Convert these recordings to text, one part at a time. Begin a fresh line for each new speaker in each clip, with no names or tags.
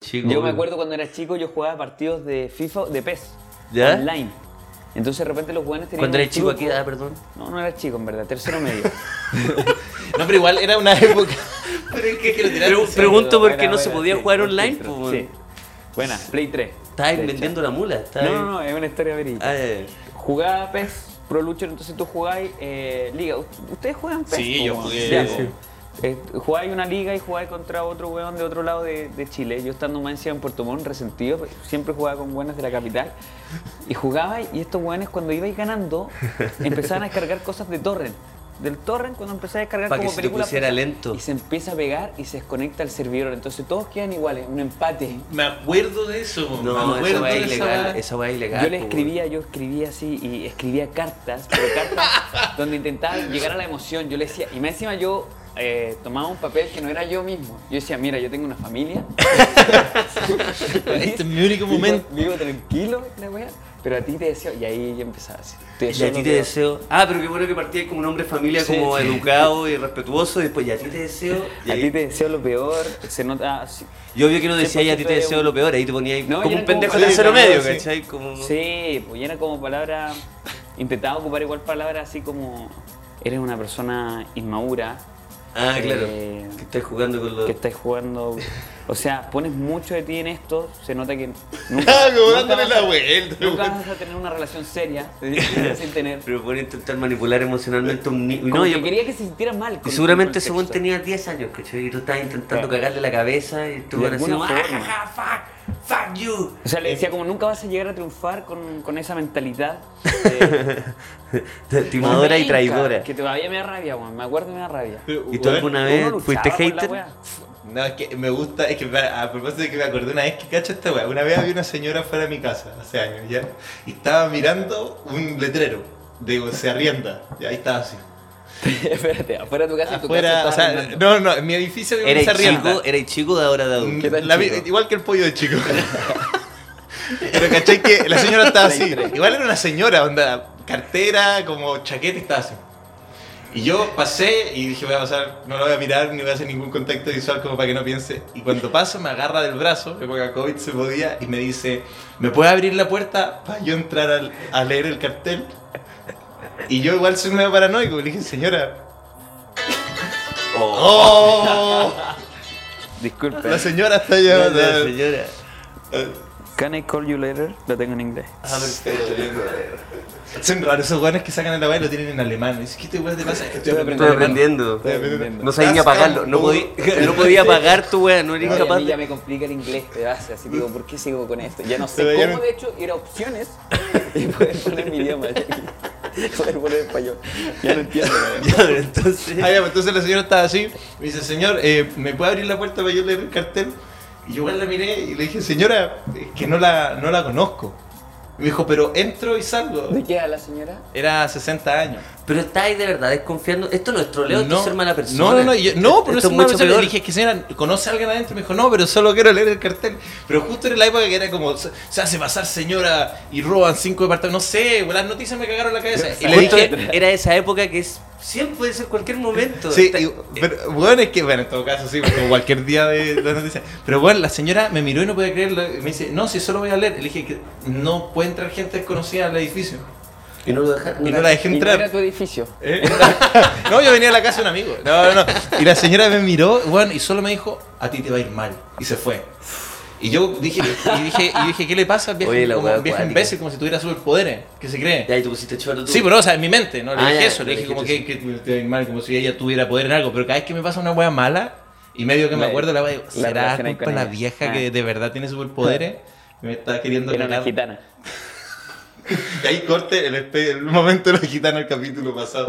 chico.
Yo me
güey.
acuerdo cuando era chico, yo jugaba partidos de FIFA, de PES,
¿Ya?
online. Entonces de repente los jugadores tenían.
Cuando
un
eres chico, aquí,
truco.
ah, perdón.
No, no era chico, en verdad, tercero medio.
No, pero igual era una época. pero es que, lo tiraste
Pre-
así.
pregunto por qué
Era-
no se
era-
podía
sí,
jugar
por
online,
filtro.
pues,
Sí. Buena, Play 3.
Estabas
de hecho.
vendiendo la mula.
No,
estabas-
no, no, es una historia verídica.
Ah, ya, ya.
Jugaba PES Pro Luchero, entonces tú jugáis eh, liga. Ust- ¿Ustedes juegan PES?
Sí,
po,
yo
weón?
jugué.
Ya,
Sí,
po. Eh, jugáis una liga y jugáis contra otro weón de otro lado de, de Chile. Yo estando más encima en Puerto Montt, resentido, pues, siempre jugaba con buenas de la capital. Y jugaba y estos weones cuando ibais ganando empezaban a descargar cosas de torrent. Del torrent cuando empezaba a descargar
Pa' que
como
se te
películas
pusiera
pesadas.
lento.
Y se empieza a pegar y se desconecta el servidor. Entonces todos quedan iguales, un empate.
Me acuerdo de eso.
No,
me
esa
acuerdo
weá es
de
ilegal,
esa-
esa weá es ilegal.
Yo
pues,
le
po,
escribía, yo escribía así y escribía cartas, pero cartas donde intentaba llegar a la emoción. Yo le decía, y más encima yo eh, tomaba un papel que no era yo mismo. Yo decía, mira, yo tengo una familia.
Este es mi único
Vivo-
momento.
Vivo, tranquilo, la wea. Pero a ti te deseo, y ahí yo empezaba así. Te
Y a ti te
lo que-
deseo. Ah, pero qué bueno que partías como un hombre de familia,
Sí,
como
sí.
educado y respetuoso. Y después, y a ti te deseo. y
A
ahí-
ti te deseo lo peor, se nota... ah, sí.
Yo obvio que no decía, y a ti te
100%
deseo lo peor. Ahí te ponía ahí
No, y
como
era
un pendejo
como-
de
Sí,
cero
claro,
medio,
sí.
¿cachai? Como...
Sí, pues y era como palabra. Intentaba ocupar igual palabras así como. Eres una persona inmadura.
Ah, claro.
eh,
Que estás jugando con los.
que estás jugando. O sea, pones mucho de ti en esto, se nota que.
Ah,
Nunca,
como
nunca
dándole
vas a-
la vuelta,
Nunca
weón.
vas a tener una relación seria sin tener.
Pero por intentar manipular emocionalmente a un niño.
Como
No,
que
yo-
quería que se sintiera mal.
Y seguramente ese
ese
buen tenía 10 años, ¿cachai? Y tú estabas
Claro.
intentando cagarle la cabeza y tú
De
van así,
alguna forma.
¡Ah, fuck, fuck you.
O sea, le decía como nunca vas a llegar a triunfar con, con esa mentalidad. eh,
Timadora y
penca,
traidora.
Que todavía me da rabia, weón. Me acuerdo y me da rabia.
Pero,
¿Y tú
weón,
alguna
Uno
vez
luchaba
fuiste
por la
hater?
wea.
No, es que me gusta, es que me- a propósito de que me acordé una vez que cacho esta weá. Una vez había una señora fuera de mi casa, hace años ya, y estaba mirando un letrero de se arrienda, y ahí estaba así.
Espérate, afuera de tu casa, en Ah, tu
Afuera,
casa
o sea,
estaba andando.
no, no, en mi edificio había un se
Eres
arrienda.
chico, eres chico de ahora de
Mm,
adulto.
¿Qué tal,
la vi-
chico?
igual que el pollo de chico. Pero caché que la señora estaba así. Igual era una señora, onda, cartera, como chaqueta, y estaba así. Y yo pasé y dije, voy a pasar, no lo voy a mirar, ni voy a hacer ningún contacto visual como para que no piense. Y cuando paso, me agarra del brazo, época COVID se podía, y me dice, ¿me puede abrir la puerta para yo entrar al- a leer el cartel? Y yo igual soy medio paranoico, le dije, señora.
Oh,
¡Oh!
Disculpe.
La señora está
la
llevando.
señora.
Can I call you later? Lo tengo en inglés.
Ah, perfecto.
Son raros esos weones que sacan el la y lo tienen en alemán. Dices, ¿qué te weón te pasa? Estoy
Estoy
aprendiendo.
aprendiendo.
Estoy aprendiendo.
No sabía ni apagarlo. No podía, no podía apagar tu wea, no
No,
eres
y a
capaz
mí ya
de.
me complica el inglés, pedazo. Así digo, ¿por qué sigo con esto? Ya no
Pero
sé
ya
cómo,
no-
de hecho, ir a opciones y poder poner mi idioma. y Poder poner español. Ya no entiendo. weón.
Ya, pero entonces.
Ah, ya, pues entonces la señora estaba así. Me dice, señor, eh, ¿me puede abrir la puerta para yo leer el cartel? Y yo igual la miré y le dije, señora, es que no la, no la conozco. Y me dijo, pero entro y salgo.
¿De qué edad la señora?
Era 60 años.
Pero está ahí de verdad desconfiando. Esto no es troleo, esto es ser mala persona.
No, no, no, yo- no, pero
Esto
no es mala
mucho
persona. Le
peor.
dije, es que señora, ¿conoce a alguien adentro? Me dijo, no, pero solo quiero leer el cartel. Pero justo era la época que era como, se se hace pasar señora y roban cinco departamentos. No sé, las noticias me cagaron la cabeza. Y le
Justo
dije,
era esa época que es, siempre puede ser cualquier momento.
Sí,
Está- eh,
y- pero bueno, es que, bueno, en todo caso, sí, como cualquier día de la noticia. Pero bueno, la señora me miró y no podía creerlo. y Me dice, no, si solo voy a leer. Le dije que no puede entrar gente desconocida al edificio.
y no lo dejaron.
Y no la dejé
Y no era
entrar.
tu edificio.
¿Eh? No, yo venía a la casa de un amigo. No, no, no. Y la señora me miró, bueno, y solo me dijo, a ti te va a ir mal. Y se fue. Y yo dije, y dije, y dije ¿qué le pasa? Vieja,
Oye, la
como,
hueá
vieja
acuática.
imbécil, como si tuviera superpoderes. ¿Qué se cree?
Ya, y tú pusiste choro tú.
Sí, pero o sea, en mi mente, no le
Ah,
dije
ya,
eso, le
le
dije como que,
dijiste
que te ven mal, como si ella tuviera poder en algo, pero cada vez que me pasa una wea mala y medio que me
La-
acuerdo la wea, digo,
la
¿será
relación ahí
culpa
con
la
ella.
vieja
Ah.
que de verdad tiene superpoderes? Me está queriendo
Era una
cagar.
gitana.
Y ahí corte el, espe- el momento de la gitana el capítulo pasado.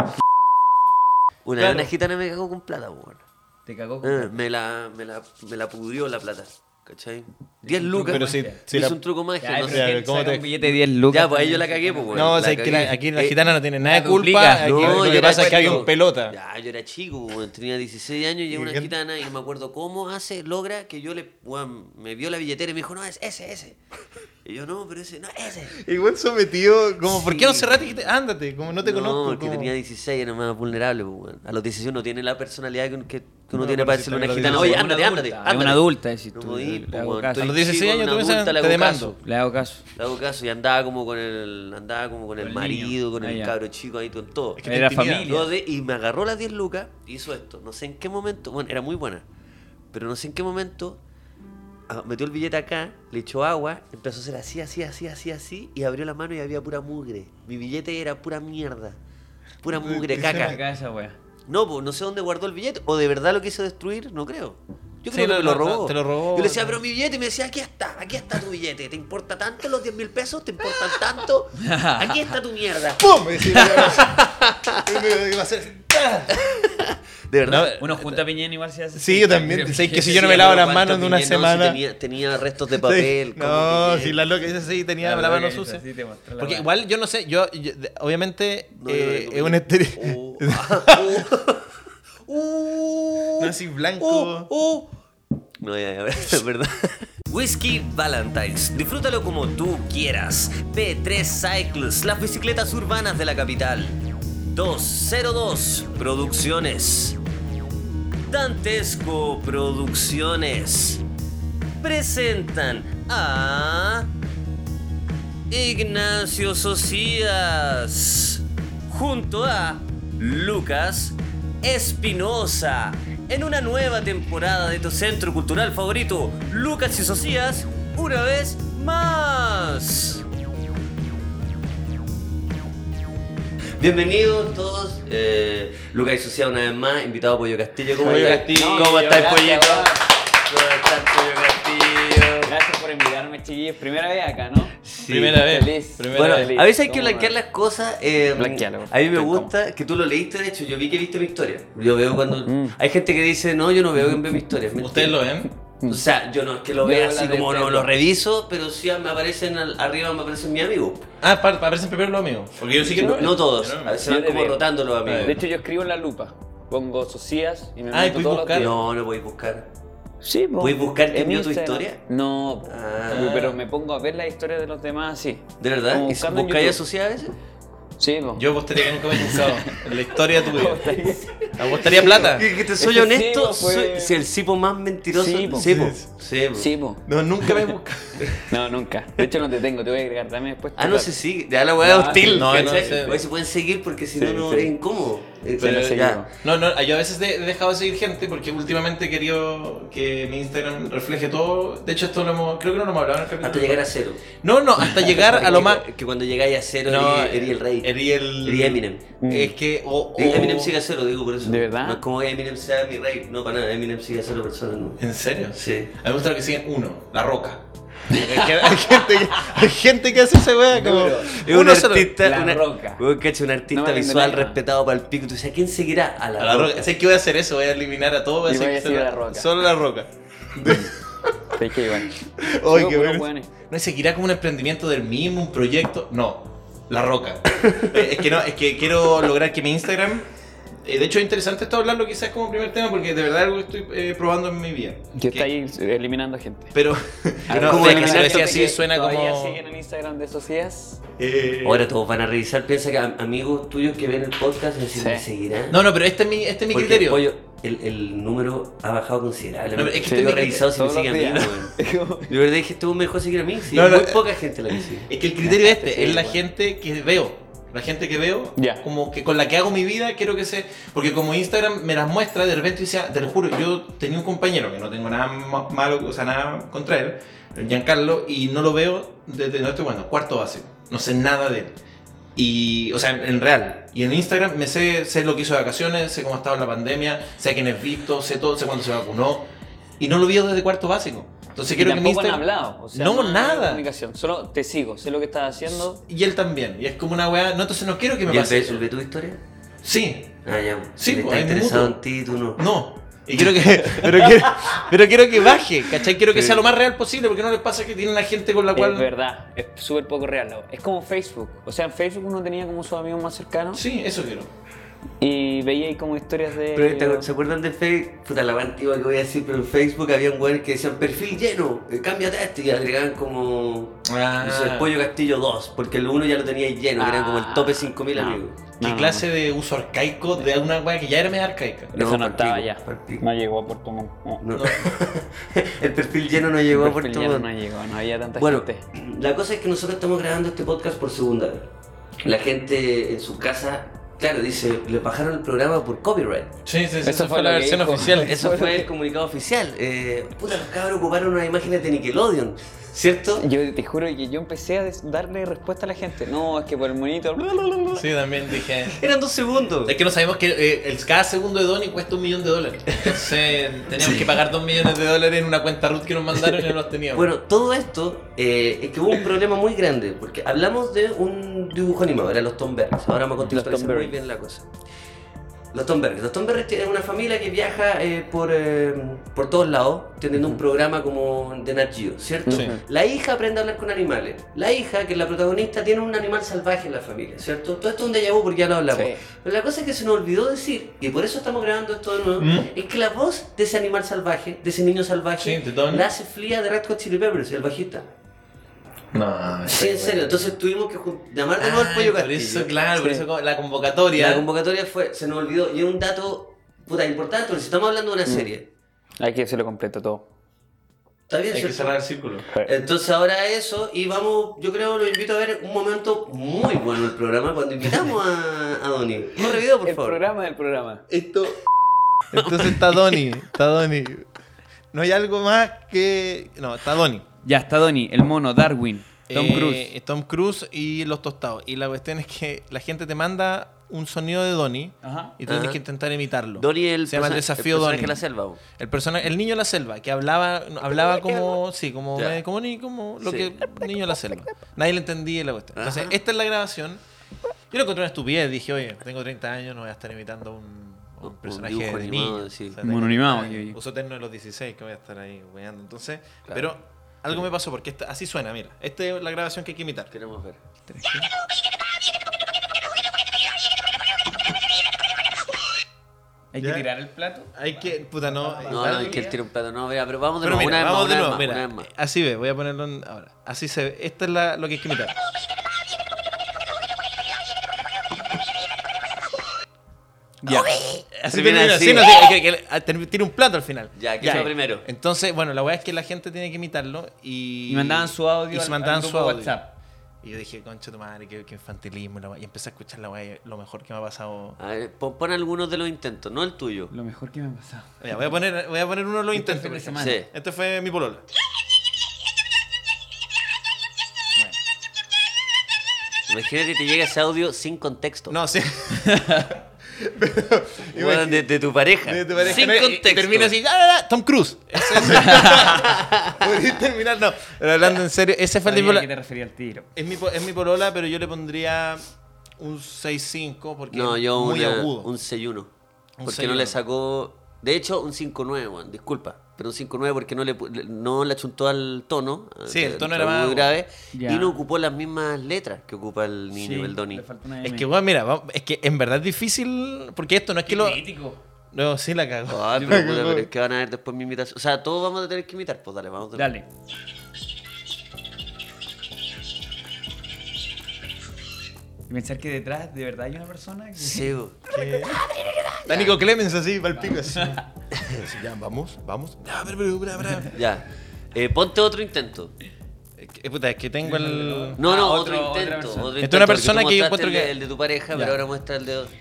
Una
Claro.
vez una gitana me cagó con plata, weón.
Te cagó.
Eh, me, la, me, la, me la pudrió la plata. ¿Cachai? 10 lucas.
Pero si- si
hizo
la-
un truco mágico.
Ya,
no
pero
sé.
es que
¿cómo
saca
te-
un billete de 10 lucas.
Ya, pues ahí yo la cagué, pues, weón.
No, o sea, que
cagué.
la- aquí la
Eh,
gitana no tiene nada de
la
culpa,
duplica.
aquí
no,
lo
yo
que
era
pasa es que hay
chico.
un pelota.
Ya, yo era chico, weón. Tenía 16 años, llega una
¿Y qué-
gitana y no me acuerdo cómo hace, logra que yo le. Weón, me vio la billetera y me dijo, no, es ese, ese. Y yo, no, pero ese, no, ese.
Igual sometido, como, ¿por qué no
Sí.
cerraste? que te- Ándate, como no te
No,
conozco.
porque
como-
tenía 16, era más vulnerable, pues, weón. A los 16 no tiene la personalidad con que, que uno
No,
tiene
pero
para
si
decirle a una
también
gitana,
lo
oye,
dice.
ándate, ándate,
Es
ándate.
una adulta, decís
No
tú.
podí,
le
po,
hago
weón,
caso.
estoy
A los 16
chico,
años tú
una
empiezas-
adulta, le
te
hago
demando.
caso.
Le hago caso.
Le hago caso y andaba como con el, andaba como con el,
Con el niño.
marido, con
Ah,
el
ya.
cabro chico ahí, con todo.
Es que te
Era
intimida.
familia.
Yo de- y me agarró las 10 lucas, hizo esto. No sé en qué momento, bueno, era muy buena, pero no sé en qué momento ah, metió el billete acá, le echó agua, empezó a hacer así, así, así, así, así, y abrió la mano y había pura mugre. Mi billete era pura mierda, pura
Te-
mugre,
te
caca.
Acá esa wea.
No, pues no sé dónde guardó el billete, o de verdad lo quiso destruir, no creo. Yo
Sí,
creo que
lo-
me lo
lo-
robó.
te lo robó.
Yo le decía, pero mi billete, y me decía, aquí está, aquí está tu billete. ¿Te importa tanto los 10 mil pesos? ¿Te importan tanto? Aquí está tu mierda.
¡Pum! Y decía, iba a hacer. ¡Ah!
De verdad.
No,
Uno junta piñén igual se hace.
Sí, yo también. Sé que si yo no me
Sí,
lavo
pero
las manos
¿cuánto
en una
tenía? No, si
semana.
tenía, tenía restos de papel.
No,
si
si la loca dice sí, tenía la, mano sucia. Porque igual yo no sé, yo, yo- de- obviamente eh, es un
Uh,
estereotipo.
Uh.
No así blanco.
No, ya, ya, es verdad. Whiskey Valentines, disfrútalo como tú quieras. B3 Cycles, las bicicletas urbanas de la capital. 202 Producciones. Dantesco Producciones. Presentan a Ignacio Socias junto a Lucas Espinosa en una nueva temporada de tu centro cultural favorito, Lucas y Socias, una vez más. Bienvenidos todos, eh, Lucas y Socias una vez más, invitado a Pollo Castillo. ¿Cómo
Pollo
estás?
Castillo,
¿Cómo estás,
gracias,
Pollito?
weón.
¿Cómo estás, Pollo Castillo?
Gracias por invitarme, chiquillos. Primera vez acá, ¿no?
Primera vez.
Feliz.
Primera
Bueno,
vez.
a veces hay que
¿Cómo
blanquear
no?
las cosas. eh,
Blanquealo, por
a mí me
favor.
gusta que tú lo leíste, de hecho, yo vi que viste mi historia. Yo veo cuando...
Mm.
Hay gente que dice, no, yo no veo que ve mi historia. es mentira.
¿Ustedes lo ven?
O sea, yo no es que lo
Yo
vea
la
así como no
respeto.
lo reviso, pero sí me aparecen, al- arriba me aparecen mis amigos.
Ah, pa- aparecen primero los amigos. Porque yo sí que
No,
veo.
no todos,
Yo no lo
a
veo. Ah,
veces van
Yo
como
te veo.
rotando los
De
amigos.
hecho, yo escribo en la lupa. Pongo socias y me
Ah, ¿y
meto
puedes
todos los
buscar?
días.
No, no podéis buscar.
Sí, po.
¿Puedes buscar quién
En
vio tu
Instagram.
historia?
No, po.
Ah.
pero me pongo a ver las historias de los demás así.
¿De verdad?
Como
¿Y
buscando en
buscáis
YouTube.
asociadas a veces?
Sí, po.
Yo apostaría que nunca me he buscado en la historia tuya. ¿Apostaría plata?
Que- que te
Es
soy
que
honesto,
sí, pues,
soy,
fue-
si el cipo más mentiroso.
Sí, pues.
Cipo. Cipo.
Sí, po.
No, nunca me he buscado.
No, nunca. De hecho, no te tengo, te voy a agregar también después.
Ah, no se sigue. Ya la weá
No,
es hostil.
Ah, no,
¿cachai?
no sé.
Oye, se pueden seguir porque si no,
Sí,
no
sí.
es incómodo. Eh,
Pero
ya.
seguimos.
No, no, yo a veces de- he dejado de seguir gente porque últimamente he querido que mi Instagram refleje todo. De hecho, esto lo hemos, creo que no lo hemos hablado en el capítulo.
Hasta llegar a cero.
No, no, hasta llegar a lo más...
Que- Que cuando llegáis a cero,
No, eh,
eres el rey.
Eres el... Mm.
Eres Eminem.
Es que... o- o-
Eh, Eminem sigue a cero, digo por eso.
¿De verdad?
No es como Eminem sea mi rey. No, para nada. Eminem sigue a cero personas. ¿no?
¿En serio?
Sí.
A mí me gusta lo que siguen uno, La Roca. Es que hay, gente que, hay gente que hace esa wea como...
Duro.
Es un
uno solo.
artista,
La
una,
Roca.
Weón, cacha, un artista
No me
visual
venderá.
respetado para el pico. Tú dices, ¿a quién seguirá? A la,
A La Roca. Sé que voy a hacer eso, voy a eliminar a todos.
Y voy
hacer
a
que
decir
solo-
La Roca.
Solo La Roca.
Te dije igual.
Oye,
Sigo
qué
puros
bueno.
hueones.
No, y seguirá como un emprendimiento del mismo, un proyecto. No, la roca. Eh, es que no, es que quiero lograr que mi Instagram. eh, de hecho, es interesante esto hablarlo quizás como primer tema, porque de verdad algo que estoy eh, probando en mi vida. Que-
Que está ahí eliminando gente.
Pero.
Ahora,
no,
como
sé
de
que si
eliminar
lo decía
gente
así
que
suena
todavía
como.
siguen en Instagram de socias?
eh,
Ahora todos van a revisar. Piensa que am- amigos tuyos que ven el podcast van a decir,
Sí.
¿me seguirá?
no, no, pero este es mi, este es mi
Porque,
criterio.
pollo, el, el número ha bajado
No,
considerablemente.
pero es que
Yo
este
he
me-
revisado si me
todos
sigue a
los
mí,
días.
weón. De verdad dije, estuvo mejor seguir a mí. Sí,
No, no,
muy
eh,
poca gente la que sigue.
Es que el criterio es
Sí,
este, es la
bueno.
gente que veo. La gente que veo,
Ya.
como que con la que hago mi vida, quiero que se. Porque como Instagram me las muestra, de repente dice, te lo juro, yo tenía un compañero que no tengo nada ma- malo, o sea, nada contra él, el Giancarlo, y no lo veo desde no estoy bueno, cuarto básico. No sé nada de él. Y, o sea, en real. Y en Instagram me sé, sé lo que hizo de vacaciones, sé cómo ha estado la pandemia, sé a quién es visto, sé todo, sé cuándo se vacunó. Y no lo veo desde cuarto básico. Entonces quiero
Y
que mi
tampoco han
Instagram.
hablado. O sea,
No,
hay
nada.
Comunicación. Solo te sigo, sé lo que estás haciendo.
Y él también. Y es como una weá. No, entonces no quiero que me
¿Y el
pase.
Beto ve tu historia?
Sí.
Ah, ya.
Sí,
Él
pues,
está
es
interesado
mutuo.
en ti, tú no.
No. Y quiero que. Pero quiero, pero quiero que baje, ¿cachai? Quiero que
Sí.
sea lo más real posible, porque no les pasa que tienen a gente con la cual.
Es verdad, es súper poco real. la wea. Es como Facebook. O sea, en Facebook uno tenía como sus amigos más cercanos.
Sí, eso quiero.
Y veía ahí como historias de.
Pero, este ¿te- ¿Se acuerdan del Facebook? Puta, la más antigua que voy a decir, pero en Facebook había un weón que decían perfil lleno, eh, cámbiate a este y agregaban como.
Ah. Ah.
no sé, el Pollo Castillo 2, porque el 1 ya lo tenía lleno, que eran como el tope 5000
No.
amigos.
¿Qué
No, no,
clase de uso arcaico de una weá que ya era medio arcaica?
no. Eso no,
No,
estaba
partigo,
ya.
partigo.
No llegó a Puerto Montt. No.
No. el perfil lleno no llegó a
Perfil
Puerto
ya
Montt.
No llegó, no había tanta
Bueno,
gente.
la cosa es que nosotros estamos grabando este podcast por segunda vez. La gente en su casa, claro, dice, le bajaron el programa por copyright.
Sí, sí, sí.
Eso
Esa
fue
fue la
lo que
versión
dijo.
oficial.
Eso fue el comunicado oficial. Eh, puta, los cabros ocuparon unas imágenes de Nickelodeon, ¿cierto?
Yo te juro que yo empecé a des- darle respuesta a la gente. No, es que por el monito. bla, bla, bla, bla.
Sí, también dije.
Eran dos segundos.
Es que no sabemos que eh, el, cada segundo de Donnie cuesta un millón de dólares. Entonces teníamos que pagar dos millones de dólares en una cuenta root que nos mandaron y no los teníamos.
Bueno, todo esto eh, es que hubo un problema muy grande, porque hablamos de un dibujo animado, eran los Tom Berries. Ahora
Los Tom
vamos a contextualizar muy
Berries.
bien la cosa. Los Tom Berries. Los Tom Berries tienen una familia que viaja eh, por, eh, por todos lados, teniendo un programa como de Nat Geo, ¿cierto?
Sí.
La hija aprende a hablar con animales. La hija, que es la protagonista, tiene un animal salvaje en la familia, ¿cierto? Todo esto es un déjà vu porque ya lo hablamos.
Sí.
Pero la cosa es que se nos olvidó decir, y por eso estamos grabando esto de nuevo,
¿Mm?
es que la voz de ese animal salvaje, de ese niño salvaje,
Sí, de Don.
la hace Flia de Red Hot Chili Peppers, el bajista.
No,
Sí, en serio. Entonces tuvimos que ju- llamar de nuevo al Pollo
Ah, por
Castillo.
eso, claro, por
Sí.
eso como- la convocatoria.
La convocatoria fue, se nos olvidó, y es un dato puta importante, porque si estamos hablando
Mm.
de una serie,
Hay que decirlo completo todo.
está bien,
Hay que
¿cierto?
cerrar el círculo.
Entonces ahora eso, y vamos, yo creo, lo invito a ver un momento muy bueno del programa, cuando invitamos a, a Donnie. Un video, por
el
favor.
programa del programa.
Esto. Entonces está Donnie, está Donnie. No hay algo más que. No, está Donnie.
Ya está Donnie, el mono, Darwin,
Eh, Tom Cruise y los tostados. Y la cuestión es que la gente te manda un sonido de Donnie
Ajá.
y tú tienes
Ajá.
que intentar imitarlo.
Donnie el
Se llama el
persona-
desafío
el personaje
Donnie.
de la selva. bo.
El, persona- el niño de la selva, que hablaba, hablaba como. Sí, como,
Ya.
eh, como, ni- como lo
Sí.
que. Niño de la selva. Nadie le entendía la cuestión. Entonces,
Ajá.
esta es la grabación. Yo lo encontré una estupidez. Dije, oye, tengo 30 años, no voy a estar imitando a un, a un
Un
personaje
dibujo
de
animado,
niño.
sí.
tengo
Mono animado,
30 años.
y-
Uso terno de los 16, que voy a estar ahí weando. Entonces,
Claro.
pero algo me pasó, porque esta- así suena, mira. Esta es la grabación que hay que imitar.
Queremos ver.
Hay
Ya.
el plato.
Hay que. Puta, no.
No, no, es que él tira un plato, no, vea, pero vamos de
Pero
nuevo,
mira,
una vez más,
vamos de
una vez
nuevo,
más,
mira.
una vez más.
Así ve, voy a ponerlo en- ahora. Así se ve. Esta es la, lo que hay que imitar.
Ya.
Así
Termina
termina,
así.
sí, no, sí, hay que- que- ah, term- tiene un plato al final.
Ya, ¿qué
Ya.
fue primero?
Entonces, bueno, la weá es que la gente tiene que imitarlo y.
Y mandaban su audio
Y se
al-
mandaban
al
su
grupo
audio.
WhatsApp.
Y yo dije, concha tu madre, qué, qué infantilismo. y la weá. Y empecé a escuchar la weá, y lo mejor que me ha pasado.
A ver, pon, pon algunos de los intentos, no el tuyo.
Lo mejor que me ha pasado.
Mira, voy, a poner, voy a poner uno de los
Esto
intentos.
fue
por ejemplo.
la Este semana.
Sí.
Este fue mi polola.
Imagínate que te llega ese audio sin contexto.
No, sí.
Bueno, de, de tu pareja.
De tu pareja,
Sin
¿no? Y- y
contexto.
Termina así, ¡ah, ah, ah! Tom Cruise. Ese es- Podría terminar, no. Pero hablando en serio, ese fue el
Sabía
tipo.
que te refería al tiro.
Es mi, po- es mi polola, pero yo le pondría un 6-5 porque
No, yo
es muy
una-
agudo.
un 6-1.
Un
Porque
6-1.
no le sacó. De hecho, un 5-9, weón, disculpa. Pero un 5-9 porque no le pu- le- no le achuntó al tono.
Sí,
eh,
el tono era más-
Muy grave.
Ya.
Y no ocupó las mismas letras que ocupa el niño,
Sí,
el Donny.
le falta una
Es
M.
que, bueno, mira, vamos- es que en verdad es difícil. Porque esto no es que lo.
Crítico.
No, sí la cago.
Ay, Oh, Ah, pero, puta, pero es que van a ver después mi imitación. O sea, todos vamos a tener que imitar. Pues dale, vamos.
Dale. Y pensar que detrás de verdad hay una persona que...
Sí, weón.
Está Nico Clemens así, palpico así. Así, ya, vamos, vamos. Ya, pero, pero, pero, pero.
ya. Eh, ponte otro intento.
Es que- puta, es que tengo el.
No,
Ah,
no,
otro-
otro,
otra
intento.
persona.
Esta
otro
es
intento,
una
porque
persona
tú
que yo encuentro
mostraste el,
que-
de- el de tu pareja,
Ya.
pero ahora muestra el de otro.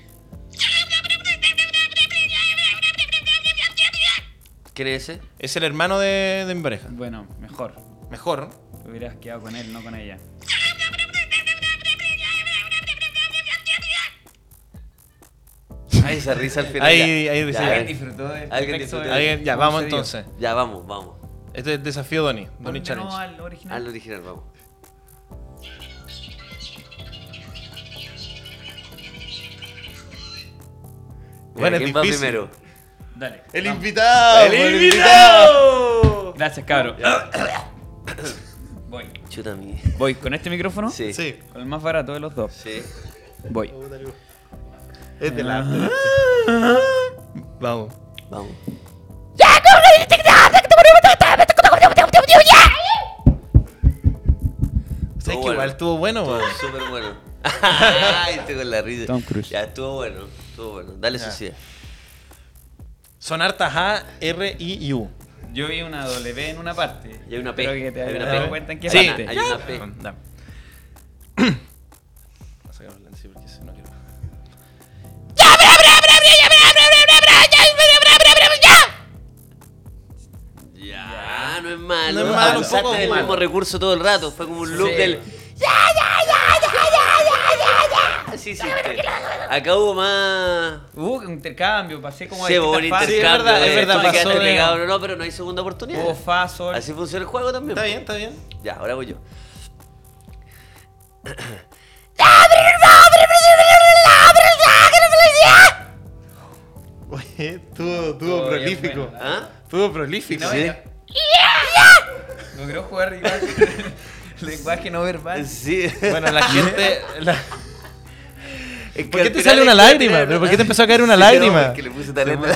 ¿Quién es ese?
Es el hermano de, de mi pareja.
Bueno, mejor.
Mejor.
Te hubieras quedado con él, no con ella.
Ay, esa risa al final.
Ahí-
ya.
ahí
Ya,
risa.
a ver.
disfrutó de
Alguien disfrutó.
Alguien- ya, vamos entonces.
Ya, vamos, vamos.
Este es el desafío Donnie. Donnie
Donny
Challenge.
No, al original.
Al original, vamos.
Bueno,
Mira,
es
¿Quién va
difícil.
primero?
Dale.
El
vamos.
invitado.
¡El
invitado.
Gracias, cabro. Voy.
Chuta a mí.
Voy con este micrófono.
Sí.
Sí.
Con el más barato de los dos.
Sí.
Voy.
Es de la. Vamos.
Vamos.
¿Sabes que
bueno.
igual estuvo bueno,
Estuvo
weón?
súper bueno. Ay, estoy con la risa.
Tom Cruise.
Ya, estuvo bueno, estuvo bueno. Dale
Ya.
suicida.
Sonar tajá R I U.
Yo vi una W en una parte.
Y hay una P.
Pero que te,
Hay una
te
P.
das cuenta en qué
Sí.
parte.
Hay una P.
Dame. Voy a sacarlo en sí porque si no quiero.
Ya, no es malo.
No es malo, un
Usaste
poco
el
malo.
mismo recurso todo el rato. Fue como un loop
Sí.
del. ¡Ya, ya, ya, ya, ya, ya, ya! Así hiciste. este. Acá hubo más.
Hubo un intercambio, pasé como
Sí, hubo un
distintas fases.
intercambio.
es verdad, es
de
verdad,
tú te
pasó
quedaste
de-
pegado, no, no, pero no hay segunda oportunidad.
Hubo fa, sol.
Así funciona el juego también.
Está bien, está bien.
Ya, ahora voy yo.
Oye, estuvo, estuvo
Estuvo bien
prolífico.
bueno.
¿Ah?
Estuvo prolífico.
No,
Sí.
ya. Logró jugar igual. lenguaje no verbal.
Sí.
Bueno, la gente. la- ¿Por qué
al
te
final
sale una
es que
lágrima?
tirar-
¿Pero por qué te empezó a caer una
Sí,
lágrima?
no, es que le puse talento.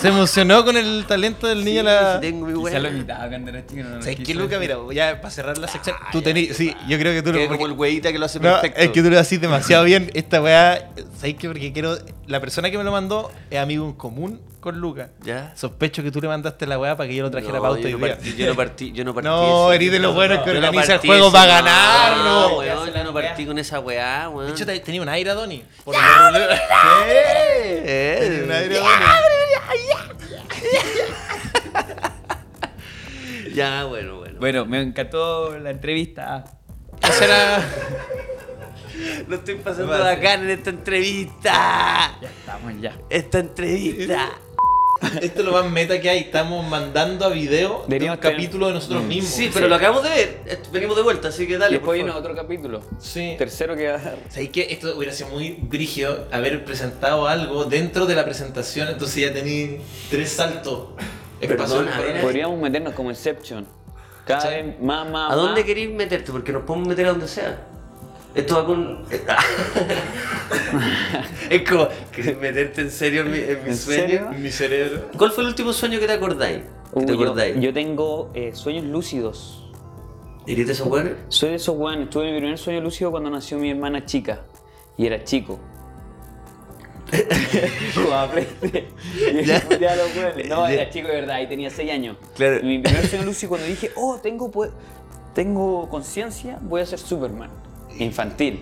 Se emocionó con el talento del niño.
Sí,
la...
sí, tengo mi
Quizá lo
hueá.
imitaba cuando era chico. No lo
¿Sabes qué,
quiso
Luca?
decir.
Mira, ya para cerrar la sección. Tú tenías. Sí, yo creo que tú lo.
Quedé
porque-
como el hueíta que lo hace
No,
perfecto.
es que tú lo haces demasiado bien. Esta weá, ¿sabes qué? Porque quiero. La persona que me lo mandó es amigo en común con Luca.
¿Ya?
Sospecho que tú le mandaste la weá para que yo lo trajera
No,
pauta
yo
hoy
no
día.
partí, yo no partí, yo no partí.
No,
ese-
eres de los buenos que
yo no
organiza el
partí
juego
ese-
para
No,
ganarlo.
weón, yo no partí con esa weá, weón.
De hecho, te- tenía un aire a Donnie. Por
Eh,
Tenía un aire a
Ya, bueno, bueno.
Bueno, me encantó la entrevista.
Esa era.
Lo estoy pasando bacán en esta entrevista.
Ya estamos ya.
Esta entrevista.
Esto es lo más meta que hay. Estamos mandando a video de un
Deberíamos tener-
capítulo de nosotros mismos.
Mm. Sí, pero lo acabamos de ver. Eh, Venimos de vuelta, así que dale. por
Después viene
favor.
pues, otro capítulo.
Sí.
Tercero que va a dar.
¿Sabéis que esto hubiera sido muy brígido haber presentado algo dentro de la presentación? Entonces ya tení tres saltos.
Perdona,
espacio-
era-
Podríamos meternos como Inception. Cada
Sí.
vez más, más,
¿A dónde
más.
queréis meterte? Porque nos podemos meter a donde sea. Esto va con. es como, ¿querés meterte en serio en mi, en mi
¿En
sueño?
serio?
Mi cerebro.
¿Cuál fue el último sueño que te acordáis? ¿Que
Uh,
te
yo-
acordáis?
Yo, tengo eh, sueños lúcidos.
¿Eres de esos buenos?
Soy de esos weones. Tuve mi primer sueño lúcido cuando nació mi hermana chica. Y era chico. Jugaba Playstation. Y
Ya.
puteaba a los weones. No,
Ya.
era chico de verdad. Y tenía 6 años.
Claro.
Y mi primer sueño lúcido cuando dije, oh, tengo, pue- tengo conciencia, voy a ser Superman. Infantil.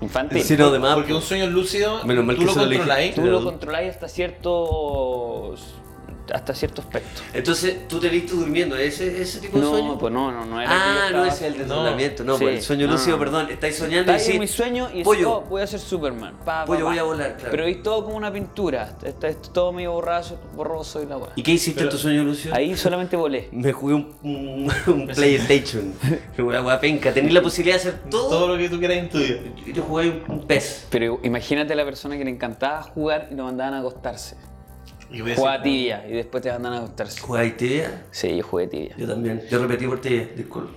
Infantil.
Sí, no, de más.
Porque un sueño lúcido,
Menos mal
tú
que
lo
eso lo elegí.
controláis.
Tú
Pero-
lo controláis hasta cierto. hasta cierto aspecto.
Entonces, tú te viste durmiendo, ¿ese, ese tipo de
No,
sueño?
pues no, no, no era. que yo
ah,
estaba-
no es el desdoblamiento, no,
Sí,
pues el sueño
no,
lúcido,
no.
perdón, estáis soñando
Está ahí
y
en
sí.
mi sueño y
pollo.
pollo. voy a ser Superman. Pa, pa,
Pollo,
pa.
voy a volar, claro.
Pero es todo como una pintura. Está, es todo medio borrazo, borroso y la weá.
¿Y qué hiciste en tu sueño lúcido?
Ahí solamente volé.
Me jugué un, un, un PlayStation. Una guapenca. Tenía la posibilidad de hacer todo.
Todo lo que tú quieras en tu vida.
Yo- Yo jugué un, un pez.
Pero imagínate a la persona que le encantaba jugar y lo mandaban a acostarse.
Y voy a
Jugaba
decir,
tibia y después te mandaban a acostarse.
¿Jugáis tibia?
Sí, yo jugué tibia.
Yo también. Yo repetí por tibia, disculpa.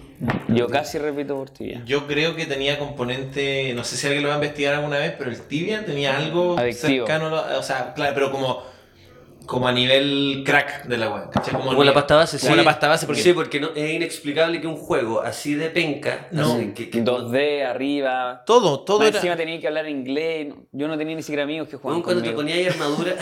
Yo casi repito por tibia.
Yo creo que tenía componente, no sé si alguien lo va a investigar alguna vez, pero el tibia tenía algo
Adictivo.
cercano, a lo- o sea, claro, pero como, como a nivel crack de la web, ¿cachai?
Como la pasta base, sí.
Como la pasta base, porque
Sí, porque no- es inexplicable que un juego así de penca.
No.
así que- que-
2D, arriba.
todo, todo
Más
era...
encima tenía que hablar inglés. no- Yo no tenía ni siquiera amigos que jugaban
Weón, cuando te
conmigo.
ponías ahí armadura.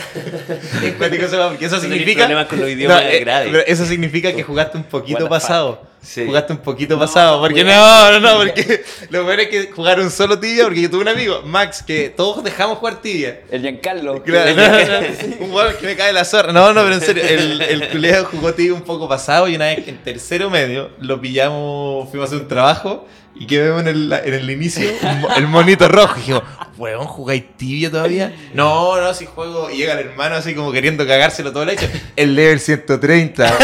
Es cuático eso, porque eso
Tú tenés
significa.
problemas con los idiomas, es
eh,
grave.
pero eso significa que jugaste un poquito
What the
pasado.
Sí.
Jugaste un poquito
No,
pasado.
no
Porque
jugué.
no, no, no, porque lo bueno es que jugaron solo tibia. Porque yo tuve un amigo, Max, que todos dejamos jugar tibia.
El Giancarlo.
Claro, no, no, un huevo que me cae la zorra. No, no, pero en serio, el, el culiao jugó tibia un poco pasado. Y una vez que en tercero medio lo pillamos, fuimos a hacer un trabajo. Y que vemos en el, en el inicio un mo- el monito rojo. Y dijimos, weón, ¿jugáis tibia todavía? No, no, si juego. Y llega el hermano así como queriendo cagárselo todo el hecho. El level 130.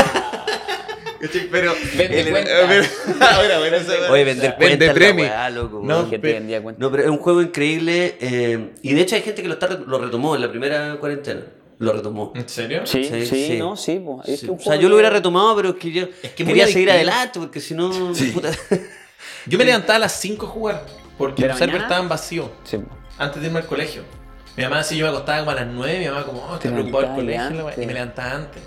¿Cachai? pero.
Vende
el-
cuenta.
pero- ahora, bueno, eso-
Oye, vender
Vende
cuenta.
premi.
loco,
No,
weón.
Que te vendía cuenta.
No, pero es un juego increíble. eh, y de hecho hay gente que lo, está, lo retomó en la primera cuarentena. Lo retomó.
¿En serio?
Sí,
Sí,
sí,
sí.
no, sí. pues. Es que un
O sea,
juego
yo lo hubiera
que-
retomado, pero es que yo
Es que muy
quería seguir
adictivo.
adelante, porque si no. puta.
Yo me levantaba a las 5 a jugar. Porque
¿De
los
la
servers
mañana?
estaban vacíos.
Sí.
Antes de irme al colegio. Mi mamá, si yo me acostaba como a las 9, mi mamá como, oh,
Te
está preocupada el
levantaba
colegio. la weá, Y
antes.
me levantaba antes,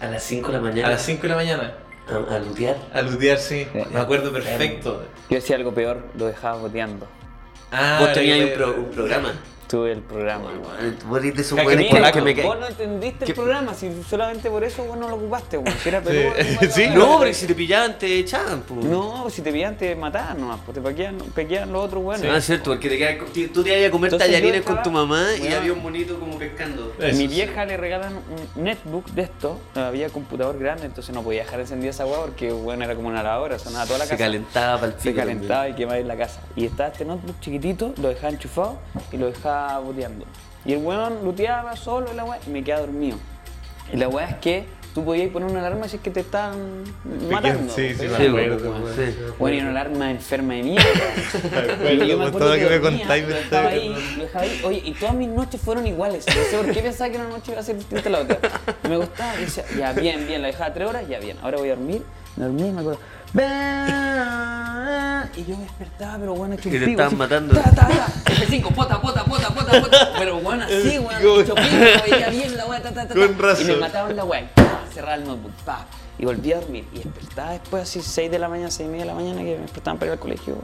A las 5 de la
a
mañana.
las 5 de la mañana,
A, a lutear.
a lutear, sí.
Ya.
Me acuerdo perfecto.
Yo hacía algo peor, lo dejaba boteando.
Ah,
Vos tenías ahí un,
eh,
pro- un programa.
Tuve el programa. weón.
Vos eres de esos
Caca,
weones
mira,
que,
Mira,
que me
vos
caen.
no entendiste
¿Qué-
el programa, si solamente por eso vos no lo ocupaste, weón. Si era peludo,
Sí.
igual,
Sí.
weón.
No, pero si te pillaban te echaban, po.
No, pues si te pillan te mataban nomás, pues te paquean, pequean los otros
No
weones.
es Ah, cierto, porque te quedas, tú- tú te ibas a
Entonces
comer
yo
tallarines
estaba-
con tu mamá y
Weón. Eh,
había un monito como pescando.
eso,
Mi
Ah, sí.
vieja le regalan un netbook de esto, no había computador grande, entonces no podía dejar encendida esa weá porque bueno, era como una lavadora, sonaba toda la
Se
casa.
calentaba para el
Se calentaba y quemaba en la casa. Y estaba este notebook chiquitito, lo dejaba enchufado y lo dejaba boteando. Y el weón luteaba solo en la weá y me quedaba dormido. Y la weá es que tú podías poner una alarma si es que te están matando.
Sí, sí,
¿cachai?
me
Sí,
acuerdo,
weón,
weón.
sí.
Bueno, y una alarma enferma de mierda.
Bueno,
Y yo me
con
acuerdo
todo lo que me
dormía,
contáis, este-
lo
me
dejaba
estáis-
ahí, lo dejaba ahí. Oye, y todas mis noches fueron iguales. No sé por qué pensaba que una noche iba a ser distinta a la otra. Y me gustaba, y decía, ya bien, bien, la dejaba tres horas, ya bien. Ahora voy a dormir. Me dormí y me acuerdo. "Bah". Y yo me despertaba, pero bueno, hecho un
Y te
pico,
estaban
así,
matando.
Ta, ta, ta. F5, pota, pota, pota, pota, pota. Pero bueno, así, bueno, hecho pico, veía bien la weá, ta, ta, ta, ta.
Con razón.
Y me mataban la weá. Cerraba el notebook, pa. Y volví a dormir. Y despertaba después así 6 de la mañana, 6 y media de la mañana, que me despertaban para ir al colegio.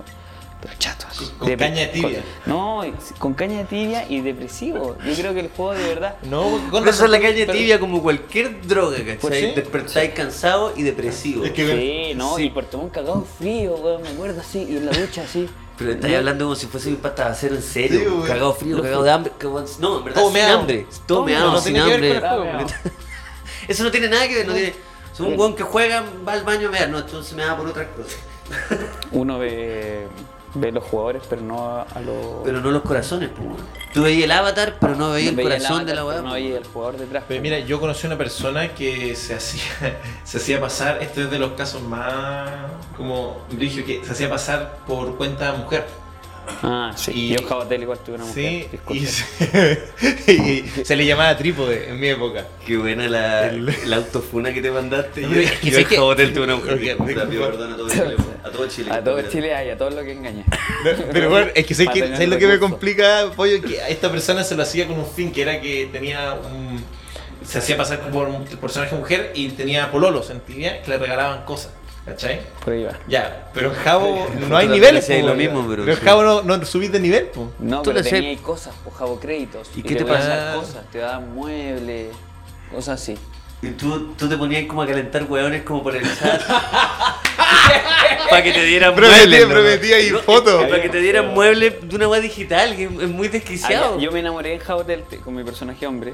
Pero chato, así.
Con
Depre-
caña de tibia.
con- no, y- con caña de tibia y depresivo. Yo creo que el juego de verdad.
No,
Por eso la calle tibia como cualquier droga, ¿cachai?
Pues sí.
Despertáis cansado y depresivo.
Es que-
Sí, no,
Sí.
y por tomar un cagado frío, weón, me acuerdo así, y en la ducha así.
Pero estáis hablando como si fuese un pasta de acero en
Sí,
serio.
weón.
cagado frío, cagado de hambre. cagado- No, en verdad,
Todo
sin
meado.
hambre. Todo
Todo
meado,
meado, no
sin
tiene que ver
hambre.
con el
juego.
Eso no tiene nada que ver. No tiene... Es un
Bien.
weón que juega, va al baño a mear. No, entonces me da por otra cosa.
Uno ve, ve los jugadores, pero no a, a los.
Pero no los corazones, pues, weón. Tú veías el avatar, pero no veías
veía
el corazón de la
avatar,
weá.
pero No
pues.
veía el jugador detrás.
Pero mira, yo conocí una persona que se hacía, se hacía pasar, este es de los casos más como brillo, que se hacía pasar por cuenta mujer.
Ah, sí.
Y-
Yo en Jabotel igual tuve una mujer.
Sí,
disculpa.
y se, y se le llamaba trípode en mi época.
Qué buena la,
El-
la autofuna que te mandaste.
Yo- es que sé que-
tuve una
Porque-
mujer. Puta, pido perdón a todo Chile. weón. A todo Chile.
A todo
Mira.
Chile hay, a todo lo que engaña.
No, pero bueno, es que sé
Para
que,
tener
¿sabes lo que me
recursos.
complica, Pollo? Que a esta persona se lo hacía con un fin, que era que tenía un... Se hacía pasar por un personaje mujer y tenía pololos en tibia que le regalaban cosas, ¿cachai?
Por ahí va.
Ya, pero en Jabo no
Nosotros
hay niveles.
hacíamos
po,
lo mismo,
weón.
pero
en
sí.
Jabo no, no subís de nivel, po.
No,
Tú
pero
le
tenía ahí cosas, pues Jabo créditos.
¿Y qué te
podían
pasa?
dar cosas, te daban muebles, cosas así.
Y tú, tú te ponías como a calentar hueones como por el chat. para que te dieran
Prometía,
muebles. loco.
prometía y foto.
Para que te dieran muebles de una web digital, que es muy
Había-
desquiciado.
yo me enamoré en Jabotel te- con mi personaje hombre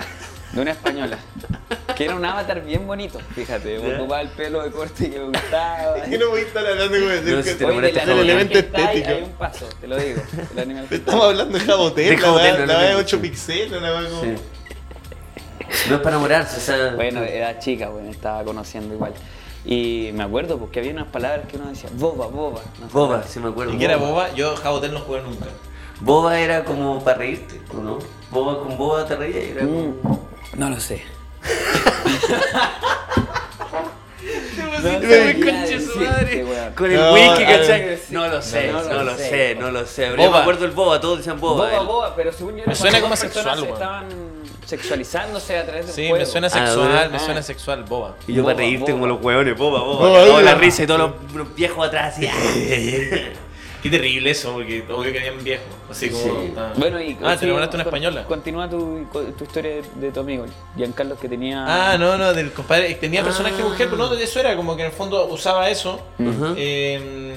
de una española. Que era un avatar bien bonito, fíjate, me ocupaba el pelo de corte que me gustaba.
Es que no voy a estar hablando como este decir
No,
que-
si te
Oye,
enamoraste
del
de Jabo
animal
Tel.
que está ahí,
Estético.
Hay un paso, te lo digo. El animal que está ahí.
Estamos hablando de Jabotel,
De
la
Jabotel,
weá-
no,
la
no,
weá de
no.
8 píxeles, la weá como...
Sí. No es para enamorarse, o sea.
Bueno, era chica, bueno, estaba conociendo igual. Y me acuerdo porque había unas palabras que uno decía, boba, boba. no sé.
boba, si me acuerdo.
Y que era boba, yo Jabotel no jugué nunca.
Boba era como para reírte, ¿o ¿no? Boba con boba te reías y era como-
Mm, no lo sé.
pusiste
No
muy
sabría
concha su
decirte,
madre.
weón.
Con el
No,
wiki,
a ver.
¿cachai? No lo sé, no, lo sé, no lo sé. Pero yo
Boba.
me acuerdo el boba, todos decían boba.
Boba,
el-
boba, pero según yo era
Me suena
cuando
como
dos
sexual,
personas se
weón.
Estaban sexualizándose a través de
Sí, me suena
Ah,
sexual, me
ah.
suena sexual, boba.
Y yo
Boba,
para
boba.
reírte como los hueones, boba, boba.
Boba,
Toda
boba.
la risa y todos los, los viejos atrás así. ah.
Qué terrible eso, porque obvio que habían viejo. Así como.
Sí.
ah.
Bueno, y.
Ah,
sí,
te enamoraste una
con-
española.
Continúa tu, tu historia de, de tu amigo, Giancarlo, que tenía.
Ah, no, no, del compadre. Tenía personaje
Ah.
mujer, pero no, eso era como que en el fondo usaba eso.
Ujú.
eh,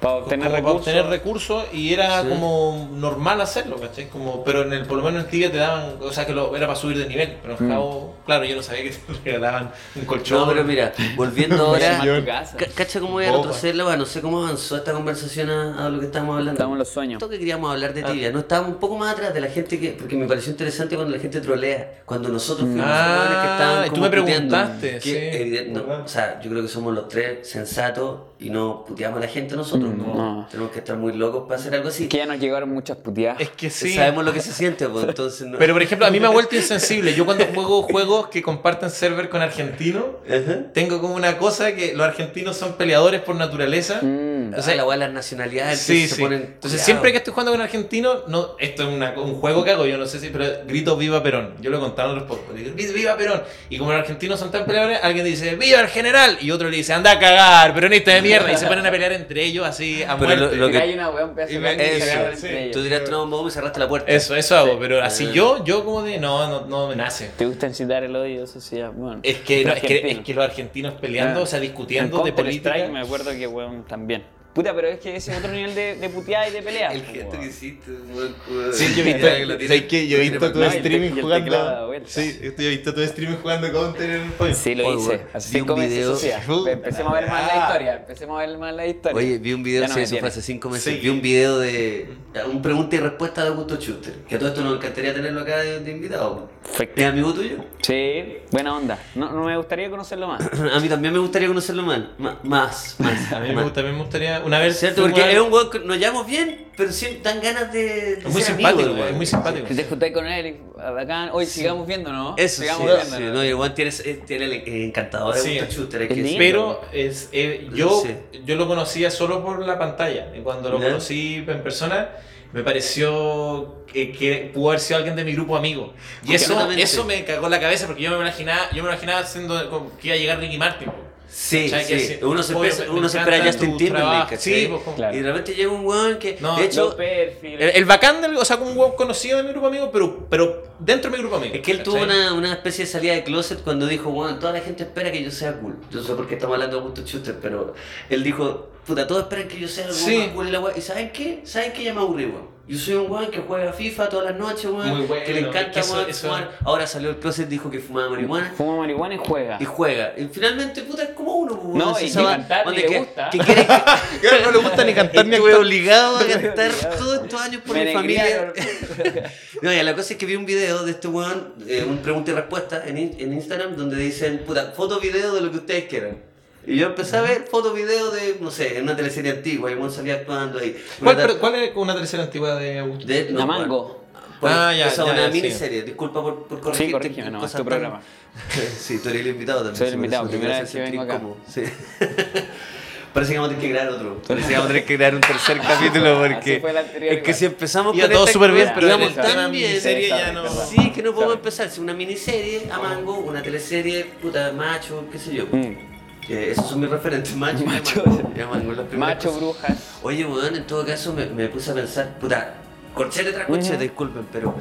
Para obtener
como
recursos.
Para obtener recursos y era
Sí.
como normal hacerlo, ¿cachai? Como, pero en el, por lo menos en Tibia te daban, o sea, que lo, era para subir de nivel. Pero en
Mm.
Jabo, claro, yo no sabía que te regalaban un colchón.
No, pero mira, volviendo ahora.
Llamar a tu casa.
ca- Cacha cómo voy a
Boba.
retroceder la weá, no sé cómo avanzó esta conversación a, a lo que estábamos hablando.
Estábamos en los sueños.
Esto que queríamos hablar
Ah.
de tibia, no estábamos un poco más atrás de la gente que, porque me pareció interesante cuando la gente trolea, cuando nosotros fuimos
Ah,
los hueones que estaban
y tú
como
me
puteando,
preguntaste,
que
sí.
evidente- no, o sea, yo creo que somos los tres sensatos y no puteamos a la gente
Mm,
nosotros. ¿no?
no.
Tenemos que estar muy locos para hacer algo así.
Que ya nos llegaron muchas puteadas.
Es que sí.
Sabemos lo que se siente, pues, entonces no.
Pero por ejemplo, a mí me ha vuelto insensible. Yo cuando juego juegos que comparten server con argentinos,
Ajá.
tengo como una cosa que los argentinos son peleadores por naturaleza.
Mm.
O sea, la hueá de las nacionalidades
Sí,
que se
sí.
ponen.
Entonces,
culiados.
siempre que estoy jugando con argentinos, no, esto es una- un juego que hago, yo no sé si, pero grito viva Perón. Yo lo he contado en otros podcasts. digo, Viva Perón. Y como los argentinos son tan peleadores, alguien dice, viva el general. Y otro le dice, anda a cagar, peronista de mierda. Y se ponen a pelear entre ellos así a
Pero lo-
muerte.
lo que-
Hay una weón pedazo
Y
de
me-
weón que
eso,
se agarran
sí.
entre ellos.
Tú tiraste una bomba y cerraste la puerta.
Eso, eso hago, pero así
Ah.
yo, yo como de, no, no, no me nace.
¿Te gusta incitar el odio? Eso sí, ah, bueno.
Es que, no, es, que,
Argentino.
es que los argentinos peleando,
Ah.
o sea, discutiendo
En
de
Counter
política.
Strike me acuerdo que weón también. Puta, pero es que ese es otro nivel de, de puteada y de pelea.
El
po,
gesto
weón.
que hiciste, weón, weón.
Sí, yo he visto,
Mira, lo tiene-
¿sabes qué? Yo he
lo
visto
tiene
tu
No, y el te- y
streaming
el teclado de
jugando.
vuelta.
Sí, esto yo he visto tu streaming jugando Counter en el juego.
Sí, lo
Oye,
hice. Hace
weón, vi un
cinco meses.
video-
o sea,
Puta
empecemos a ver más la
weá.
historia. Empecemos a ver más la historia.
Oye, vi un video,
Ya no
sí,
me
eso fue
tiene.
hace cinco meses,
Sí.
vi un video de un pregunta y respuesta de Augusto Schuster, que a todo esto nos encantaría tenerlo acá de, de invitado.
Perfecto.
¿Es amigo tuyo?
Sí, buena onda. No, no me gustaría conocerlo más.
A mí también me gustaría conocerlo mal, ma- más, más,
A mí me
más.
gusta- también me gustaría una vez.
¿Cierto?
fuimos
Porque
a-
es un weón que nos llevamos bien, pero sí dan ganas de, de
es muy
ser
simpático,
amigos,
güey, es muy simpático.
Si te juntáis con él, y acá, hoy sigamos viendo, ¿no?
Eso sí,
sigamos
sí,
viéndonos.
no, y el weón tiene, ese- tiene el encantador de
Sí.
Augusto Schuster. hay
Es
que
lindo.
decirlo.
Pero es, eh, yo,
Sí.
yo lo conocía solo por la pantalla. Y cuando lo
¿Ya?
conocí en persona, me pareció que, que pudo haber sido alguien de mi grupo amigo. Y eso,
Completamente.
eso me cagó la cabeza porque yo me imaginaba, yo me imaginaba siendo, como que iba a llegar Ricky Martin. po.
Sí,
¿Cachai? Que
sí.
así,
Uno se,
obvio,
espera-
me- me
uno se espera a
encanta
Justin
tu
Timberlake,
trabajo.
¿cachai?
Sí, pues, como-
Claro.
Y de repente llega un weón que,
No,
de hecho,
Los perfiles.
El, el bacán del, o sea, como un huevo conocido de mi grupo amigo, pero, pero dentro de mi grupo amigo.
Es que él tuvo
¿cachai?
una, una especie de salida de closet cuando dijo, bueno, toda la gente espera que yo sea cool. Yo sé por qué estamos hablando de Augusto Schuster, pero él dijo, puta, todos esperan que yo sea el weón
Sí.
más cool en la wea. ¿Y saben qué? ¿Saben qué? Ya me aburrí, weón. Yo soy un weón que juega FIFA todas las noches, weón.
Muy bueno,
que le
es que
encanta,
eso-
weón,
eso-
fumar. Ahora salió el closet, dijo que fumaba marihuana.
Fuma marihuana y juega.
Y juega. Y finalmente, puta, es como uno, weón.
Ah. No,
Así
y
se va-
cantar ni
donde
le
que-
gusta.
que quiere que-
Claro, no le gusta ni cantar ni
Estuve
actuar.
obligado a gastar todos estos años por
Me
mi familia.
negriaron.
No, ya, la cosa es que vi un video de este weón, eh, un pregunta y respuesta en, in- en Instagram, donde dicen, puta, foto, video de lo que ustedes quieran. Y yo empecé a ver foto, video de, no sé, en una teleserie antigua, y el weón salía actuando ahí.
¿Cuál,
Una
pero-
tar-
cuál es una tercera antigua de Augusto?
de-
La Mango.
Por-
Ah, ya,
esa es
ya,
una
ya, sí.
miniserie, disculpa por, por corregirte
Sí, corrígeme,
en
no, es tu
cosas tan-
programa.
Sí, tú eres el invitado también.
Soy el
sí,
invitado,
por eso te
primera
hace
vez que
sentir
vengo acá.
incómodo, sí. Parece que vamos a tener que crear otro. Parece que vamos a tener que crear un tercer capítulo
Así
porque
fue el anterior
es que
igual.
si empezamos
Iba todo
esta
súper bien,
cosa,
pero
íbamos
en el tema
tan bien.
miniserie ya
Sabe,
no.
perdón.
Sí, que no podemos
Sabe.
empezar. Si una miniserie a mango, una teleserie, puta, macho, qué sé yo.
Mm.
Eh, esos son mis referentes, macho. y
Macho.
Mango. Y a mango las primeras
Macho,
cosas.
brujas.
Oye, weón, en todo caso me, me puse a pensar, puta, corchete tras corchete,
Ujú.
disculpen, pero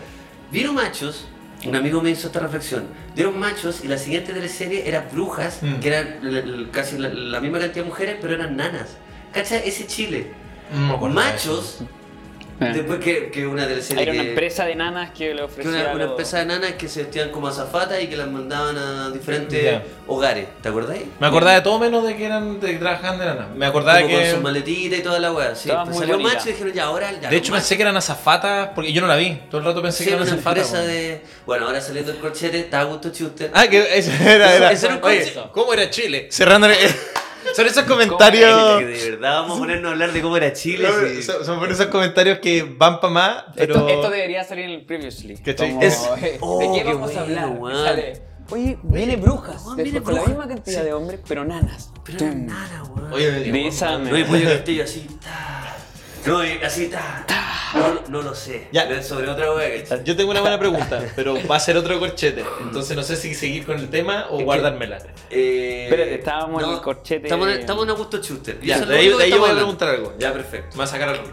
vieron machos, un amigo me hizo esta reflexión, vieron machos y la siguiente teleserie era brujas,
Mm.
que eran l- l- casi la, la misma cantidad de mujeres, pero eran nanas. ¿Cacha? Ese Chile.
No me acuerdo de eso.
Machos, después que, que una teleserie
Eh. Era una
que-
empresa de nanas que le
que
ofrecía.
una, una
lo-
empresa de nanas que se vestían como azafatas y que las mandaban a diferentes
Ya.
hogares, ¿te acordáis?
Me acordaba de todo menos de que eran de que trabajaban de nana. Me acordaba
Como
que.
Con sus maletitas y toda la weá. Sí,
Todas
pues
muy
salió
bonitas.
macho y dijeron, ya, ahora ya.
De hecho
los
pensé que eran azafatas, porque yo no la vi. Todo el rato pensé
Sí,
que
era
eran
una
azafatas.
empresa
weón.
de. Bueno, ahora saliendo el corchete, está Augusto Schuster.
Ah, que ese era, era.
Ese era un
Oye,
concepto.
¿Cómo era Chile? Cerrando. Son esos comentarios.
Que de verdad vamos a ponernos a hablar de cómo era Chile. sí.
Son, son por esos comentarios que van para más. Pero...
Esto, esto debería salir en el Previously.
¿Cachai?
Como, eh,
Es-
¿De
Oh,
qué
qué
vamos a hablar?
bueno,
Y
weón.
sale, Oye, viene brujas.
weón,
después,
viene
con la
brujas.
misma cantidad de hombres, pero nanas.
Pero
Tum.
nada, weón.
Oye,
De esa
No, y pollo castillo así. ta. No, y así ta. No, no, no lo sé.
Ya.
Pero es Sobre otra wea que.
Yo tengo una buena pregunta, pero va a ser otro corchete. Entonces no sé si seguir con el tema o
que-
guardármela.
Eh,
Espérate, estábamos en el corchete.
Estamos en, estamos en Augusto Schuster. Y
Ya,
eso es
de
lo
ahí,
único
de
que
ahí yo voy a
estamos
preguntar algo.
hablando.
Ya,
Ya, perfecto.
me va a sacar algo.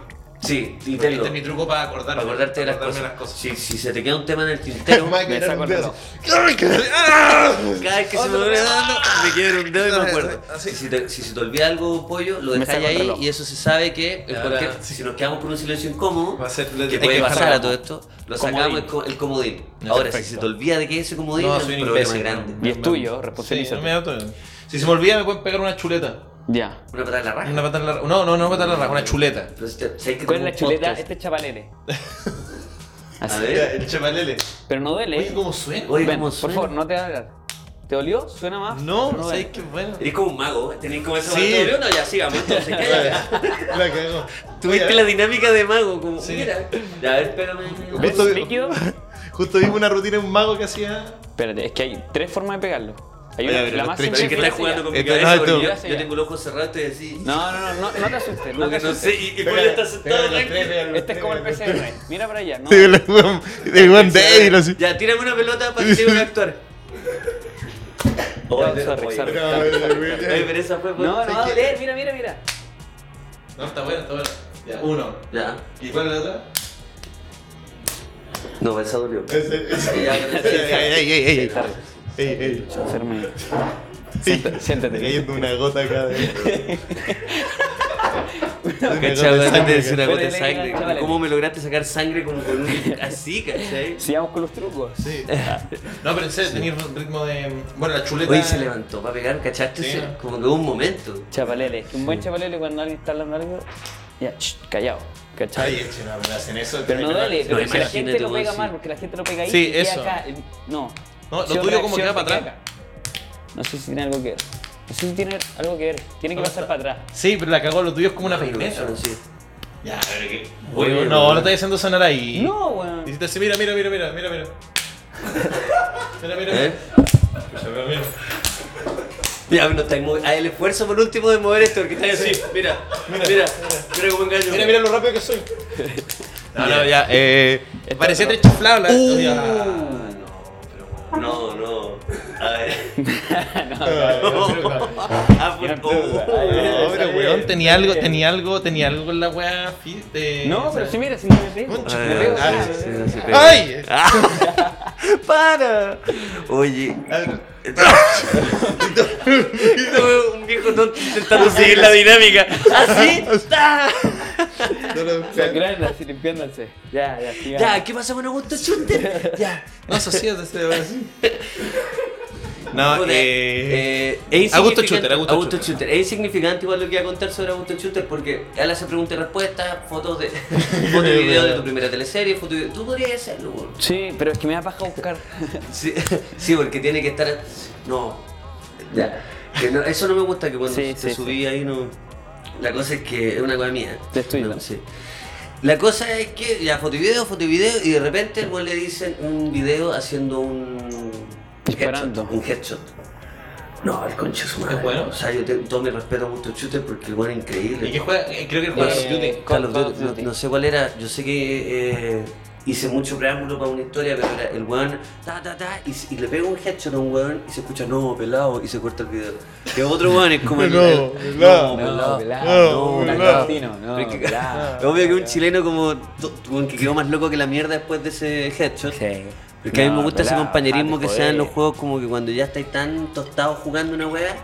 Sí, y
Porque
tenlo.
Este es mi truco para acordarme.
Para acordarte de las
acordarme
cosas.
las cosas.
Si, si se te queda un tema en el tintero,
Me va a
Me
quedar
saco
un
el
dedo
reloj.
así. ¡Ah!
Cada vez que se me
Otro.
duele dando, me quiebro un dedo y me acuerdo.
Así.
Si, te- si se te olvida algo, pollo, lo
Me
dejáis
saco el
ahí
reloj.
y eso se sabe que en
Ahora,
cualquier-
sí.
si nos quedamos con un silencio incómodo,
Va a ser- hay que
que puede
dejar
pasar
la
a todo esto, lo
Comodín.
sacamos el, co- el comodín.
Ya,
Ahora, si
perfecto.
se te olvida de que ese comodín
No,
es
soy
un
un
problema
imbécil.
grande.
Y es tuyo,
Sí,
responsabilízate.
no me da todo. Si se me olvida, me pueden pegar una chuleta.
Ya.
Una patada en la raja.
Una patada en la raja. No, no, no, una patada en la raja, una chuleta.
Pero si te- si hay que
¿Cuál es
tener
la
un
chuleta?
podcast.
Este es chapalete.
A
Así.
ver.
el chamalele.
Pero no duele.
Oye,
¿eh?
¿cómo suena?
Oye,
Ven,
¿cómo
por
suena?
favor, no te hagas. ¿Te olió? ¿Suena más?
No,
Rubén.
no
eh.
sé, qué bueno.
Eres como un mago, tenés como ese
Sí.
momento de uno, ya sigamos, entonces, ¿qué hay acá?
La cagó.
Tuviste la dinámica de mago, como,
Sí.
mira, ya, a ver, espérame.
Justo,
¿Ves? ¿Líquido?
justo vimos una rutina de un mago que hacía.
Espérate, es que hay tres formas de pegarlo. Hay
Voy
una,
a ver
la
los
más
tres.
Pero es
simple
que
es la
estás jugando con mi
Esto-
cabeza,
no, esto-
porque yo- yo tengo los ojos cerrados y decís,
silla. No, no, no, no, no te asustes. No
como
te
que no sé,
asustes.
y y Julio está sentado tranquilo.
Este es como el PCR. Mira para allá. No,
Sí, el weón- el weón débil así.
Ya, tírame una pelota para que te voy a actuar.
Ya,
Oye,
sorry,
oye,
sorry.
oye, pero esa fue por-
no, no, va a
que-
doler, mira, mira, mira.
No, está bueno, está bueno. Ya, uno.
Ya.
¿Y cuál es la otra?
No, esa dolió.
Ese, ese.
Ya,
Ey,
gracias.
ey, ey, ey.
Está
Ey, ey.
enfermo. Siéntate,
Está
siéntate.
cayendo una gota acá de. Una
Cachai,
gota de
antes
sangre
de decir una
acá.
gota
Pero
de
le digan,
sangre.
chavales.
¿Cómo me lograste sacar sangre como con un. así, cachai?
Sigamos con los trucos.
Sí. No, pero en serio, tenía un ritmo de. Bueno, la chuleta.
Hoy se levantó para pegar, ¿cachaste?
Sí.
Se- Como que hubo un momento.
Chapalele, que un buen chapalele cuando alguien está hablando algo, ya, sh, callado,
Ay,
¿cachai?
eche, no, pero hacen eso.
Pero no duele,
No,
pero si la
imagínate
gente lo
vos,
pega
sí.
mal, porque la gente lo pega ahí
Sí,
y queda
eso.
acá. eh, No.
No, lo
Acción,
tuyo como que
reacción,
va para
te
atrás.
queda acá. No sé si tiene algo que ver. No sé si tiene algo que ver. Tiene que
No,
pasar
está-
para atrás.
Sí, pero la cagó, lo tuyo es como una peineta.
Pero sí.
Ya, pero que.
Oye,
Oye,
weón.
no, lo estáis haciendo sonar ahí.
No, weón.
Hiciste así, mira, mira, mira, mira, mira, mira. Mira, mira.
¿Eh?
Escucha, pero mira.
Mira, no estáis movi- ah, el esfuerzo por último de mover esto, porque estáis así. Mira, mira, mira, mira cómo engaño.
Mira, mira lo rápido que soy. No, no, ya. Eh,
Esto
parecía
no.
tres chiflados. la-
Uh.
Ya.
No, no. A ver.
No,
Ah, por
pero weón, tenía algo, tenía algo, tenía algo en la weá. fíjate.
No, pero si mira, si no me pego.
Concha,
me pego,
ah,
ah,
sí,
eh,
¡Ay!
¡Para! Oye. un viejo tonto intentando seguir la dinámica. ¡Así! ¡Ah!
sangrando, así limpiándose. Ya, ya, siga.
Ya, ¿qué pasa con Augusto Schuster? Ya.
No, sociedad, este weón así. No,
Puta,
eh.
eh, es
Augusto
insignificante-
Schuster, Augusto Schuster.
Schuster. Es insignificante igual lo que iba a contar sobre Augusto Schuster porque él hace preguntas y respuestas, fotos de fotos y videos de tu primera teleserie, fotos y videos. Tú podrías hacerlo, weón.
Sí, pero es que me da paja buscar.
Sí, sí, porque tiene que estar. No. Ya. Que no- eso no me gusta que cuando
Sí,
te
sí,
subí ahí no. La cosa es que es una cosa mía.
Te estoy
No,
dando.
sí. La cosa es que ya foto y video, foto y video, y de repente el weón le dicen un video haciendo un.
Disparando.
headshot, un headshot. No, el concha es una.
Es bueno.
O sea, yo te- todo mi respeto a Gusto Shooter porque el weón es increíble.
¿Y qué juega? Eh, Creo que el
Call
juego
of
Eh,
Duty,
Call
Call of
of
Duty, no-
Duty.
No, sé cuál era, yo sé que eh, hice mucho preámbulo para una historia, pero era el weón, ta, ta, ta, y, se- y le pego un headshot a un weón y se escucha, no, pelado, y se corta el video. Que otro weón es como el.
No,
el-
pelado.
No,
no,
pelado. No,
pelado.
argentino, no,
Pero es que-
pelado.
es obvio que un chileno como to- weón que quedó más loco que la mierda después de ese headshot.
Sí.
Porque a mí
No,
me gusta ese
pelado,
compañerismo
dejate
que se da en los
joder.
juegos, como que cuando ya estáis tan tostados jugando una weá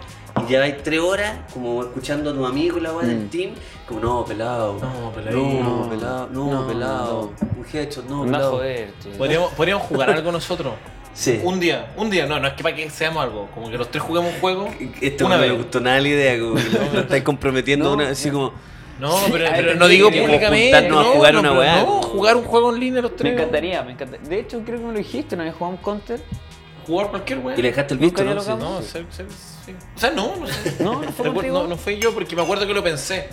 y lleváis tres horas, como escuchando a tu amigo y la weá
Mm.
del team, como no, pelado,
No, peladito.
no, pelado, no,
No,
pelado, un headshot, no,
No
pelado.
joder, tío.
Podríamos, podríamos jugar algo nosotros.
Sí.
Un día, un día, no, no es que para que seamos algo, como que los tres juguemos un juego.
Esto
una
Este no
vez.
me gustó nada la idea, como que lo, lo estáis comprometiendo
No,
una, así como.
No, pero,
a ver,
pero no
sí,
digo
como
públicamente.
juntarnos a
No,
jugar
no,
una
pero
weá.
No, jugar un juego en línea los
Me
tres.
encantaría, me encantaría. De hecho, creo que me lo dijiste, ¿no había jugado un counter?
Jugar cualquier weá.
Y le dejaste el visto,
Nunca
¿no?
dialogamos.
No, se, se, sí. O sea, no, no sé.
No, no fue
Recuer-
contigo.
no, no fui yo porque me acuerdo que lo pensé.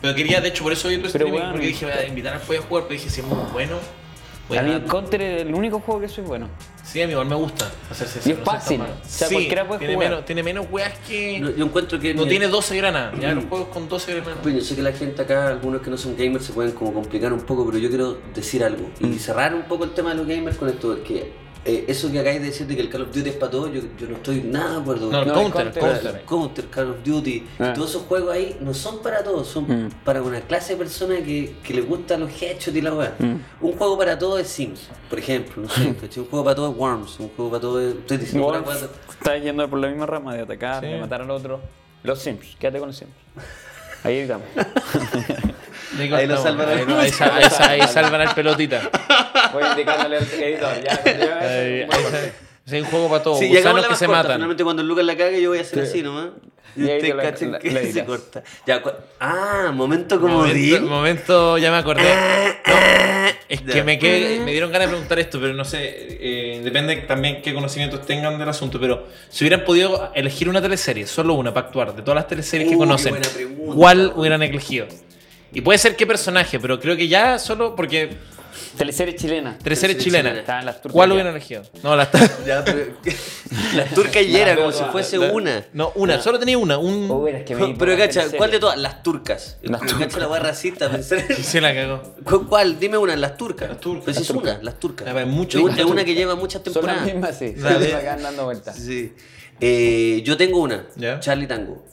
Pero quería, de hecho, por eso vi tu streaming,
weón.
porque dije, voy a invitar al Fue a jugar, pero dije, si es muy bueno.
A mí el
Bueno,
counter es el único juego que soy bueno.
sí, a mí igual me gusta hacerse
Y es
no sé, tan
fácil,
malo.
o sea,
Sí,
cualquiera puede
tiene
jugar.
Menos, tiene menos weas que.
Yo, yo encuentro que.
No
ni-
tiene 12 granas. Ya, los juegos con 12 granas.
Pues yo sé que la gente acá, algunos que no son gamers, se pueden como complicar un poco, pero yo quiero decir algo
Mm.
y cerrar un poco el tema de los gamers con esto, porque eh, eso que acabáis de decir de que el Call of Duty es para todo, yo, yo no estoy nada de acuerdo.
No, el
No, el
counter, el
Counter.
counter.
Counter, Counter, Call of Duty,
Ah.
todos esos juegos ahí no son para todos, son
Mm.
para una clase de personas que, que les gustan los headshots y la weá.
Mm.
Un juego para todos es Sims, por ejemplo, no sé, ¿cachai? un juego para todos es Worms, un juego para todos es... Estoy diciendo una weá-
Estás yendo por la misma rama de atacar,
Sí.
de matar al otro. Los Sims, quédate con los Sims. Ahí gritamos.
Ahí lo salvan al-
Ahí, no, ahí sal- ahí sal- ahí salvan al pelotita.
Voy indicándole al editor, ya.
Ahí, ahí
ya
sal- es un juego para todos.
Sí, y hagamos
gusanos
la
que
más
se
corta.
matan.
Finalmente cuando el Lucas la cague yo voy a hacer así nomás. Y
Y ahí
ustedes
te la-
cachen
la-
que
la
se
editas.
corta. Ya, cua- ah, momento
Momento,
comodín.
momento, ya me acordé. Es que
ah. Ya.
me, quedé- me dieron ganas de preguntar esto, pero no sé, eh, depende también qué conocimientos tengan del asunto, pero si hubieran podido elegir una teleserie, solo una para actuar, de todas las teleseries que
Uy, qué
conocen,
buena pregunta.
¿cuál hubieran elegido? Y puede ser qué personaje, pero creo que ya solo porque
Teleserie chilena.
teleseries
Teleserie
chilenas,
chilena.
Estaban las turcas
¿cuál
ya.
hubieran elegido? No, las ta-
Ya, pero- La turca y era
No,
como
no,
si
no,
fuese
la-
una.
No, una, solo tenía una, un...
Oh, era que me
Pero, pero cacha, ¿cuál de todas? Las turcas.
Las
Cacha, la wea racista, pensé.
Se la cagó.
¿Cu- ¿Cuál? Dime una, las turcas.
Las turcas.
Pues
Las
es
turcas.
una, las turcas.
Ah, pero hay mucho-
es una,
las
es una
turcas.
que lleva muchas
Son las
temporadas.
mismas, sí.
Dale.
Se acaban dando vueltas.
Sí. Eh, yo tengo una,
Ya.
Charlie Tango.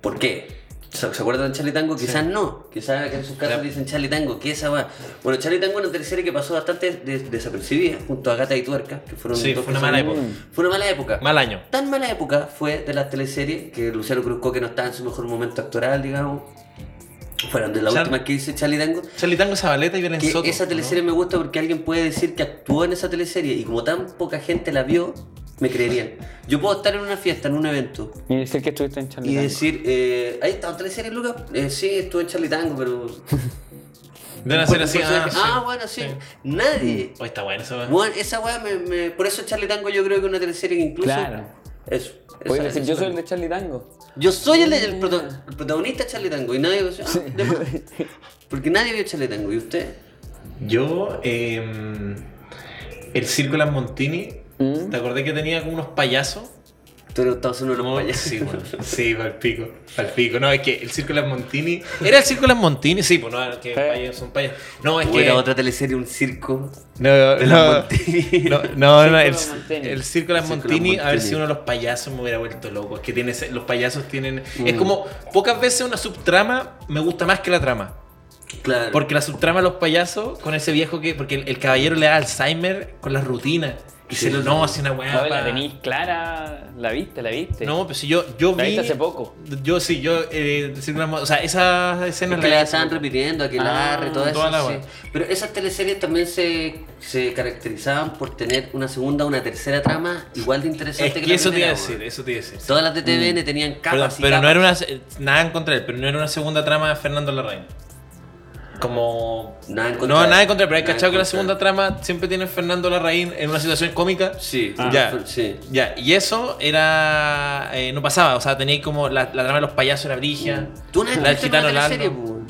¿Por qué? ¿Se se acuerdan de Charlie Tango? Quizás no. Quizás que en sus casas
Ya.
le dicen Charlie Tango. ¿Qué es esa weá? Bueno, Charlie Tango es una teleserie que pasó bastante des- desapercibida junto a Gata y Tuerca, que fueron
Sí,
dos
fue una
cosas-
mala época.
Fue una mala época.
Mal año.
Tan mala época fue de las teleseries que Luciano Cruzco, que no estaba en su mejor momento actoral, digamos, fueron de las
Char-
últimas que hice Charlie Tango.
Charlie Tango, Zabaleta y Belén
Que
Soto.
esa
¿no?
teleserie me gusta porque alguien puede decir que actuó en esa teleserie y como tan poca gente la vio, me creerían. Yo puedo estar en una fiesta, en un evento,
Y decir que estuviste en Charlie
y
Tango.
decir, eh, ¿hay estado en teleserie, Lucas? Eh, sí, estuve en Charlie Tango, pero...
Deben hacer así.
Ah,
Ah, sí.
bueno, sí.
Sí.
Nadie.
Oh, está buena esa weá.
Bueno, esa weá me, me- Por eso Charlie Tango yo creo que es una teleserie que incluso...
Claro.
Eso.
Puedes
esa-
decir,
esa-
yo soy el de Ah. Charlie Tango.
Yo soy el, el proto- el protagonista de Charlie Tango y nadie... Ah, de más. Porque nadie vio Charlie Tango, ¿y usted?
Yo, eh, el Circo Las Montini,
Mm.
¿te acordé que tenía como unos payasos?
Tú eres Gustavo Zuna,
No,
los payasos.
Sí, bueno, sí, pal pico, pal pico. No, es que el Circo Las Montini. ¿Era el Circo Las Montini? Sí, pues no, era que
Sí.
payas- son payasos. No, es
O era
que.
otra teleserie, un circo.
No,
de
no,
Las Montini.
no, no, no, el,
Circo Las Montini.
el Circo Las
El Circo Las
Montini, a ver
Montini.
si uno de los payasos me hubiera vuelto loco. Es que tiene, ese- los payasos tienen.
Mm.
Es como, pocas veces una subtrama me gusta más que la trama.
Claro.
Porque la subtrama de los payasos con ese viejo que. Porque el, el caballero le da Alzheimer con las rutinas. Y se lo. No, hace una
Ah,
weá.
No,
pa-
la tenéis clara, la viste, la viste.
No, pero si yo, yo
La
vi.
viste hace poco.
Yo sí, yo. eh, decir una mo- o sea, esas
Es
escenas.
que la
las-
estaban repitiendo, Aquelarre,
Ah,
todo eso.
toda la
sí.
wea.
Pero esas teleseries también se, se caracterizaban por tener una segunda, una tercera trama igual de interesante
es que,
la
eso te iba a
primera,
decir,
wea.
eso te iba a decir.
Todas las de TVN tenían
Perdón,
capas y
pero no
capas.
era una. eh, Nada en contra de él, pero no era una segunda trama de Fernando Larraín. Como.
Nada en contra
No,
de-
nada en contra, pero hay
nada en
cachado que la
contra.
segunda trama siempre tiene Fernando Larraín en una situación cómica.
Sí,
Ah.
ya. sí.
Ya, y eso era. eh, no pasaba, o sea, tenía como la, la trama de los payasos era brigia.
¿Tú una vez
la del
viste una
gitano
teleserie,
Laldo.
wea?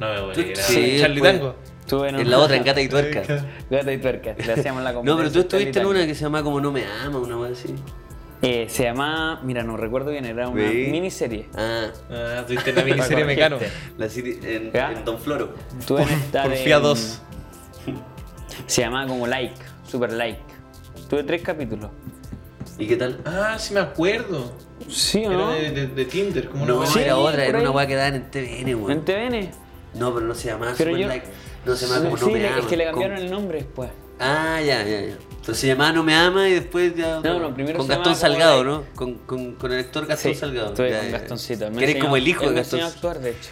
No me voy
pues, Tú-
a ir a-
sí,
Charlie
pues.
Tango.
Estuve en,
En
un-
la otra, en Gata y Tuerca.
Gata y tuerca, le hacíamos la
No, pero tú
competencia
estuviste en
Charlie
una que se llama como No me ama, una wea así.
Tango. Eh, se llamaba, mira, no recuerdo bien, era una
Sí.
miniserie.
Ah,
Ah, tuviste la miniserie Mecano.
la serie en,
Ya.
en Don Floro.
Estuve en esta de-
Porfía 2.
Se llamaba como Like, Super Like. Tuve tres capítulos.
¿Y qué tal?
Ah, sí me acuerdo.
¿Sí o
Era
no?
de, de- de Tinder, como una
No,
wea.
Sí,
era otra,
por
era una
ahí.
weá que daban en TVN, weón.
¿En TVN?
No, pero no se llamaba
Pero
Super
yo-
Like. No se llamaba como
sí,
No Me
le-
Ama.
es que le cambiaron
con-
el nombre después.
Ah, ya, ya, ya. Entonces se llamaba No Me Ama y después ya.
No, no, primero
Con
se
Gastón
llamaba como
Salgado,
Like.
¿no? Con, con, con el actor Gastón
Sí,
Salgado.
Estuve
Ya,
con
ya, ya.
Gastoncito. Me
Que eres
enseñó-
como el hijo
él
de
me enseñó
Gastón.
a actuar, de hecho.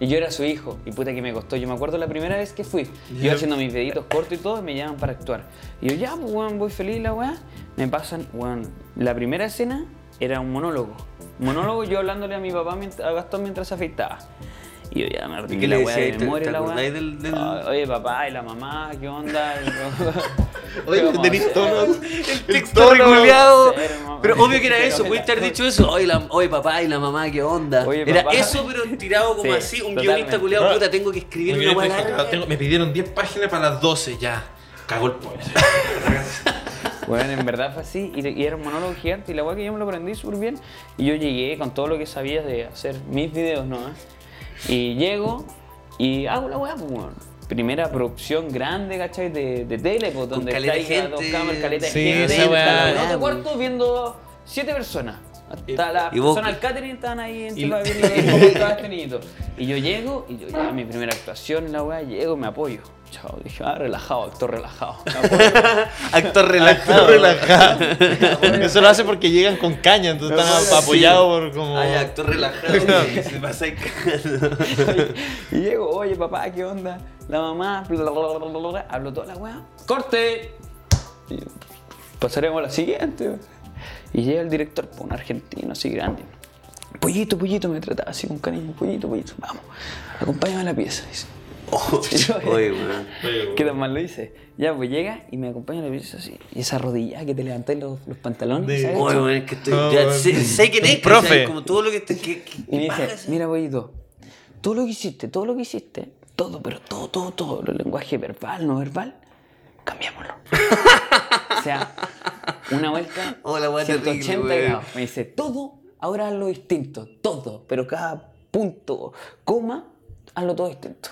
Y yo era su hijo, y puta que me costó. Yo me acuerdo la primera vez que fui. Yo haciendo mis deditos cortos y todo, y me llaman para actuar. Y yo, ya, pues, weón, voy feliz, la weá. Me pasan, weón. La primera escena era un monólogo. Monólogo yo hablándole a mi papá, mient- a Gastón, mientras se afeitaba. Y yo ya me
qué
arreglé
le
la weá
decías?
de
¿Te-
memoria,
te
la weá.
acordáis del- del-
Ah, Oye, papá, y la mamá, ¿qué onda?
Oye,
¿Qué vamos a
tenéis
hacer?
tonos.
El
tono,
texto reculeado.
sí, hermano.
Pero obvio que era eso,
Pero-
pudiste haber dicho eso. Oye, la- oye, papá y la mamá, qué onda.
Oye,
era
papá.
eso, pero tirado como
Sí,
así. Un
totalmente.
guionista culiado, puta, tengo que escribir
Muy
una
bien,
weá
tengo-
larga.
tengo- me pidieron 10 páginas para las 12 ya. Cagó el pollo.
Bueno, en verdad fue así, y, y era un monólogo gigante, y la weá que yo me lo aprendí súper bien, y yo llegué con todo lo que sabía de hacer mis videos, ¿no? Y llego, y hago la weá, pues, weón. primera producción grande, ¿cachai? De, de tele, pues, donde
caleta de
estáis a dos
gente.
cámaras, caleta de
Sí,
gente,
esa weá.
hasta las dos de
Weá,
cuarto viendo siete personas. Hasta
Y-
la
y vos-
persona del catering estaban ahí en
y-
Chico de Viena, y cómo estaba este niñito. Y yo llego, y yo, ya, mi primera actuación, la weá, llego, me apoyo. Chao, dije, ah, relajado, actor relajado. Me apoyo.
Actor relajado.
Eso lo hacen porque llegan con caña, entonces
Sí. Ah,
por
Ay, actor relajado. que Se pasa en casa.
y llego, oye papá, ¿qué onda? La mamá, bla, bla, bla, bla, bla, bla. hablo toda la weá, ¡corte! Y yo, pasaremos a la siguiente. Y llega el director, pues, un argentino así grande. Pollito, pollito, me trataba así con cariño, pollito, pollito, vamos, acompáñame a la pieza. dice.
Oye, weón.
¿Qué tan mal lo hice? Ya, pues llega y me acompaña la piso así. Y esa rodilla que te levantáis los, los pantalones,
De-
¿sabes?
Oye, weón, es que estoy.
No,
ya
weón.
sé, sé quién es, ¿cachai?
Profe.
Como todo lo que te. Que, que-
Y me
que
dije,
pasa.
mira, bollito, todo lo que hiciste, todo lo que hiciste, todo, pero todo, todo, todo, el lenguaje verbal, no verbal, cambiémoslo. o sea, una vuelta,
Hola, Oh, weá, terrible,
180
weón.
grados. Me dice, todo, ahora hazlo distinto, todo, pero cada punto, coma, hazlo todo distinto.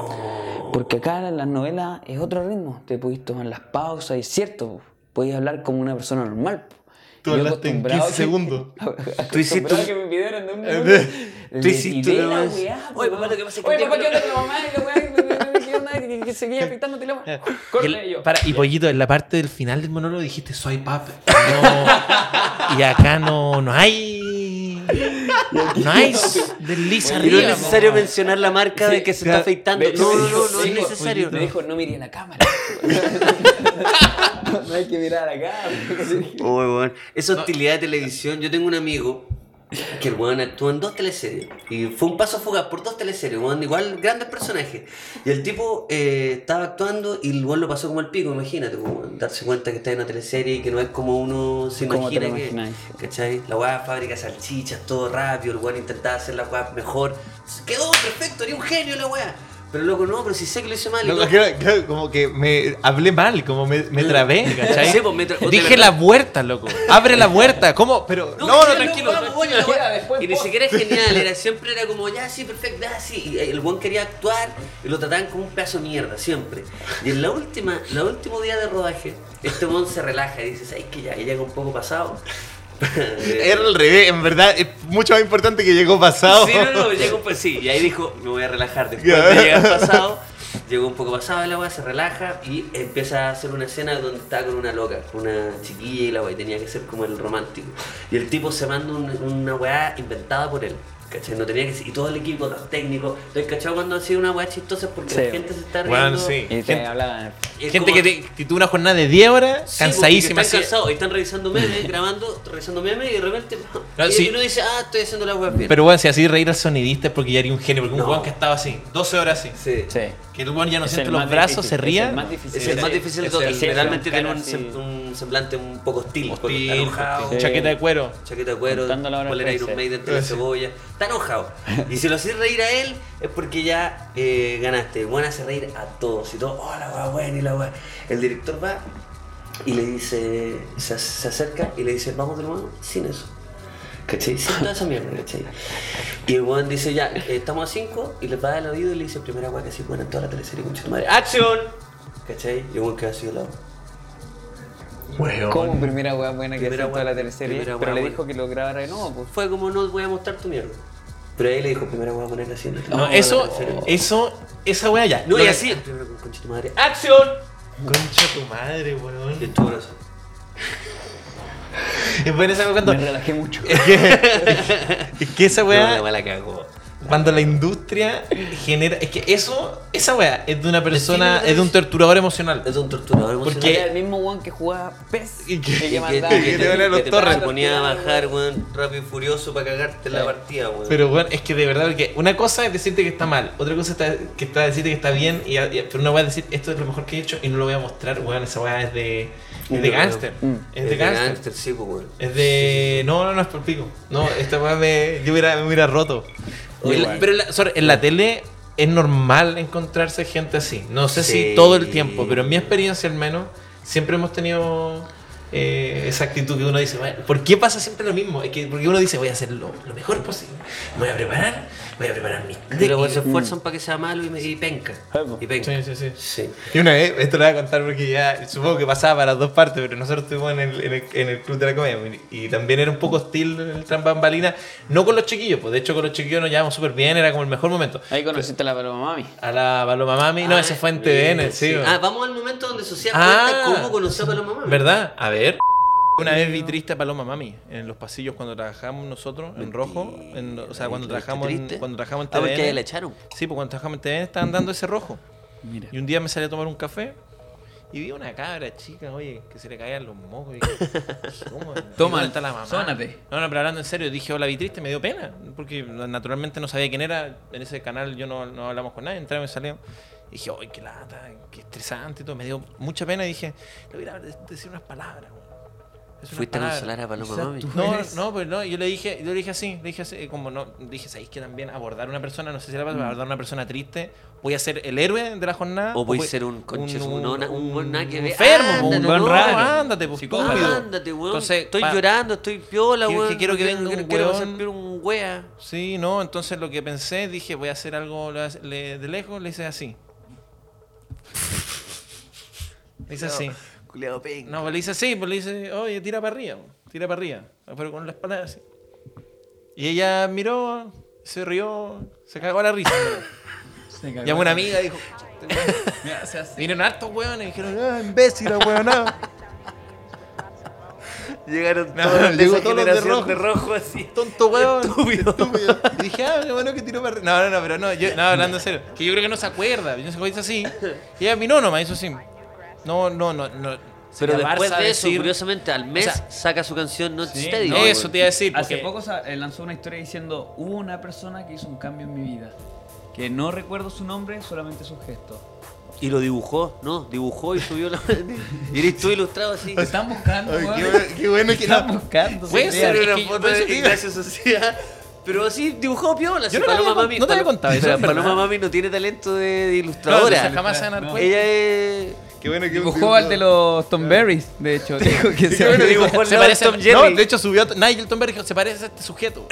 Oh.
Porque acá en las novelas es otro ritmo, te podéis tomar las pausas, y es cierto, podéis hablar como una persona normal. po.
Tú
Yo
hablaste en
acostumbrado
15
que-
segundos.
Tú hiciste
Acostumbrado
un-
que me pidieron de un minuto.
Tú hiciste
Le tiré
una
la
vez.
weá,
Oye,
po,
papá, lo que pasa es que
Oye,
un día
papá,
me-
¿qué onda con la mamá? Y la weá, que- que- que- que onda, que- que seguía pintándote la weá.
Y,
Corta y
el-
yo.
para, y pollito, en la parte del final del monólogo dijiste soy pap. No, y acá no, no hay. No hay desliza
Y no
arriba.
es
po,
necesario
weón.
mencionar la marca de que se está afeitando.
De hecho,
No,
me
no,
dijo-
no, no
me
es
dijo-
necesario.
Me dijo, no miré a la cámara. No hay que mirar acá.
Uy, weón. Esa hostilidad de televisión. Yo tengo un amigo que el weón actuó en dos teleseries. Y fue un paso fugaz por dos teleseries, weón. Igual grandes personajes. Y el tipo eh, estaba actuando y el weón lo pasó como el pico, imagínate, pues, weón. Darse cuenta que está en una teleserie y que no es como uno se
Como te lo
imagina que.
imagináis.
¿Cachai? La weá fábrica de salchichas, todo rápido, el weón intentaba hacer la weá mejor. Quedó perfecto, era un genio la weá. Pero loco, no, pero si sé que lo hice mal. y
No,
todo.
claro, claro, como que me hablé mal, como me, me trabé, ¿cachai?
Sí, pues, me tra-
Dije la puerta, loco. Abre la puerta. ¿Cómo? Pero.
No,
No, no,
que ya
tranquilo.
vamos,
tranquilo.
voy a la
Era
wea.
después,
y ni
po.
siquiera es genial, era siempre era como, ya sí, perfecto, ya sí. Y el buen quería actuar y lo trataban como un pedazo de mierda, siempre. Y en la última, el último día de rodaje, este buen se relaja y dice, ¿sabes que ya? Y llega un poco pasado.
Era al revés, en verdad, es mucho más importante que llegó pasado.
Sí, no, no, llegó un poco, sí, y ahí dijo, me voy a relajar. Después
Ya.
de llegar pasado, llegó un poco pasado el agua, se relaja y empieza a hacer una escena donde está con una loca, con una chiquilla y la weá, y tenía que ser como el romántico. Y el tipo se manda un- una weá inventada por él. ¿Cachai? No tenía que ser- Y todo el equipo, los técnicos. ¿Te has cachado cuando ha sido una weá chistosa? Porque
Sí.
la gente se está riendo.
Bueno, sí.
Y te hablaban.
Y es
Gente que,
como-
te- que tuvo una jornada de 10 horas,
Sí,
cansadísima.
porque Están
así.
cansados, y están revisando memes, grabando, revisando memes y de repente.
Ah,
y
sí.
uno dice, ah, estoy haciendo la weá bien.
Pero bueno, si así reír al sonidista es porque ya haría un genio. Porque un
No.
weón que estaba así, 12 horas así.
Sí.
Sí.
Que el weón ya no
Es
siente
el
los
más
brazos,
difícil,
se
es
ría.
el más difícil.
Es el más difícil de
Es
todo.
el-
Y generalmente
sí,
tiene un,
sí.
sem- un semblante un poco hostil.
Hostil,
está enojado,
hostil. chaqueta de cuero.
chaqueta de cuero,
Contando la hora
polera
del
Iron
Prince.
Maiden, entre la cebolla. Está enojado. Y si lo haces reír a él, es porque ya eh, ganaste. Bueno, hace reír a todos. Y todo, oh, la weá buena y la weá. El director va y le dice, se, ac- se acerca y le dice, vamos de nuevo, sin eso. ¿Cachai? Sin toda esa mierda, ¿cachai? Y el weón dice, ya, eh, estamos a 5 y le paga el oído y le dice, primera weá que así buena en toda la teleserie, concha tu madre. ¡Acción! ¿Cachai? Y el weón queda así de lado.
Como primera weá buena que hacía
Primera
en toda
weá-
la teleserie. Pero
primera weá
le
buena.
dijo que lo grabara de nuevo, pues.
Fue como, no voy a mostrar tu mierda. Pero ahí le dijo, primero voy a poner así en la
Oh,
No, eso, eso, esa wea ya.
No,
Lo
y
que-
así. Primero con concha tu madre. Ah, ¡Acción!
Concha tu madre, weón.
Y estuvo eso.
Es buena esa wea cuando.
Me relajé mucho.
Es que esa
No, la
wea.
mala cagó.
Cuando la industria genera. Es que eso, esa wea es de una persona.
cine,
Es de un torturador emocional.
Es un torturador emocional.
Porque-
Era el mismo weón que jugaba PES
Y que-
Y que,
mandaba-
y que
te van a los
te
torres.
ponía a bajar, weón, rápido y furioso para cagarte la partida, weón.
Pero bueno, es que de verdad, porque una cosa es decirte que está mal, otra cosa está, que está decirte que está bien, y, y- pero una wea es decir esto es lo mejor que he hecho y no lo voy a mostrar, weón, esa wea es de. Es de
Mm.
gángster.
Mm.
Es de gángster.
sí, pues, weón.
Es de. No, no, no es por pico. No, esta weá me. Yo hubiera, me hubiera roto.
Muy
En la-
guay.
pero en la, sorry, en la tele es normal encontrarse gente así. No sé
Sí.
si todo el tiempo, pero en mi experiencia al menos, siempre hemos tenido. eh, esa actitud que uno dice, "Bueno, ¿por qué pasa siempre lo mismo? Es que porque uno dice, voy a hacer lo, lo mejor posible, me voy a preparar, voy a preparar mi.
Y los weones se esfuerzan para que sea malo y, me- y penca.
Ah, pues.
Y penca.
Sí, sí, sí.
Sí.
Y una vez, esto lo voy a contar porque ya supongo que pasaba para las dos partes, pero nosotros estuvimos en el, en el- en el club de la comedia y y también era un poco hostil el trambambalina, no con los chiquillos, pues de hecho con los chiquillos nos llevamos súper bien, era como el mejor momento.
Ahí conociste a la paloma mami.
A la Paloma Mami, no,
Ah,
ese fue en
bien,
TVN, sí.
Ah, vamos al momento donde Social
Ah.
cuenta cómo conoció a Paloma Mami.
¿Verdad? A ver. Una vez vi triste a Paloma Mami en los pasillos cuando trabajamos nosotros en rojo, en- o sea, cuando
¿Viste
trabajamos en,
triste?
cuando trabajamos en
Ah, porque ahí
TVN.
la echaron.
sí, pues cuando trabajamos en TVN estaban dando ese rojo.
Mira.
Y un día me salí a tomar un café Y vi una cabra chica, oye, que se le caían los mocos. Y dije, ¿cómo?
Toma,
¿Dónde está la mamá?
sónate.
No, no, pero hablando en serio, dije, hola, vi triste, me dio pena. Porque naturalmente no sabía quién era. En ese canal yo no, no hablamos con nadie, entramos y salíamos. Y dije, ay, qué lata, qué estresante y todo. Me dio mucha pena y dije, le voy a ir a decir unas palabras. güey. Es unas
Fuiste a
palabras.
consolar a Paloma
Quizás
Mami.
tú-
No,
eres-
no, pues no, yo le dije, yo le dije así, le dije así, eh, como no, dije, ¿sabéis que también abordar una persona, no sé si la pasa, pero abordar una persona triste, voy a ser el héroe de la jornada?
O voy a
voy-
ser un conche,
Pues, un-
un, un, un buen nada que ver.
enfermo, pues,
Ándate,
un buen
no,
raro,
ándate,
ándate, pues,
weón,
estúpido.
Ándate, weón.
Entonces,
estoy
pa-
llorando, estoy piola,
Que- que
weón.
quiero que
Quiero-
venga un
Quiero
weón.
hacer piola un wea.
Sí, no, entonces lo que pensé, dije, voy a hacer algo lo- le- de lejos, le hice así. Le hice así.
Culeado ping.
No, pues le hice así, pues le hice, oye, tira para arriba, tira para arriba, pero con la espalda así. Y ella miró, se rió, se cagó la risa.
Se cagó.
Llamó una amiga y dijo,
Mira, se hace-
vinieron hartos hueones y dijeron, ah,
Llegaron
No,
todos de
llegó
esa
todos los de
generación
rojo.
de rojo así.
tonto hueón.
Estúpido.
estúpido. Y dije, ah, qué bueno que tiró para arriba. No, no, no, pero no, yo, no, hablando en serio. Que yo creo que no se acuerda. Yo no sé cómo hizo así. Y ella miró nomás, hizo así. No, no, no, no.
Pero
La
después
Barça
de eso,
decir-
curiosamente, al mes
O sea,
saca su canción No
Sí,
Steady.
no,
Eso te iba a decir.
Hace
porque-
poco sa- eh, lanzó una historia diciendo, hubo una persona que hizo un cambio en mi vida. Que no recuerdo su nombre, solamente su gesto.
Y lo dibujó, ¿no? Dibujó y subió la. y eres tú ilustrado así.
Lo están buscando,
Ay, qué,
weón.
bueno- qué bueno que
Están
no.
buscando.
Puede
Sofía.
ser
Era
es
una
que
foto
por eso
de
te digo.
Ignacio Sociedad. Pero así dibujó piola.
Yo
Yo
no te había con- no te había contado eso, es verdad.
Paloma Mami no tiene talento de, de
No, no,
ilustradora.
jamás se van a dar
No.
cuenta.
Ella es.
Qué bueno que
Dibujó al de los Tomberries, de hecho. Dijo que se
bueno, dibujó al
Se
lado de
parece
Tom
a-
Jerry.
No, de hecho subió a Nigel Tomberg dijo, se parece a este sujeto.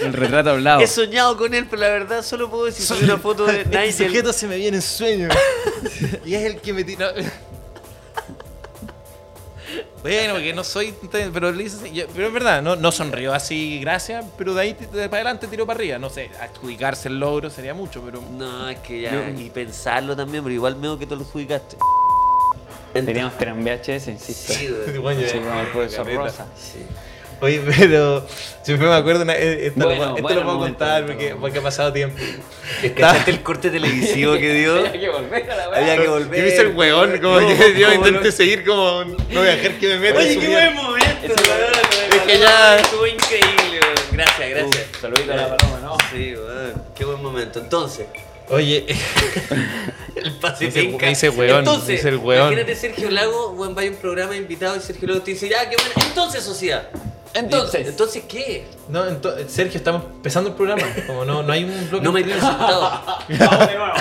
El retrato hablado.
He soñado con él, pero la verdad solo puedo decir soy una foto de
Este
Nigel.
sujeto se me viene en sueño. y es el que me tira. Bueno, porque no soy. tan- Pero, le hice así, yo- pero es verdad, no, no sonrió así, gracias. Pero de ahí t- de para adelante tiró para arriba. No sé, adjudicarse el logro sería mucho, pero.
No, es que ya. Y pensarlo también, pero igual medio que te lo adjudicaste.
Deberíamos tener un VHS, insisto.
Sí, güey.
Sí, con el profesor Rosa.
Oye, pero. Siempre me acuerdo. Una, eh, esto
Bueno,
lo, esto
bueno,
lo puedo
momento,
contar
momento,
porque,
momento.
porque ha pasado tiempo.
¿Cachaste el corte televisivo que dio?
Hay que volver a la weá.
Había que volver.
Yo me hice el weón, como
No,
yo, yo
no,
intenté
no.
seguir como. No voy a dejar que me meta. en
Oye,
su
qué
vida.
buen momento,
Eso-
weón.
es que ya-
Estuvo increíble, weón. Gracias, gracias. Eh,
Uf, saludito a la paloma, ¿no?
Sí, weón. Qué buen momento. Entonces,
Oye,
el pase
Me dice-
penca.
me dice weón,
Entonces,
me dice el weón.
Imagínate Sergio Lago, weón, va a un programa invitado y Sergio Lago te dice, ya, qué bueno. Entonces, sociedad.
Entonces.
Entonces, ¿qué?
no, entonces, Sergio, estamos empezando el programa. Como no, no hay un bloque.
No me dio resultado.
Vamos de nuevo.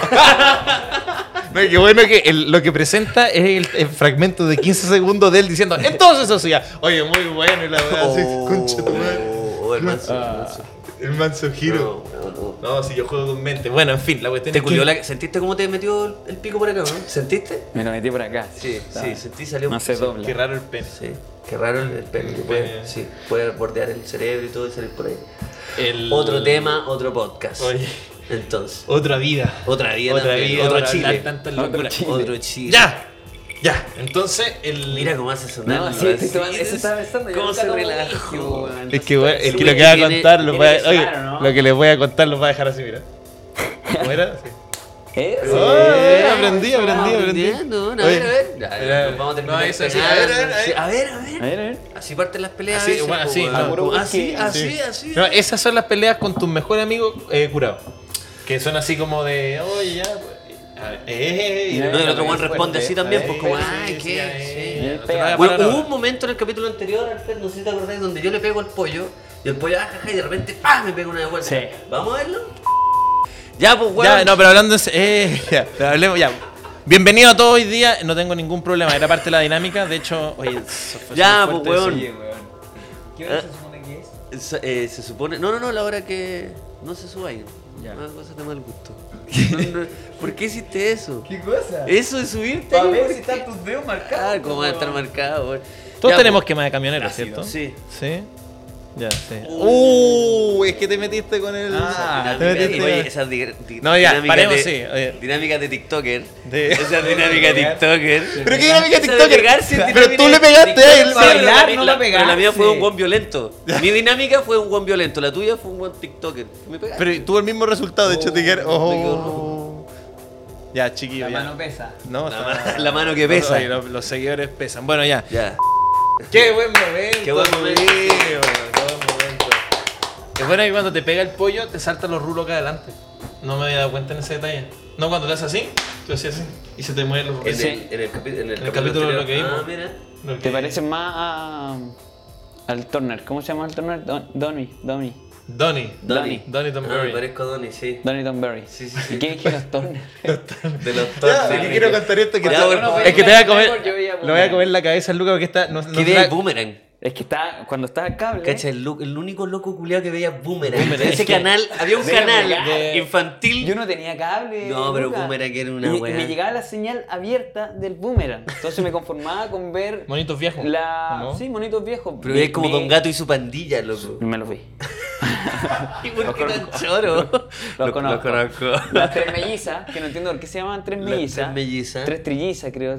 No, qué bueno que el- lo que presenta es el, el fragmento de 15 segundos de él diciendo, entonces, o sea, oye, muy bueno, y la verdad, Ah, sí, concha tu madre. Ah.
Oh, el manso, el manso.
El manso giro.
No, no, no.
No, si yo juego con mente. Bueno, en fin, la cuestión
¿Te
es
culió
que-
la... ¿Sentiste cómo te metió el- el pico por acá, no? ¿Sentiste? Ah.
Me lo metí por acá.
Sí, sí, sentí salió
No se dobla.
Qué raro el pene.
Sí, qué raro el, el pene que puede, sí, puede bordear el cerebro y todo y salir por ahí.
El-
Otro tema, otro podcast.
Oye.
Entonces,
Otra vida.
otra vida,
Otra
también,
vida.
otro
para
Chile.
hablar tanta
Otro
locura.
Chile.
Otro Chile.
Ya, ya. Entonces, el...
Mira cómo hace sonar.
No,
¿no?
sí, estoy
Así.
tomando- eso estaba pensando. yo
¿Cómo
nunca
se
tomo
relajó?
whisky, weón.
Es que, bueno,
Entonces,
el que lo que va a
tiene-
contar, lo,
tiene
va a-
que
oye,
ser raro,
¿no?
lo que les voy a contar lo va a dejar así, mira. ¿Cómo era? Sí.
Eso.
Oh, eh, aprendí, aprendí,
Estamos
aprendí.
aprendiendo, bueno, A
Oye,
ver, a ver. Ya,
era-
ya, nos Vamos a terminar.
no, eso sí,
peleando,
a ver, a ver, a
sí,
ver.
A ver, a ver.
A ver, a ver.
Así parten las peleas.
Así,
a veces,
bueno,
po,
así,
weón.
no,
puro
así,
whisky.
así, así.
No, esas son las peleas con tus mejores amigos eh, curados. Que son así como de, oye, ya. pues, a ver, eh, y-
No,
el otro
eh,
weón responde así también,
eh,
pues, como,
sí,
ay,
sí,
qué,
ya, eh,
sí.
ya, no te vayas a
Bueno,
parar
hubo
ahora.
un momento en el capítulo anterior, Alfred, no sé si te acordás, donde yo le pego al pollo y el pollo ajaja y de repente ¡pam! me pega una de vuelta.
Sí.
¿Vamos a verlo? Ya, pues, weón.
Ya, no, pero hablando en se- eh, ya, pero hablemos ya. Bienvenido a todos hoy día, no tengo ningún problema, era parte de la dinámica, de hecho, oye, eso fue
Ya,
súper
pues,
fuerte,
weón.
sí.
¿Qué hora se supone que es?
Se, eh, se supone. No, no, no, la hora que. No se suba ahí.
Ya.
Una cosa de mal gusto. No, no, ¿Por qué hiciste eso?
¿Qué cosa?
Eso de subirte.
Para
ahí,
ver
¿por
si
qué?
están tus dedos marcados.
Ah, cómo va a estar marcado, weón.
Todos
Ya,
tenemos
pues.
quema de camionero,
Ácido,
¿cierto?
sí.
Sí. Ya, sí. Uh, es que te metiste con el.
Ah,
te
Dinámica-
metiste
oye,
con-
esas di- di-
No, ya,
dinámicas
paremos,
de-
sí, oye.
Dinámicas de TikToker.
De-
Esas dinámicas de TikToker.
Pero qué dinámica
Esa de
TikToker.
pegarse,
Pero
dinámica
tú le
de-
pegaste a
de-
él.
de-
Para
sí,
bailar,
pero
no
la-
para
Pero la mía fue
pegarse.
un buen violento. Mi dinámica fue un buen violento. La tuya fue un buen TikToker. Me pegaste.
Oh, Pero tuvo el mismo resultado, de hecho, te quedaron.
me quedó
Oh. Ya, chiquillo.
La
ya.
mano pesa.
No,
La,
está-
ma- la mano que pesa.
Oye, los, los seguidores pesan. Bueno, ya.
Ya.
¡Qué buen momento!
Qué buen momento.
amigo, qué buen momento. Es bueno que cuando te pega el pollo, te saltan los rulos acá adelante. No me había dado cuenta en ese detalle. No, cuando le haces así, tú haces así y se te mueven los
En,
rulos.
el, en el capi- en
En
el
el capítulo
capítulo
de lo que
anterior.
vimos.
Ah, mira.
Lo que-
Te parece más a- al Turner. ¿Cómo se llama el Turner? Don, Donny, Donny.
Donnie.
Donny.
Donnie
Ah,
Tonberry.
me parezco a Donnie, sí.
Donny Donberry.
Sí, sí, sí.
¿Y quién es que los Turner?
De los
Ya,
Thor,
es que
sí.
quiero contar esto que
Ya,
está-
por favor.
Es que te voy a comer.
Yo veía
Lo voy a comer la cabeza al Luca porque está. No, no
¿Qué
tra-
veía Boomerang?
Es que está, cuando está el cable.
Cacha, el, lo- el único loco culiado que veía Boomerang.
Boomerang.
Ese canal, había un
Veía
canal
Boomerang.
infantil.
Yo no tenía cable.
No, pero
Luca.
Boomerang era una
Y- y
weá.
me llegaba la señal abierta del Boomerang. Entonces me conformaba con ver.
Monitos viejos,
La...
¿o no?
Sí, monitos viejos.
Pero
Me-
veía como
me-
Don Gato y su pandilla, loco.
Me los vi.
¿Y por qué tan choro?
Los
Lo-
conozco.
lo conozco.
Las tres mellizas, que no entiendo por qué se llamaban tres
Las
mellizas.
tres mellizas.
Tres trillizas, creo.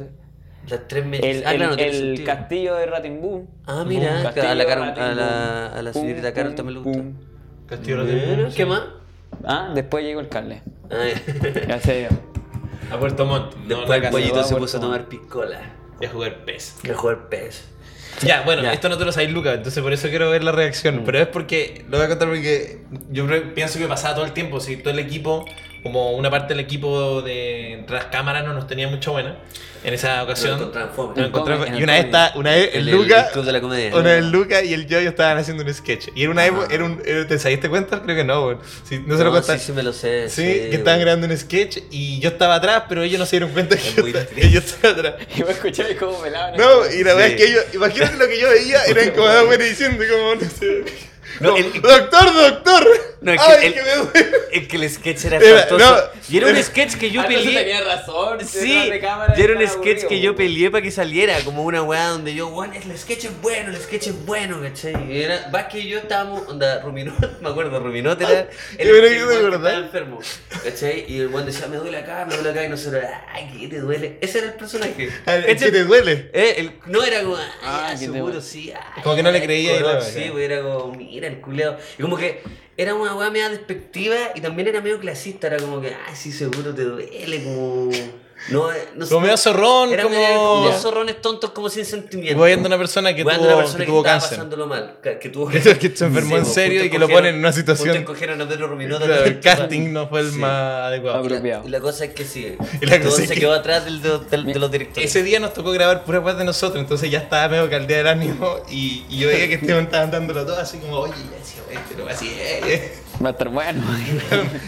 Las tres me-
El,
Ah,
el-
claro, no tiene
el
sentido.
castillo de Ratimbun.
Ah, mira, a la, Car- a la, a la señorita
Carol
Carol también le gusta.
Castillo
Bueno,
de
¿Qué más?
Ah, después llegó el cable.
Ay.
Gracias a Dios.
A Puerto Montt. no,
Ah, Después
la
el
casa.
pollito
va
se
por
puso a
todo.
tomar piscola.
Y a jugar pez.
Que jugar pez.
Ya, bueno,
Ya. Mm.
esto no te lo sabéis, Luca, entonces por eso quiero ver la reacción. Pero es porque, lo voy a contar porque yo re- pienso que pasaba todo el tiempo. Si todo el equipo, como una parte del equipo de tras cámaras, no nos tenía mucho buena. En esa
Nos
ocasión.
encontraron fome.
nos encontramos-
En el
y una vez,
comedy.
está, una vez el,
En
Luca.
el Club de la Comedia.
Una vez el Luca y el Yoyo estaban haciendo un sketch. Y era una época, era un, era- ¿te saliste cuenta? Creo que no, weón. Si, no se lo
No,
contaste.
sí, sí me lo sé.
Sí, que estaban
bueno.
grabando un sketch y yo estaba atrás, pero ellos no se dieron cuenta que
Es
yo,
muy
estaba-
triste.
que yo estaba atrás.
Y voy a escuchar cómo me lavan.
No, y la
Sí.
verdad es que ellos, imagínate lo que yo veía, era como dos buenas diciendo, como, no sé.
No,
como,
el-
doctor, doctor.
No, es que
Ay,
el-
que me duele.
Es que el sketch era
Era-
espantoso.
no.
y era un
Era-
sketch que yo
Ah, entonces
peleé.
tenía razón. detrás
Sí,
de cámara
y era un
estaba
sketch que
aburrido,
yo
po.
peleé para que saliera, como una weá donde yo, weón, el sketch es bueno, el sketch es bueno, ¿cachai? Y era, Vázquez y yo estábamos, onda, Ruminot, me acuerdo, Ruminot era el,
Yo creo que
el
se
weón
acordaba.
estaba enfermo, ¿cachai? Y el weón decía, me duele acá, me duele acá, y nosotros, ay, ¿qué te duele? Ese era el personaje.
Ah, ¿en
Este-
¿cachai?
qué te duele?
Eh, el- no era como, ay,
Ah,
ah,
que te
seguro
duele.
sí. ay,
Como que no le creía y
color,
la
Sí,
verdad.
güey, era como, mira el culeado. Y como que era una weá media despectiva y también era medio clasista. Era como que, ah, sí, seguro te duele. Como. No, eh, no sé.
Como medio zorrón,
Era
como-
medio como
Ya.
zorrones tontos, como sin sentimiento.
Voy a una persona que
Weando
tuvo,
una persona
que tuvo
estaba
cáncer.
pasándolo mal. ca- Que, tuvo
Que
cáncer.
se enfermó en
Sí, pues,
serio
juntos
y que lo
cogieron-
ponen en una situación-
juntos cogieron a Pedro Ruminó
Claro, el
también.
casting no fue el
Sí.
más adecuado.
Y la,
Apropiado.
y la cosa es que sí.
Y la cosa
Todo
es
se
que-
quedó atrás del, de- del- de los directores.
Ese día nos tocó grabar pura weas de nosotros, entonces ya estaba medio caldeada el ánimo y, y yo veía que Esteban estaba dándolo todo así como, oye, ya decía, "Oye, pero así es.
Va a estar bueno.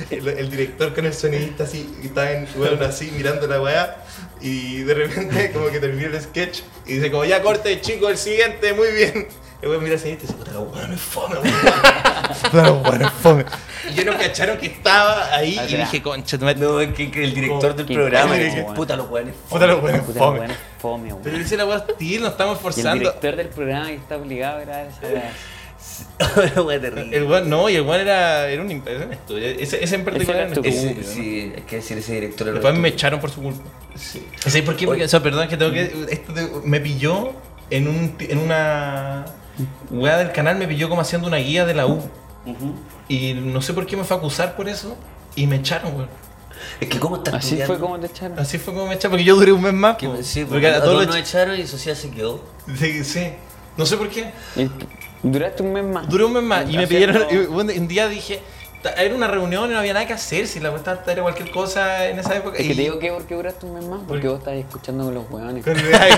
el, el director con el sonidista así, que estaban bueno, así mirando la weá. Y de repente como que termina el sketch y dice como ya corte chico el siguiente, muy bien. El weón mira al sonidista y dice, puta la weá no es fome, weón. Puta la weá no es fome. Y yo no cacharon que estaba ahí y
Atrás.
dije, concha, tu madre,
No, es que, que el director del
Qué
programa.
incómodo,
dice,
weón.
Puta los weones.
puta la weá no es
Puta, la
fome.
buena fome, weón.
Pero dice la weá hostil, nos estamos
Y el
esforzando.
director del programa que está obligado a grabar esa weá.
Una wea terrible.
El weón no, y el weón era, era un impresionante. Ese, ese en particular
eras tú.
era un
Ese-
Uy,
sí, es que decir ese director era
Después
otro.
me echaron por su culpa. Sí. ¿Sabes por qué? Porque, o sea, perdón, que tengo que. Esto te- me pilló en, un, en una. Weá del canal me pilló como haciendo una guía de la U.
Ujú.
Y no sé por qué me fue a acusar por eso. Y me echaron, weón.
Es que cómo estás
Así
estudiando?
fue como te echaron.
Así fue como me echaron. Porque yo duré un mes más.
Que-
po.
sí,
porque
porque, a todos nos
los-
echaron y Sociedad se quedó.
Sí, sí. No sé por qué.
Y Duraste un mes más.
Duré un mes más y me
Haciendo-
pidieron. y Un, un día dije. "Ta- Era una reunión y no había nada que hacer. Si la cuesta era cualquier cosa en esa época.
Es que te
y-
digo que porque duraste un mes más, porque vos estás escuchando con los hueones.
Ay,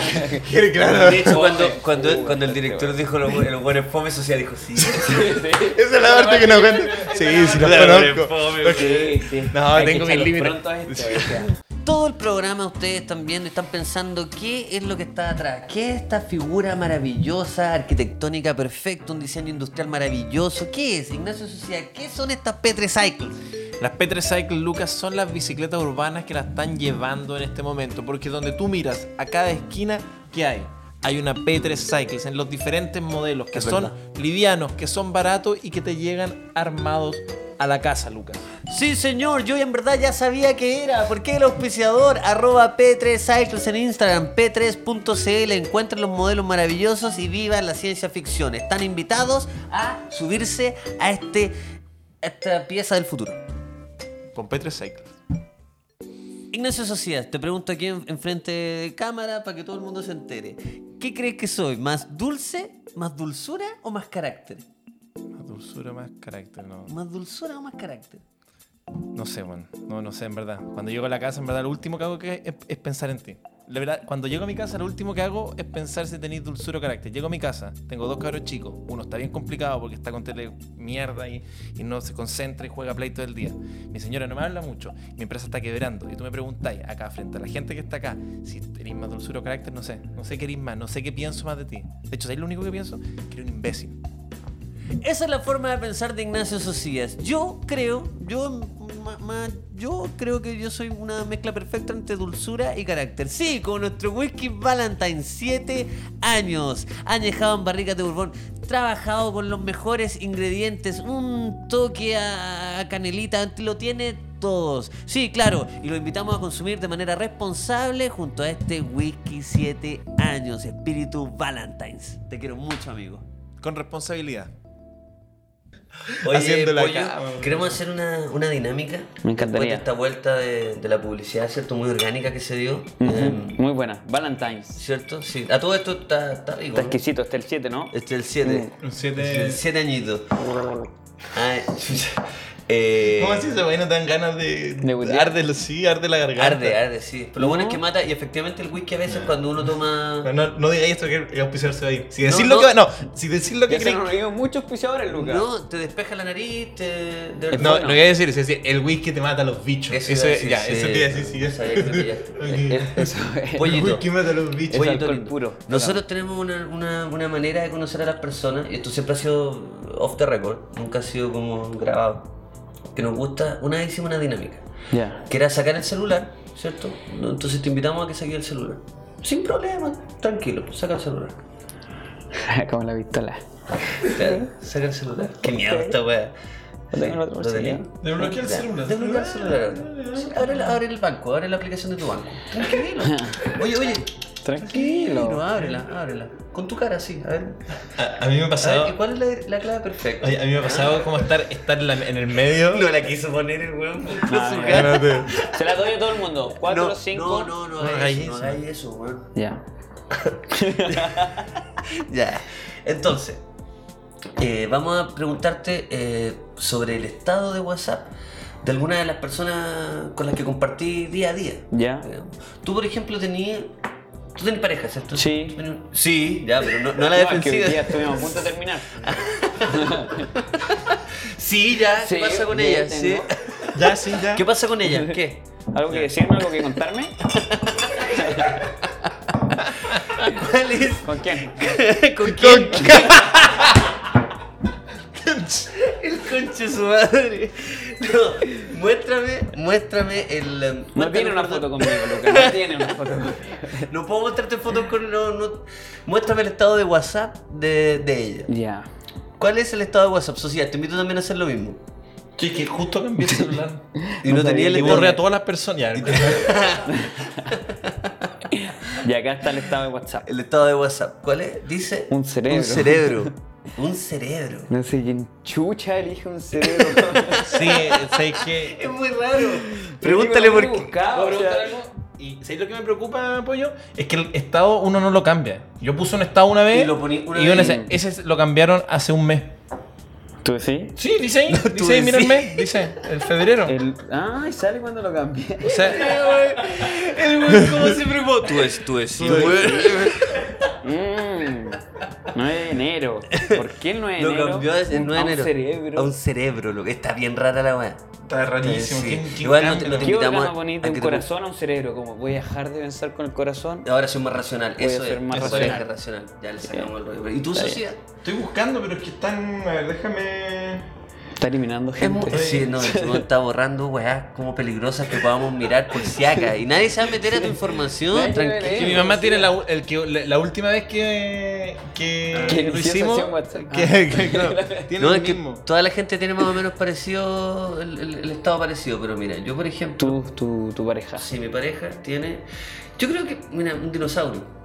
qué- claro.
De hecho, cuando,
Fome.
cuando,
Uh,
cuando el
este
director
weón.
dijo los buen- los buenos fome, Sociedad dijo sí.
Esa es la parte que no cuento. Sí, sí, los conozco.
Sí, sí.
No,
Hay que
tengo mis
echarlos
límites.
pronto a esto, o sea.
Todo el programa ustedes están viendo, están pensando qué es lo que está atrás, qué es esta figura maravillosa, arquitectónica perfecta, un diseño industrial maravilloso, qué es Ignacio Sociedad, qué son estas Petre Cycles.
Las Petre Cycle Lucas son las bicicletas urbanas que las están llevando en este momento, porque donde tú miras a cada esquina, ¿qué hay? Hay una Petre Cycles en los diferentes modelos, que
Es
son
verdad.
livianos, que son baratos y que te llegan armados a la casa, Lucas.
Sí, señor, yo en verdad ya sabía que era. Porque el auspiciador? Arroba P3 Cycles en Instagram, p3.cl. Encuentren los modelos maravillosos y viva la ciencia ficción. Están invitados a subirse a, este, a esta pieza del futuro.
Con Petre Cycles.
Ignacio Sociedad, te pregunto aquí en- enfrente de cámara para que todo el mundo se entere. ¿Qué crees que soy? ¿Más dulce, más dulzura o más carácter?
Más dulzura, más carácter, no.
¿Más dulzura o más carácter?
No sé, bueno. No, no sé, en verdad. Cuando llego a la casa, en verdad, lo último que hago que es, es pensar en ti. La verdad, cuando llego a mi casa, lo último que hago es pensar si tenéis dulzura o carácter. Llego a mi casa, tengo dos cabros chicos. Uno está bien complicado porque está con tele mierda y, y no se concentra y juega play todo el día. Mi señora no me habla mucho. Mi empresa está quebrando. Y tú me preguntáis acá, frente a la gente que está acá, si tenéis más dulzura o carácter, no sé. No sé qué eres más, no sé qué pienso más de ti. De hecho, ¿sabéis lo único que pienso? Que eres un imbécil.
Esa es la forma de pensar de Ignacio Socias. Yo creo, yo, ma- ma- yo creo que yo soy una mezcla perfecta entre dulzura y carácter. Sí, con nuestro whisky Valentine, 7 años, añejado en barricas de bourbon, trabajado con los mejores ingredientes, un toque a a canelita, lo tiene todos. Sí, claro, y lo invitamos a consumir de manera responsable junto a este whisky 7 años, espíritu Valentine's. Te quiero mucho, amigo.
Con responsabilidad.
Oye,
Haciéndola
Pollo,
acá.
queremos hacer una, una dinámica.
Me encantaría.
Después de esta vuelta de, de la publicidad, ¿cierto? Muy orgánica que se dio.
Ujú,
Em,
Muy buena. Valentine's.
¿Cierto? Sí. A todo esto está, está rico.
Está
¿no?
exquisito, está el 7, ¿no?
Este es el 7.
Un
El
7.
7 añitos. Ay, chucha. Eh,
¿Cómo así esa vaina dan ganas de.
De huitear.
arde, lo- sí, arde la garganta.
Arde, arde, sí. Pero lo bueno es que mata y efectivamente el whisky a veces cuando uno
Pero
toma...
No, no digáis esto que el auspiciador se va a ir. Si
No,
decís
no.
lo que va. No, si decís lo que
Ya se
creéis.
nos reunieron muchos pisadores, Lucas.
No, te despeja la nariz, te... de-
Es
No,
bueno.
lo que voy a decir es, decir, el whisky te mata a los bichos.
Eso
Eso,
iba a
es,
decir,
ya,
sí.
eso te iba a decir, sí.
Sabía que lo pillaste.
Es- Eso es.
Pollito.
El whisky mata a los bichos.
Oye,
alcohol
Torín,
puro.
Nosotros tenemos una, una- una manera de conocer a las personas, y esto siempre ha sido off the record, nunca ha sido como grabado, que nos gusta, una vez hicimos una dinámica,
Ya.
que era sacar el celular, ¿cierto? No, Entonces te invitamos a que saques el celular. Sin problema, tranquilo, saca el celular.
Como la pistola.
Claro, saca el celular. Qué miedo esta wea.
Lo tengo en el otro
¿Lo tenía?
bolsillo.
Desbloquea el
Ya,
celular. Ah,
Desbloquea el celular. Sí, Abre, la- abre el banco, abre la aplicación de tu banco. Tranquilo. Oye, oye. Tranquilo,
Tranquilo.
ábrela, ábrela. Con tu cara, sí. A ver,
A, a mí me ha
A ver,
pasado.
¿y ¿Cuál es la, la clave perfecta?
Oye, a mí me ha pasado como estar, estar en, la- en el medio. Ah,
No la quiso poner el weón.
Se la doy a todo el mundo. 4, 5.
No, no, no,
No hagáis
hagáis eso, no
eso.
hagáis eso, weón.
Ya.
Ya. Entonces, eh, vamos a preguntarte eh, sobre el estado de WhatsApp de algunas de las personas con las que compartí día a día.
Ya.
Eh, Tú, por ejemplo, tenías. Tú tenés pareja, ¿cierto?
Sí.
Tú tenés- Sí, ya, pero no, no la
No, es que hoy
defensiva.
día estuvimos a punto de terminar.
Sí, ya. ¿Qué
Sí,
pasa con
ya
ella? Sí.
tengo.
Ya, sí, ya.
¿Qué pasa con ella? ¿Qué?
¿Algo que decirme? ¿Algo que contarme?
¿Cuál es?
¿Con quién?
¿Con quién? el conche su madre. No, muéstrame, muéstrame el. em,
No
muéstrame
tiene una
foto-
foto conmigo, Lucas. No tiene una foto conmigo.
No puedo mostrarte fotos con. No, no. Muéstrame el estado de WhatsApp de, de ella.
Ya.
¿Cuál es el estado de WhatsApp? Sociedad, te invito también a hacer lo mismo.
Che, que justo cambié el celular.
Y no,
No sabía
tenía el
Le
estado-
borré a todas las personas. Ya,
Y acá está el estado de WhatsApp.
El estado de WhatsApp. ¿Cuál es? Dice.
Un cerebro.
Un cerebro. Un cerebro.
No sé quién chucha elige un cerebro.
sí, sabéis que.
Es muy raro. Pregúntale por qué.
Buscado, Ah, o sea,
Y ¿sabéis lo que me preocupa, Pollo? Es que el estado uno no lo cambia. Yo puse un estado una vez.
Y lo poní una
y uno
vez.
dice, ese lo cambiaron hace un mes.
¿Tú sí?
Sí, dice ahí.
tú
Dice ahí, mira el
decís.
mes. Dice, el febrero.
El... Ay, sale cuando lo cambié.
O sea,
El weón, ¿cómo se preocupó? Tú es, tú es, sí, weón.
Mmm. 9 de enero. ¿Por qué el 9 de
Lo
enero?
cambió desde el 9 de
A
enero.
un cerebro.
A un cerebro, lo que está bien rara la weá.
está rarísimo.
Sí.
¿Quién- quién
Igual no te-
cambia?
no te-
¿Qué
invitamos
órgano
a-
ponís
a
de un
que te-
corazón a un cerebro? Como voy a dejar de pensar con el corazón.
Ahora soy más racional.
Voy a
Eso
ser
es.
más
eso
racional.
es racional. Ya le sacamos el rollo. ¿Y tú,
Está bien.
sociedad?
Estoy buscando, pero es que están. A ver, déjame.
Está eliminando
Es muy-
gente.
Sí, no, el weón está borrando weas como peligrosas que podamos mirar por si acá. Y nadie se va a meter a tu información,
Nadie te va a
tranquilo.
leer.
Que mi mamá tiene la, u- el que, la, la última vez que, que,
Que
lo
inició
hicimos.
sesión WhatsApp.
Que, que, claro, tiene
No,
el
es que
mismo.
toda la gente tiene más o menos parecido, el, el- el estado parecido, pero mira, yo por ejemplo,
Tu, tu, tu pareja.
si mi pareja tiene, yo creo que, mira, un dinosaurio.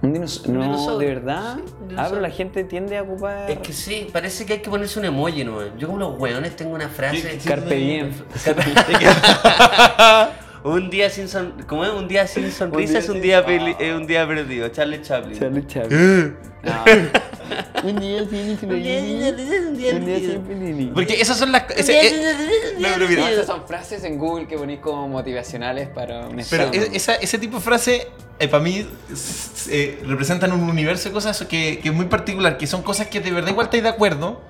Un dinos-
Un
No,
dinosaurio.
de verdad.
Sí, un
ah,
dinosaurio.
pero la gente tiende a ocupar.
Es que sí, parece que hay que ponerse un emoji, ¿no? Yo como los weones tengo una frase...
Carpe diem.
Carpe- Un día sin son... ¿Cómo es? Un día sin sonrisa
día
es un
sin-
día, peli- es un día perdido. Charlie Chaplin.
Charlie Un día sin
Un día sin sonrisa es un día perdido.
pelini.
Porque esas son las.
Un
ese-
día
eh,
sin sonrisa es un día
pero mira,
perdido.
Esas son frases en Google que ponís como motivacionales para un
pero
examen.
es- esa- ese tipo de frase, eh, para mí, s- eh, representan un universo de cosas que, que es muy particular, que son cosas que de verdad igual estáis de acuerdo,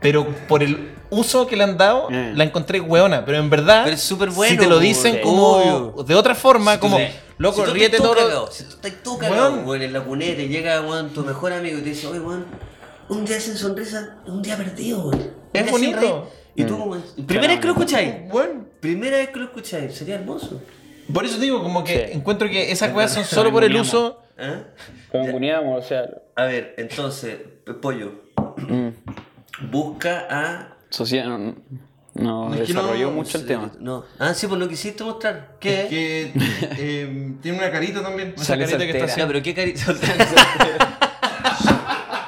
pero por el uso que le han dado,
Mm.
la encontré hueona. Pero en verdad,
Eh. Pero es súper bueno,
si te lo
pues,
dicen
sí.
como
Obvio.
de otra forma, como,
Sí.
loco,
Si tú
ríete
estás tú
todo. lo-
cagao, Si tú estás tú cagao,
Weón.
weón, en la cuneta y llega weón, tu mejor amigo y te dice, oye, weón, un día sin sonrisa es un día perdido, weón. Un
Es
día sin
bonito. Mm.
reír". Y tú, como, primera vez que lo escucháis.
Bueno.
Primera vez que lo escucháis, sería hermoso.
Por eso digo, como que
Sí.
encuentro que esas weas son solo por el uso.
¿Ah?
Concuñamos, o sea,
A ver, entonces, Pe- Pollo,
Mm.
busca a...
social no, no
No, es que no-
desarrolló mucho el
se-
tema.
No. Ah, sí, pues lo quisiste mostrar. ¿Qué?
Que eh, tiene una carita también. Esa
Sale
carita que está
soltera.
Ya, pero qué cariño.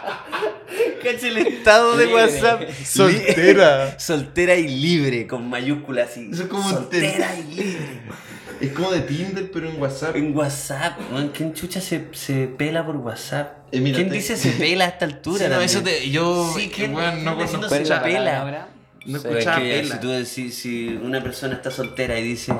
Cacha el estado de
Libre.
WhatsApp.
Soltera.
Soltera y libre, con mayúsculas y.
Eso es como
soltera y libre.
Es como de Tinder, pero en WhatsApp.
En WhatsApp, weón, ¿quién chucha se, se pela por WhatsApp?
Eh, mira,
¿Quién
te-
dice se pela a esta altura?
no,
también?
eso te. Yo.
Sí, que
weón, no
no-
conozco.
¿Cuál es la palabra?
No
Pero es que si, tú decís, si una persona está soltera y dice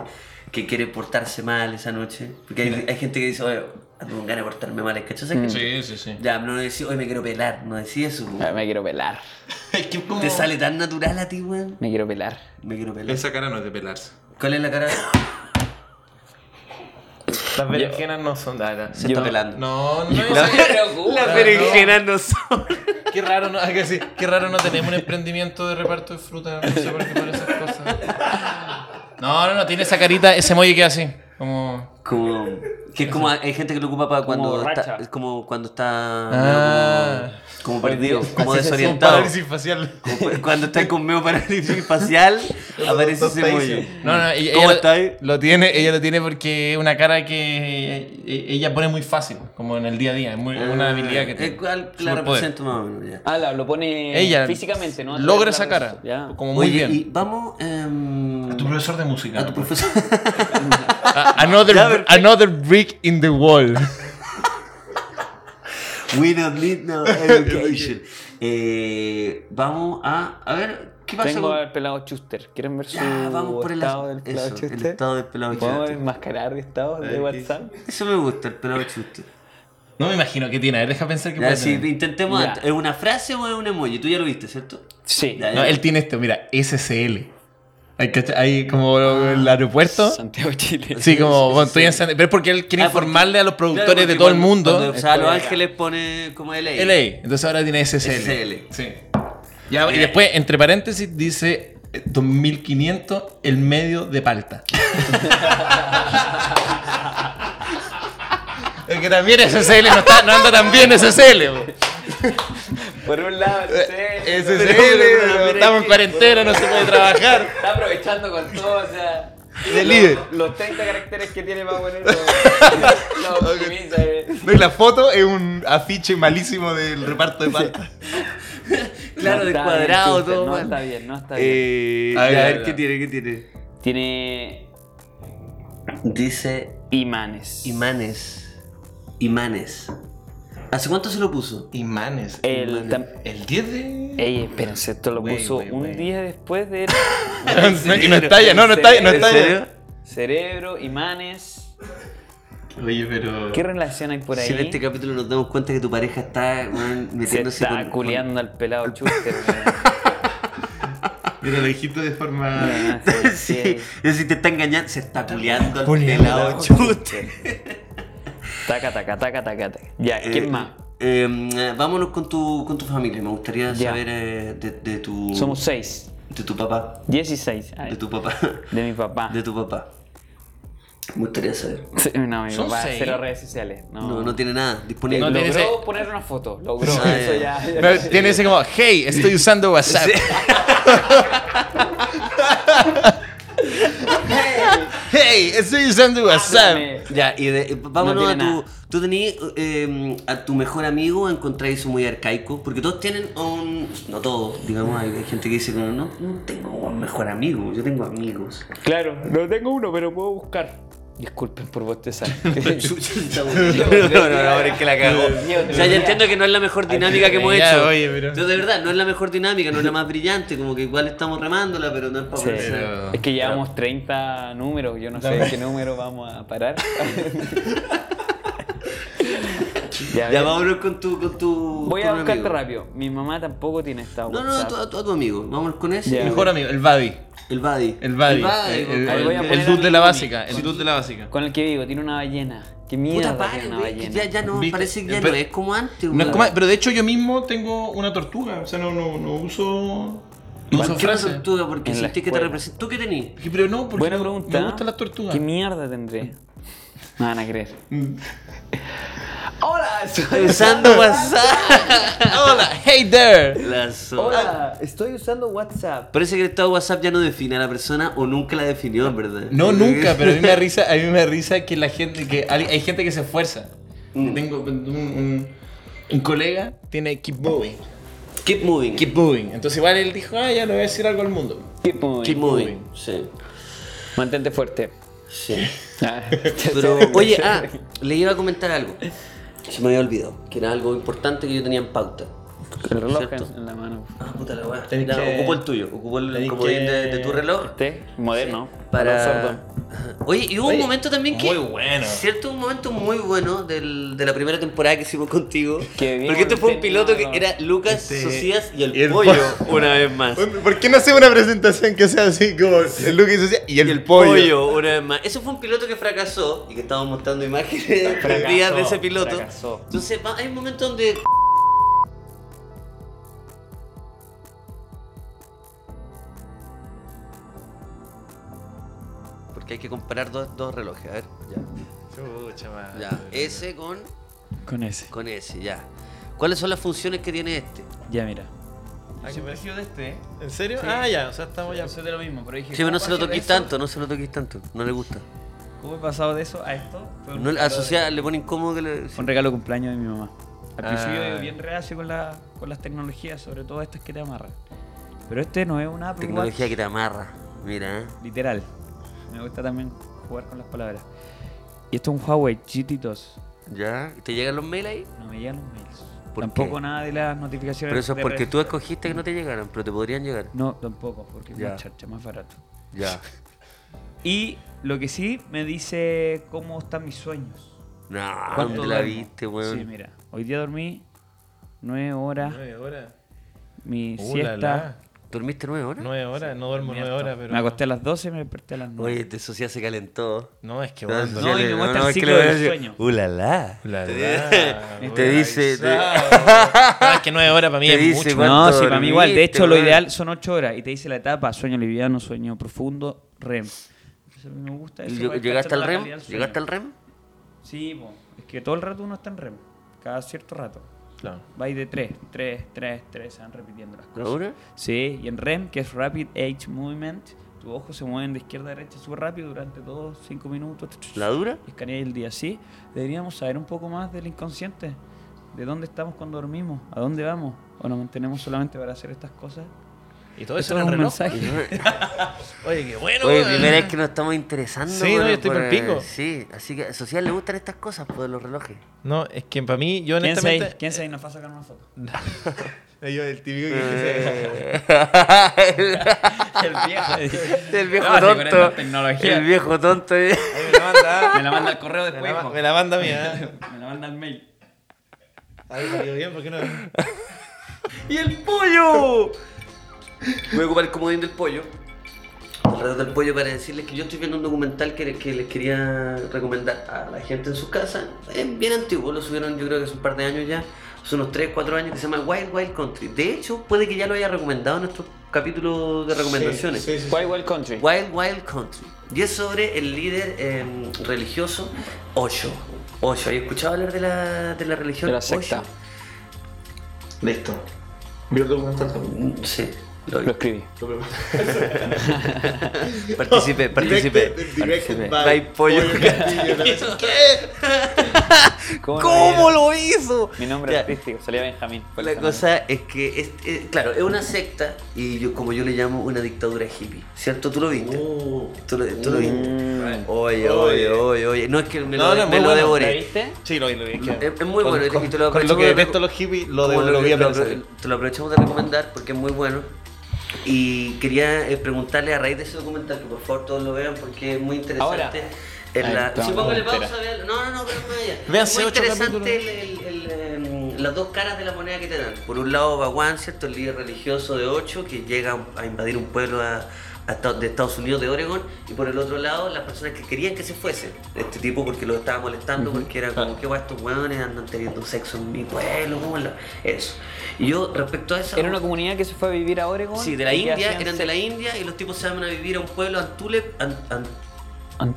que quiere portarse mal esa noche, porque hay, hay gente que dice, oye, tengo ganas de portarme mal, ¿cachai? ¿Sabes
Mm.
qué?
Sí, sí, sí.
Ya, no decís, oye, me quiero pelar, no decís eso. weón.
Me quiero pelar.
Es que es como-
Te sale tan natural a ti, weón.
Me quiero pelar.
Me quiero pelar.
Esa cara no es de pelarse.
¿Cuál es la cara?
Las berenjenas no son. Ah, no.
Se está pelando.
No, no es.
Las
berenjenas
no son.
Qué raro, no, ah, que sí, qué raro no tenemos un emprendimiento de reparto de fruta. No sé por qué por esas cosas. No, no, no, tiene esa carita, ese molle que hace. Como.
Como. Que es como. Hay gente que lo ocupa para cuando.
borracha.
está, es como cuando está.
Ah.
medio Como, como perdido, como
Un
desorientado.
parálisis facial.
Como Cuando está con medio parálisis facial, aparece ese mollo.
No, no, ella,
¿Cómo
ella
está ahí?
lo tiene, ella lo tiene porque es una cara que eh, ella pone muy fácil, como en el día a día, es muy- una habilidad que
Eh,
tiene.
¿Cuál la
superpoder.
represento más o menos ya?
Ah, la- lo pone
Ella
físicamente, ¿no?
logra
Atrás
esa
de la
cara,
persona. Ya.
como muy
Oye,
bien.
y vamos. em,
Tu profesor de música.
a tu profesor.
A- another,
Ya,
br-
perfecto.
another brick in the wall.
We don't need no education. Eh, vamos a. A ver, ¿qué pasa
Tengo
con-
al pelado Chuster. ¿Quieren ver su
Ya, vamos por el,
estado del pelado
eso, el
Chuster?
estado del pelado
¿Podemos
chuster.
enmascarar estados de WhatsApp?
Eso me gusta, el pelado chuster.
No me imagino qué tiene, a ver, deja pensar qué
Ya,
puede
sí,
tener.
intentemos.
Ya. Eh,
antes. ¿Es una frase o es un emoji? Tú ya lo viste, ¿cierto?
Sí.
Ya, ya.
No, él tiene esto, mira, SCL. Hay, cacha- hay como
Ah,
el aeropuerto.
Santiago Chile.
Sí, como bueno, estoy en San- Pero es porque él quiere
Ah, porque-
informarle a los
Claro,
productores de
porque
todo el
cuando-
mundo.
Cuando, o sea, Los
Espera.
Ángeles pone como LA.
LA. Entonces ahora tiene SSL.
SSL.
Sí. Ya, eh, y después, entre paréntesis, dice eh, 2500 el medio de palta. Es que también SSL no, está, no anda tan bien SSL. po.
Por un lado, sí.
SSL, Eh, pero estamos en cuarentena, no se puede trabajar.
Está aprovechando con todo, o sea.
De
los-
líder.
Los 30 caracteres que tiene para poner. Los optimiza. eh.
No, y la foto es un afiche malísimo del reparto de palta.
Claro,
No
de
está
cuadrado,
bien,
todo
No
mal.
está bien, no está bien.
Eh,
A ver,
ya,
a
a ver,
ver.
¿qué tiene? ¿Qué tiene?
Tiene
Dice
imanes.
imanes. Imanes. ¿Hace cuánto se lo puso?
Imanes.
El, tam-
El 10 de.
Ey, espérense, esto lo
Wey,
puso
wey,
un
wey.
día después de
Y no está ya, no, no está ya, no está
¿En
ya.
serio?
Cerebro, imanes.
Oye, pero.
¿Qué relación hay por ahí?
Si en este capítulo nos damos cuenta que tu pareja está weón,
Se
metiéndose
está
con-
culeando al pelado Chuster.
Mira, lo dijiste de forma.
weón.
con-
Sí,
Sí,
sí.
es decir, te está engañando, se está culeando al
Culeando.
pelado chute.
Taca, taca, taca, taca, taca. Ya, ¿quién
Eh,
más?
eh, vámonos con tu, con tu familia. Me gustaría
Ya.
saber eh, de, de tu.
Somos seis.
De tu papá.
16. Ay,
De tu papá.
de mi papá.
De tu papá. Me gustaría saber.
Sí, No, mi
¿Son
papá,
seis?
cero redes sociales. No,
No, no tiene nada
Eh,
disponible.
No tiene
logró
ese-
poner una foto, logró.
Ah,
Eso
ya.
ya. ya-
No, tiene ese como, hey, estoy usando WhatsApp.
Hey, estoy usando WhatsApp.
Háblame.
Ya, y de- vámonos a
tiene
tu.
nada.
Tú tenías eh, a tu mejor amigo, encontráis eso muy arcaico, porque todos tienen un. No todos, digamos, hay, hay gente que dice, no, no no tengo un mejor amigo, yo tengo amigos.
Claro, no tengo uno, pero puedo buscar. Disculpen por bostezar.
Chucha, está
No,
bueno.
es que la cagó.
O sea, yo entiendo que no es la mejor dinámica que hemos
ya,
hecho.
oye, pero-
Yo de verdad, no es la mejor dinámica, no es la más brillante, como que igual estamos remándola, pero no es para ponerse-
Es que llevamos 30 números, yo no sé en qué número vamos a parar. ya,
Ya
mira.
vámonos con tu. Con tu
Voy
con
a
un
buscarte
amigo.
rápido. Mi mamá tampoco tiene esta
No, no,
WhatsApp.
a tu, a tu- a tu amigo, vámonos con ese.
Ya.
Mejor amigo, el Buddy.
El Buddy.
El Buddy. El,
El
el-
Ahí voy a
el
poner
dude
a
de la
mi-
básica. El dude de la básica.
Con el que vivo, tiene una ballena. Qué mierda
Puta padre,
tiene una
güey, que
ballena.
ya, ya no,
¿Viste?
parece que ya
Pero-
no es como antes,
No es
güey.
como- pero de hecho yo mismo tengo una tortuga. O sea, no, no, no uso. No uso
¿Qué
frases.
tortuga? Porque
En la
sentís que te
escuela.
representa. ¿Tú qué tenías?
Pero no, porque
Buena
no-
pregunta.
me gustan las tortugas.
¿Qué mierda tendré? Me van a creer. Hola, soy
Usando WhatsApp.
Hola, hey there.
La zorra.
Hola, estoy usando WhatsApp.
Parece que el estado de WhatsApp ya no define a la persona o nunca la definió, en verdad.
No, nunca, pero a mí me da risa, a mí me da risa que la gente, que hay, hay gente que se esfuerza.
Mm.
Tengo un, un- un colega, tiene Keep Moving.
Keep moving. Keep,
Keep Moving. Entonces igual él dijo, ah, ya le voy a decir algo al mundo.
moving.
moving.
Sí.
Mantente fuerte.
Sí.
Ah, ya
Pero,
sé.
oye, ah, le iba a comentar algo. Se me había olvidado. Que era algo importante que yo tenía en pauta.
El reloj
Cierto.
en la mano.
Ah, puta la weá.
Tenés
Ya,
que-
Ocupo el tuyo. Ocupo el
tenés
comodín
que-
de, de tu reloj.
Este, moderno.
Para... Oye, y hubo un momento también que...
muy bueno.
Cierto, un momento muy bueno del- de la primera temporada que hicimos contigo.
Que vimos
porque este fue un
el
piloto que
tema,
era Lucas,
Este,
Socias y el,
y el
pollo,
pollo.
una vez más.
¿Por qué no hace una presentación que sea así como el Luke y Socia y el,
Y
pollo?
una vez más. Eso fue un piloto que fracasó y que estábamos mostrando imágenes de días de ese piloto.
fracasó.
Entonces, va- hay un momento donde Porque hay que comparar dos, dos relojes, a ver. Ya. Ah, Ya, ese con,
Con ese.
con ese, ya. ¿Cuáles son las funciones que tiene este?
Ya, mira.
Ah,
Siempre he sido de este, ¿eh?
¿En serio? Ah, ya, o sea, estamos ya.
Yo soy de lo mismo, pero dije.
Sí, pero no
¿cómo
se lo
pasé de
toquís
eso?
tanto, no se lo toquís tanto. No le gusta.
¿Cómo he pasado de eso a esto? Fue un
No,
regalo de-
asocia, le pone incómodo que le...
Fue un regalo de cumpleaños de mi mamá. Al
Ah.
principio yo bien reacio con, la- con las tecnologías, sobre todo estas que te amarran. Pero este no es una Apple Watch,
Tecnología que te amarra. Mira, ¿eh?
literal. Me gusta también jugar con las palabras. Y esto es un Huawei GT2.
¿Ya? ¿Te llegan los mails ahí?
No me llegan los mails.
¿Por
Tampoco
qué?
nada de las notificaciones.
Pero eso es
de
porque
redes
tú
sociales.
escogiste que no te llegaran, pero te podrían llegar.
No, tampoco, porque es
Ya.
más charcha, más barato.
Ya.
Y lo que sí me dice cómo están mis sueños.
No,
¿Cuánto
¿dónde Ah, la
duermo?
viste, weón?
Sí, mira. Hoy día dormí 9 horas.
Nueve horas.
Mi
Uh, la,
siesta.
la.
¿Dormiste nueve horas?
Nueve horas, no duermo nueve horas, pero.
Me acosté a las 12 y me desperté a las 9.
Oye, este sociedad se calentó.
No, es que
No,
bueno.
No, y me muestra el ciclo del sueño.
¡Ulala!
La,
Te dice- te-
Ah, es que nueve horas para mí
Te
es
dice,
mucho.
weón.
No,
¿Cuánto
sí, para mí igual. De
dormiste,
hecho, lo
weón?
ideal son 8 horas. Y te dice la etapa, sueño liviano, sueño profundo, REM. Entonces, a mí me gusta eso.
¿Y lleg-
para
¿Llegaste
cachar
al
la
REM?
calidad del sueño.
¿Llegaste al REM?
Sí, po. es que todo el rato uno está en REM. Cada cierto rato.
Claro.
Vais de 3, 3, 3, 3, se van repitiendo las cosas.
¿Ahora?
Sí, y en REM, que es Rapid Age Movement, tus ojos se mueven de izquierda a derecha súper rápido durante 2, 5 minutos.
¿La dura?
Escanear el día, sí. Deberíamos saber un poco más del inconsciente. ¿De dónde estamos cuando dormimos? ¿A dónde vamos? ¿O nos mantenemos solamente para hacer estas cosas?
Y todo
Esto
eso
es
en
un
el reloj.
mensaje.
Oye, qué bueno.
Oye,
weón.
primera vez que nos estamos interesando.
Sí, no,
weón,
yo estoy por pico.
Sí, así que a Sociedad le gustan estas cosas, pues, de los relojes.
No, es que para mí, yo
¿Quién
honestamente.
se ¿Quién se ahí nos va a sacar una foto?
Eh,
Yo, el típico
Eh.
que
El viejo.
El viejo
No, sí, con
tonto.
esta tecnología.
El viejo tonto. eh.
Ay, me la manda,
Me la manda al correo
me
después.
la,
po.
me la manda mía. ¿eh?
Me la manda al mail.
Ay, salió bien, ¿por qué no?
¡Y el pollo! Voy a ocupar el comodín del pollo. El rato del pollo para decirles que yo estoy viendo un documental que, que les quería recomendar a la gente en sus casas. Es bien antiguo, lo subieron yo creo que hace un par de años ya. Hace unos 3, 4 años que se llama Wild Wild Country. De hecho, puede que ya lo haya recomendado en nuestro capítulo de recomendaciones.
Sí, sí, sí.
Wild Wild Country.
Wild Wild Country. Y es sobre el líder eh, religioso Osho. Osho, ¿has escuchado hablar de la, de la religión
De la secta.
Osho?
Listo. Vio el documental también.
Mm, Sí.
Lo escribí.
Participé, participé.
Directed by
By Pollo
Castillo.
¿Cómo, no
¿Cómo
era?
lo hizo?
Mi nombre
Ya.
artístico, salía Benjamín.
La cosa es que, es, es- claro, es una secta y yo, como yo le llamo, una dictadura hippie. ¿Cierto? ¿Tú lo viste? ¿Tú lo, tú lo viste?
Mm.
Oye, oye,
Oye.
oye, oye. No es que me
No,
lo,
no, es muy
me
bueno,
lo
¿La
devoré.
viste?
Sí, lo vi, lo vi.
Es- es muy bueno, y te- y te lo
con
aprecio
lo que
que-
detesto a los hippies, lo, de,
Como
lo, vi a
lo-
pensar.
Te lo aprovechamos de recomendar porque es muy bueno. Y quería eh, preguntarle a raíz de ese documental, que por favor todos lo vean porque es muy
Ahora.
interesante. En
Ahí
la-
está,
sí, póngale
espera.
pausa, véanlo. No, no, no, pero no vaya.
Véanse
Muy
ocho
interesante el- el- el, em, las dos caras de la moneda que te dan. Por un lado, Baguán, ¿cierto? El líder religioso de ocho que llega a invadir un pueblo a- a Estados- de Estados Unidos, de Oregon, y por el otro lado, las personas que querían que se fuesen. Este tipo porque lo estaba molestando, porque era
Ah.
como, que va estos hueones andan teniendo sexo en mi pueblo? ¿Cómo la-?" Eso. Y yo, respecto a eso...
Era una comunidad que se fue a vivir a Oregon.
Sí, de la
y que
India,
hacían
eran de la India, y los tipos se van a vivir a un pueblo, Antule, An-
An-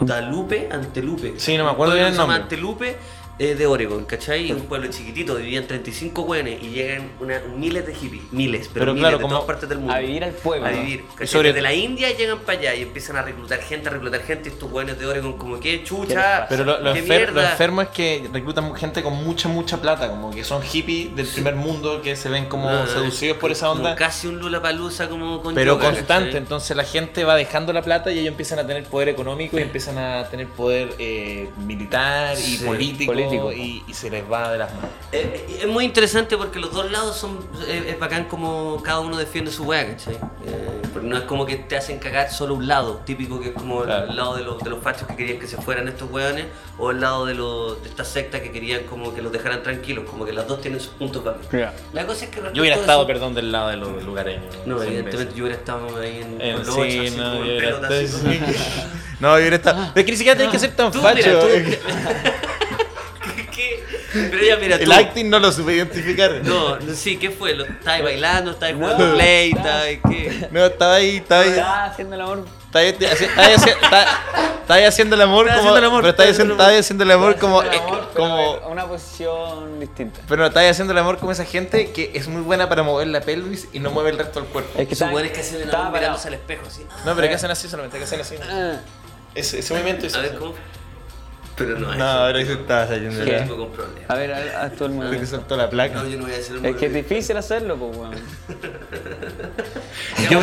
Antalupe, Antelupe.
Sí, no me acuerdo
Un pueblo
bien el
que se llama
nombre.
Antelupe eh, de Oregon, ¿cachai? Un pueblo chiquitito, vivían 35 hueones y llegan una- miles de hippies, miles, pero,
Pero
miles
claro,
de
como
todas partes del mundo.
a vivir al pueblo.
A vivir. ¿cachai?
sobre-
Desde la India llegan para allá y empiezan a reclutar gente, a reclutar gente, y estos hueones de Oregon como que
¿Qué les
chucha,
pasa?
Pero lo, lo
qué
enfer-
mierda.
lo enfermo es que reclutan gente con mucha, mucha plata, como que son hippies del primer mundo que se ven como
Ah,
seducidos por esa
como
onda,
casi un Lula Palusa como con
pero
yoga,
constante.
¿cachai?
Entonces la gente va dejando la plata y ellos empiezan a tener poder económico y empiezan a tener poder eh, militar y
Sí,
político,
político.
Y, y se les va de las manos.
Eh, eh, es muy interesante porque los dos lados son. eh, es bacán como cada uno defiende su weá, ¿cachai? Eh, porque no es como que te hacen cagar solo un lado, típico que es como el-
Claro.
el lado de los, de los fachos que querían que se fueran estos weones, o el lado de, los, de estas sectas que querían como que los dejaran tranquilos, como que las dos tienen sus puntos válidos.
Ya.
La cosa es que.
Yo hubiera
respecto a
estado,
eso-
perdón, del lado de los lugareños.
No,
cien
evidentemente
veces.
yo hubiera estado ahí en.
Eh,
En-
con los
sí,
ocho,
no,
así, como
yo
en
hubiera
pelota, así,
estado-
como-
No, yo hubiera estado.
Pero es que ni siquiera tenés que ser tan
Tú,
facho. eh.
mira, tú. ¿Qué- qué? Pero ya, mira, tú.
El acting no lo supe identificar.
No, no, sí, ¿qué fue? ¿Lo estáis bailando? ¿Estáis jugando play? ¿Estáis qué?
No, estaba ahí, estaba ahí.
Ah, haciendo el amor.
Estaba ahí, estaba ahí haci- estaba- estaba ahí haciendo el amor
Estaba
como.
haciendo el amor,
Pero estaba ahí
estaba
haciendo- estaba ahí haciendo el amor como.
Haciendo el amor,
eh,
pero
como
a una posición distinta.
pero no, estaba ahí haciendo el amor como esa gente que es muy buena para mover la pelvis y no mueve el resto del cuerpo.
Es que
Esos
estaba-
buenos que hacen el
estaba
amor
parado.
mirándose al espejo, ¿sí?
No, pero que hacen así solamente, que hacen así.
Ah,
Ese, ese movimiento es.
A ver, ¿cómo? Pero no,
No,
eso
ahora sí estaba saliendo.
es
de
un
la-
tipo con problemas.
A ver, a ver, haz todo el
Creo que
movimiento.
soltó la placa.
No, yo no voy a decir el
Ah, Es que es difícil hacerlo, pues, weón.
Yo,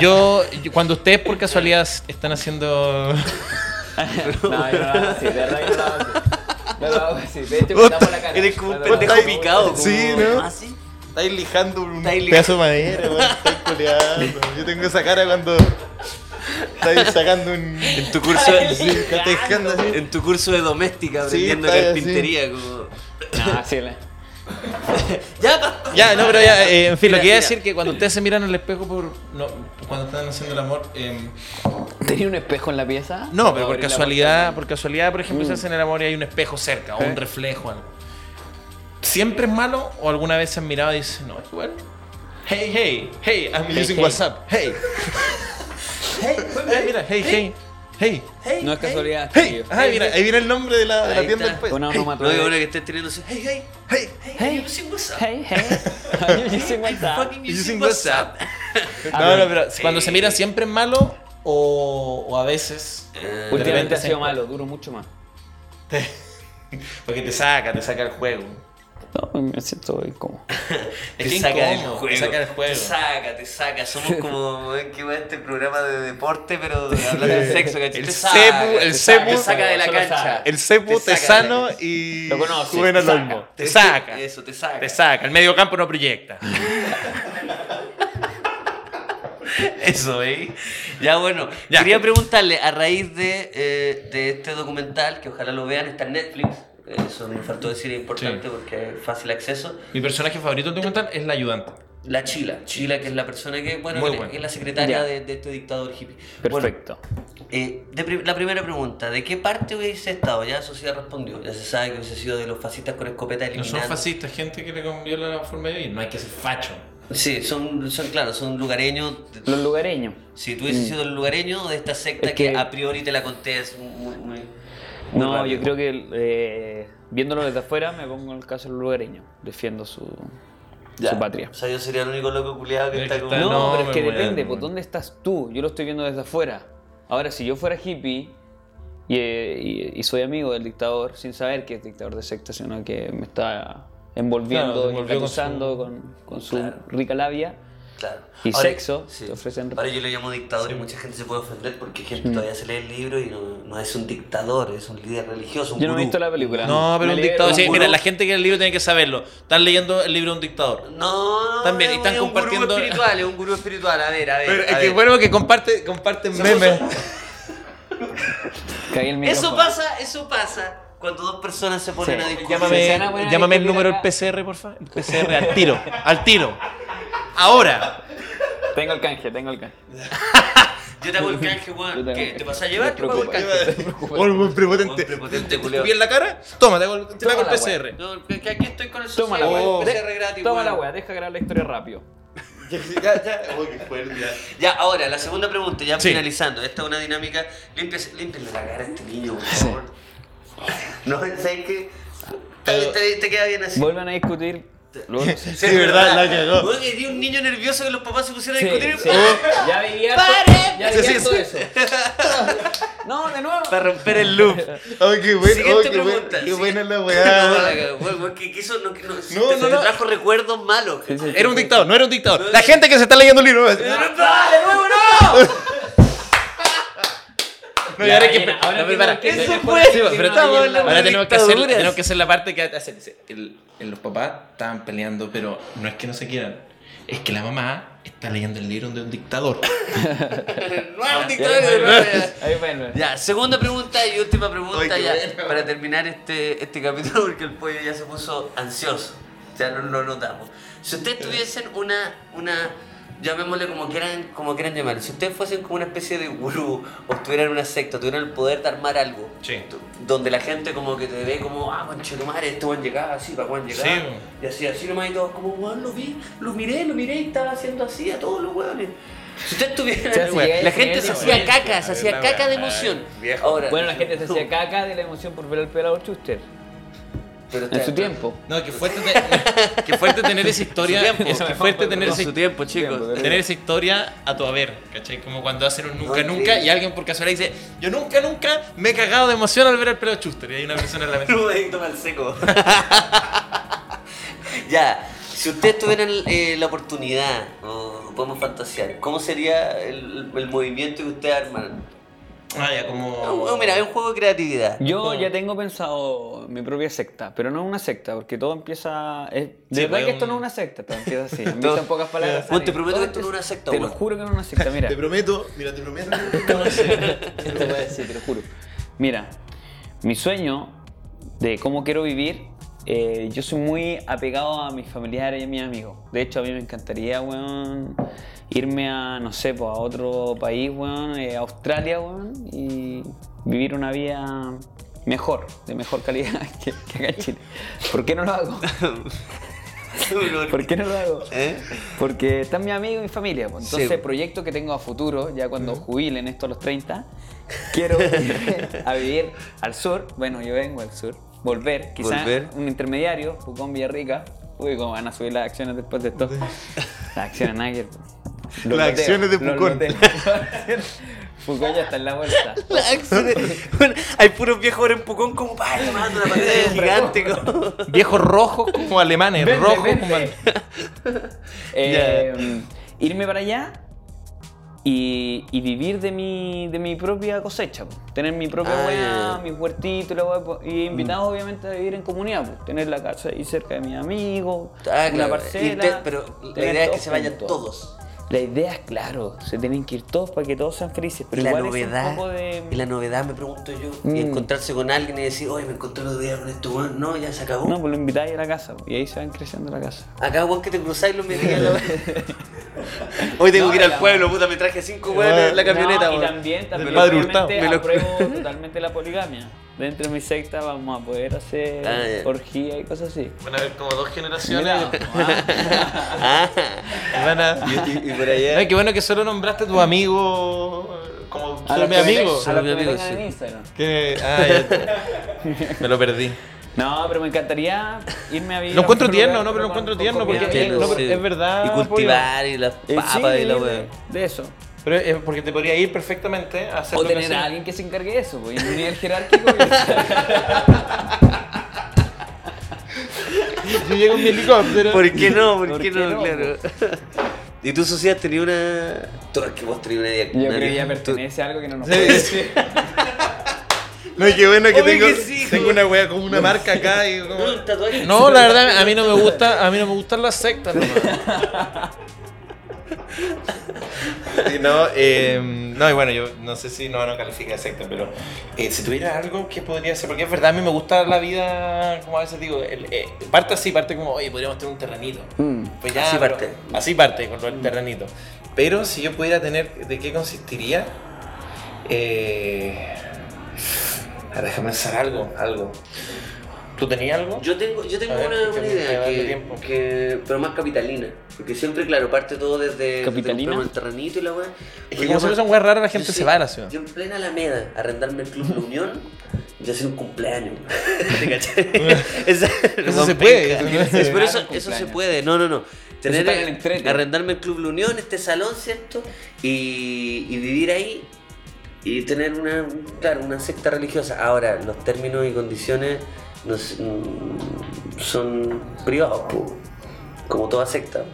yo, yo- cuando ustedes por casualidad están haciendo.
No, yo no lo hago así, de verdad yo no lo hago así. No lo hago así, de hecho me tapo la cara.
Eres como un
No, no, no.
pendejo
Estáis-
picado, como...
Sí, ¿no?
¿Ah, sí?
Estáis lijando un
Estáis li-
pedazo de madera, weón. Estáis coleando. Yo tengo esa cara cuando. Estáis sacando un.
En tu curso de...
Sí, estáis lijando así.
En tu curso de doméstica,
Sí,
aprendiendo
está ahí,
carpintería, como...
No, así le-
Ya, pa-
Ya, no, pero ya, eh, en fin,
Mira,
lo que iba a
mira.
decir que cuando ustedes se miran al espejo por. No, cuando están haciendo el amor. eh,
¿Tenía un espejo en la pieza?
no, pero por
Abrir la
casualidad,
puerta.
por casualidad, por ejemplo,
Mm.
se hacen el amor y hay un espejo cerca o un
¿Eh?
reflejo, algo. ¿Siempre es malo o alguna vez se han mirado y dicen, no, igual? Hey, hey, hey, I'm
Hey,
using
hey.
WhatsApp. Hey. hey, mira, hey, hey, hey.
Hey,
No es casualidad.
¡Hey!
tío.
Ah, mira, pues. ahí viene el nombre de la, de la
Ahí
tienda
está.
después.
Una
No,
onomatopeya.
yo ahora que estés teniendo... así, Hey, hey, hey, hey, hey, you sing what's up?
Hey, hey. Are you using WhatsApp?
Fucking
You
you
sing
sing
what's
what's up?
No, no, pero cuando
Sí.
se mira siempre es malo o, o a veces.
Eh,
de repente
Últimamente ha
se
sido
encuentra-
malo, duro mucho más.
Porque te saca, te saca el juego.
No, me siento incómodo.
Es que
te saca del
incómodo,
juego.
te saca del juego.
Te saca, te saca. Somos como eh, que va este programa de deporte, pero de hablar del sexo, ¿cachai?
El
Te
cebu-
saca,
el
te saca,
cebu-
Te saca de la
Solo
cancha.
saca.
El cepo
Te saca
Tesano
de la-
y
Lo conoces,
Rubén
te
Alonso.
saca.
Te saca.
Eso, te saca.
Te saca, el medio campo no proyecta.
Eso, ¿eh? Ya bueno, quería preguntarle a raíz de, eh, de este documental, que ojalá lo vean, está en Netflix. eh, Eso me faltó decir, es importante
Sí.
porque es fácil acceso.
Mi personaje favorito del documental es la ayudante.
La Chila, Chila que es la persona que, bueno,
Muy
que
bueno.
es la secretaria
Ya.
de, de este dictador hippie. Bueno,
Perfecto.
Eh, de pri- la primera pregunta, ¿de qué parte hubiese estado? Ya la sociedad respondió. Ya se sabe que hubiese sido de los fascistas con escopeta
No son
eliminando.
fascistas, gente que le cambió la forma de vivir. No hay que ser facho.
Sí, son, son claro, son lugareños.
Los lugareños.
Si tú hubieses sido el lugareño de esta secta
Mm. Es
que...
que-
a priori te la conté es muy, muy- muy
No,
rápido.
yo creo que eh, viéndolo desde afuera me pongo en el caso del lugareño. Defiendo su, su patria.
O sea, yo sería el único loco culiado que
Es
está
que
como.
está-
No,
No,
pero es que
me voy a-
depende, pues dónde estás tú. Yo lo estoy viendo desde afuera. Ahora, si yo fuera hippie y, eh, y- y soy amigo del dictador, sin saber que es dictador de secta, sino que me está envolviendo,
Claro,
y
se envolvió con
engatusando con, con su
Claro.
rica labia.
Claro.
Y sexo, te ofrecen-
Ahora yo le llamo dictador y mucha gente se puede ofender porque gente todavía se lee el libro y no, no es un dictador, es un líder religioso. Un
Yo no he
gurú.
visto la película.
No, pero
Me
un
leí-
dictador. Sí,
un
mira,
gurú.
la gente que lee el libro tiene que saberlo. Están leyendo el libro de un dictador.
No, no,
También, y
es
están
un gurú
compartiendo-
espiritual, es un gurú espiritual. A ver, a ver.
Pero
a
es que
ver.
bueno que comparte, comparten memes.
Caí el
Eso
micrófono.
pasa, eso pasa cuando dos personas se ponen
Sí.
a discutir.
Llámame- Se van a poner a
llámame el
discutir
número del
acá.
PCR, porfa. El PCR, al tiro, al tiro. Ahora.
Tengo el canje, tengo el canje.
Yo te hago el canje,
Yo
weón.
te hago
Ah, ¿Qué?
el
¿Te
canje.
vas a
No
llevar? Yo
te
te hago el
preocupes.
canje.
Bueno, muy prepotente.
Muy prepotente,
Te
culiao.
escupí en la cara? Toma, te hago- te hago el
Toma la
PCR.
No, que que aquí estoy con el
Toma la
social,
weá.
el PCR gratis,
Toma
weón.
la weá, deja grabar la historia rápido.
ya, ya. Oh, qué fuerte. ya.
Ya, ahora, la segunda pregunta, ya
Sí.
finalizando. Esta es una dinámica. Límpiese- Límpienle la cara a este niño, por favor. No penséis que. Te,
Eh,
te- te queda bien así.
Vuelvan a discutir. Luego- sí,
Sí,
Sí, verdad, la cagó.
Weón, que di un niño nervioso que los papás se pusieron a discutir.
sí. Ya vivía ya
Sí, sí,
vivía todo
sí.
eso. No, de nuevo.
Para romper el loop.
Oh, qué bueno,
Siguiente
oh, qué bueno,
pregunta.
qué buena la
No,
weá.
la cagó, weón, weón, que, que eso no, que no, se
no,
te- se te
no.
trajo recuerdos malos.
Sí, sí, sí.
Era un dictador, no era un dictador. La gente que se está leyendo el libro.
¡No, Ah, de nuevo no!
No, y ahora hay que.
mira, ahora
no, pero
mira
para.
que-
Sí,
Eso
después
fue.
decimos,
pero
no,
está
no,
bueno.
no,
Ahora tenemos que, hacer,
Dictaduras.
tenemos que hacer la parte que hacen. El, el- los papás estaban peleando, pero no es que no se quieran. Es que la mamá está leyendo el libro de un dictador.
Nuevo
Ya,
dictador de
ahí
nuevo.
vuelve, Ahí vuelve.
Ya, segunda pregunta y última pregunta
Ay, qué
ya
bueno.
para terminar este, este capítulo porque el pollo ya se puso ansioso. Ya no lo notamos. Si ustedes tuviesen una, una llamémosle como quieran, como quieran llamarlo, si ustedes fuesen como una especie de gurú o estuvieran en una secta, tuvieran el poder de armar algo,
Sí.
tu- donde la gente como que te ve como, ah, conche tu madre, este van llegaba así, para Juan llegaba.
Sí, bueno.
y así, así nomás y todos como, weón, lo vi, lo miré, lo miré y estaba haciendo así a todos los weones. Si ustedes tuvieran,
Ya, sí,
la
ese
gente
nivel
se
de
hacía
violencia.
caca, se hacía caca de emoción. Ahora,
eh, Bueno, la gente se hacía caca de la emoción por ver el pelado Schuster
Pero está-
en su tiempo.
No, qué fuerte, te- qué fuerte tener esa historia.
Su tiempo.
Qué fuerte tener
Con
esa
su tiempo, chicos.
Tener esa historia a tu haber, ¿cachai? Como cuando hacen un nunca
No,
nunca
sí.
y alguien por casualidad dice, yo nunca nunca me he cagado de emoción al ver el pelo chuster y hay una persona en la mesa.
Rubén, toma el seco. ya, si ustedes tuvieran eh, la oportunidad, o podemos fantasear, ¿cómo sería el, el movimiento que ustedes arman?
Ah, ya, como...
Oh.
No, mira,
eh.
es un juego de creatividad.
Yo ya tengo pensado mi propia secta, pero no una secta, porque todo empieza. es- de
Sí,
verdad
pues,
que esto
un-
no es una secta, todo empieza así. Empieza en pocas palabras.
Bueno, te
sale.
prometo
Todo
que esto no es una secta,
Te lo
weón.
juro que no es una secta, mira.
Te prometo, mira, te prometo.
Te lo voy a decir, te lo juro. Mira, mi sueño de cómo quiero vivir, eh, yo soy muy apegado a mis familiares y a mis amigos. De hecho, a mí me encantaría, weón, irme a, no sé, pues, a otro país, weón, eh, a Australia, weón, y vivir una vida mejor, de mejor calidad que, que acá en Chile. ¿Por qué no lo hago? ¿Por qué no lo hago?
¿Eh?
Porque están mis amigos y mi familia. pues.
Sí.
Entonces, proyecto que tengo a futuro, ya cuando jubilen esto a los 30, quiero irme a vivir al sur. Bueno, yo vengo al sur. Volver, quizás
Volver.
un intermediario, Pucón Villarrica. Uy, cómo van a subir las acciones después de esto. Las acciones Niger. Los
Las
loteos,
acciones de
los
Pucón.
loteos. Pucón ya está en la vuelta.
La acción es- bueno, hay puros viejos ahora en Pucón como pa, le mando una pantalla gigante. como-
Viejos rojos como alemanes,
Vente,
rojos
vente.
como alemanes.
Eh, Irme para allá y, y vivir de mi, de mi propia cosecha. po. Tener mi propia
Ah,
hueá,
ya. Mm.
mis huertitos y la hueá, po. Y invitado obviamente a vivir en comunidad. po. Tener la casa ahí cerca de mis amigos,
Ah,
una
claro.
parcela.
Inte- pero la
tener
idea es
todo
que se vayan
junto.
todos.
La idea es, claro, se tienen que ir todos para que todos sean felices. Pero
y la
igual
novedad,
es un poco de...
y la novedad me pregunto yo, y
Mm.
encontrarse con alguien y decir, oye, me encontré los días con este weón, no, ya se acabó.
No, pues lo invitáis a la casa po, y ahí se van creciendo la casa.
Acá weón que te cruzáis los medios. Hoy tengo que ir al pueblo, puta, me traje cinco weones en la camioneta,
No, y
weón.
también, también
padre Hurtado.
obviamente,
Me lo-
apruebo totalmente la poligamia. Dentro de mi secta vamos a poder hacer
Ah, ya.
orgía y cosas así.
Van a haber como dos
Mira,
generaciones.
Ah,
Van a...
y, y por allá.
No, qué bueno que solo nombraste a tu amigo eh, como
a
solo
los
mi
que me
amigo.
tengan- a los
mi
que me
amigo,
tengan
sí.
en Instagram.
Que- ah, ya. Me lo perdí.
No, pero me encantaría irme a vivir.
Lo
a
encuentro
otro
tierno,
lugar,
¿no? Pero lo
con-
encuentro
con
tierno
comida.
porque-
Eh,
Claro,
no, pero es verdad,
Y cultivar y las papas
sí,
y
de-
la weá.
De eso.
Pero es porque te podría ir perfectamente a hacer
O
lo que
tener
hacía.
a alguien que se encargue de eso, pues, y un nivel jerárquico. y-
Yo llego en mi helicóptero.
¿Por qué no? ¿Por,
¿Por
qué,
qué
no?
no?
Claro. ¿Y tú, Socias, tenías una...? Tú, es que vos tenías una idea.
Yo
una-
creo que ya
tú-
pertenece a algo que no nos
Sí,
puede.
sí.
No, qué bueno que
Obvio
tengo,
que sí,
tengo
güey.
una wea como una marca acá y como...
Un tatuaje.
No, la verdad, a mí no me gusta, a mí no me gustan las sectas. nomás.
Sí, no, eh, no, y bueno, yo no sé si no, no califica de secta, pero eh, si tuviera algo que podría ser, porque es verdad, a mí me gusta la vida, como a veces digo, el- eh, parte así, parte como, oye, podríamos tener un terrenito.
Mm.
Pues ya,
Así
pero-
parte.
Así parte, con el terrenito. Pero si yo pudiera tener, ¿de qué consistiría? Eh, ah, déjame pensar algo, algo. ¿Tú tenías algo?
Yo tengo, yo tengo
A ver,
una,
que me-
una
me
idea,
va dando
que,
tiempo.
que- pero más capitalina. Porque siempre, claro, parte todo desde, desde
¿Capitalina?
comprarme el terrenito y la weá.
Es que como siempre son weas raras, la gente
Yo
se
sí,
va de la ciudad.
Yo en plena Alameda, arrendarme el Club La Unión y hacer un cumpleaños. ¿Te cachai? Esa-
Eso se
Juan
puede,
Penca.
eso se
Es- Pero
puede.
eso,
Un
eso se
cumpleaños.
puede. No, no, no. Tener,
está en el entrete.
arrendarme el Club La Unión, este salón, ¿cierto? Y, y vivir ahí y tener una, claro, una secta religiosa. Ahora, los términos y condiciones no sé, mm, son privados, po. como toda secta.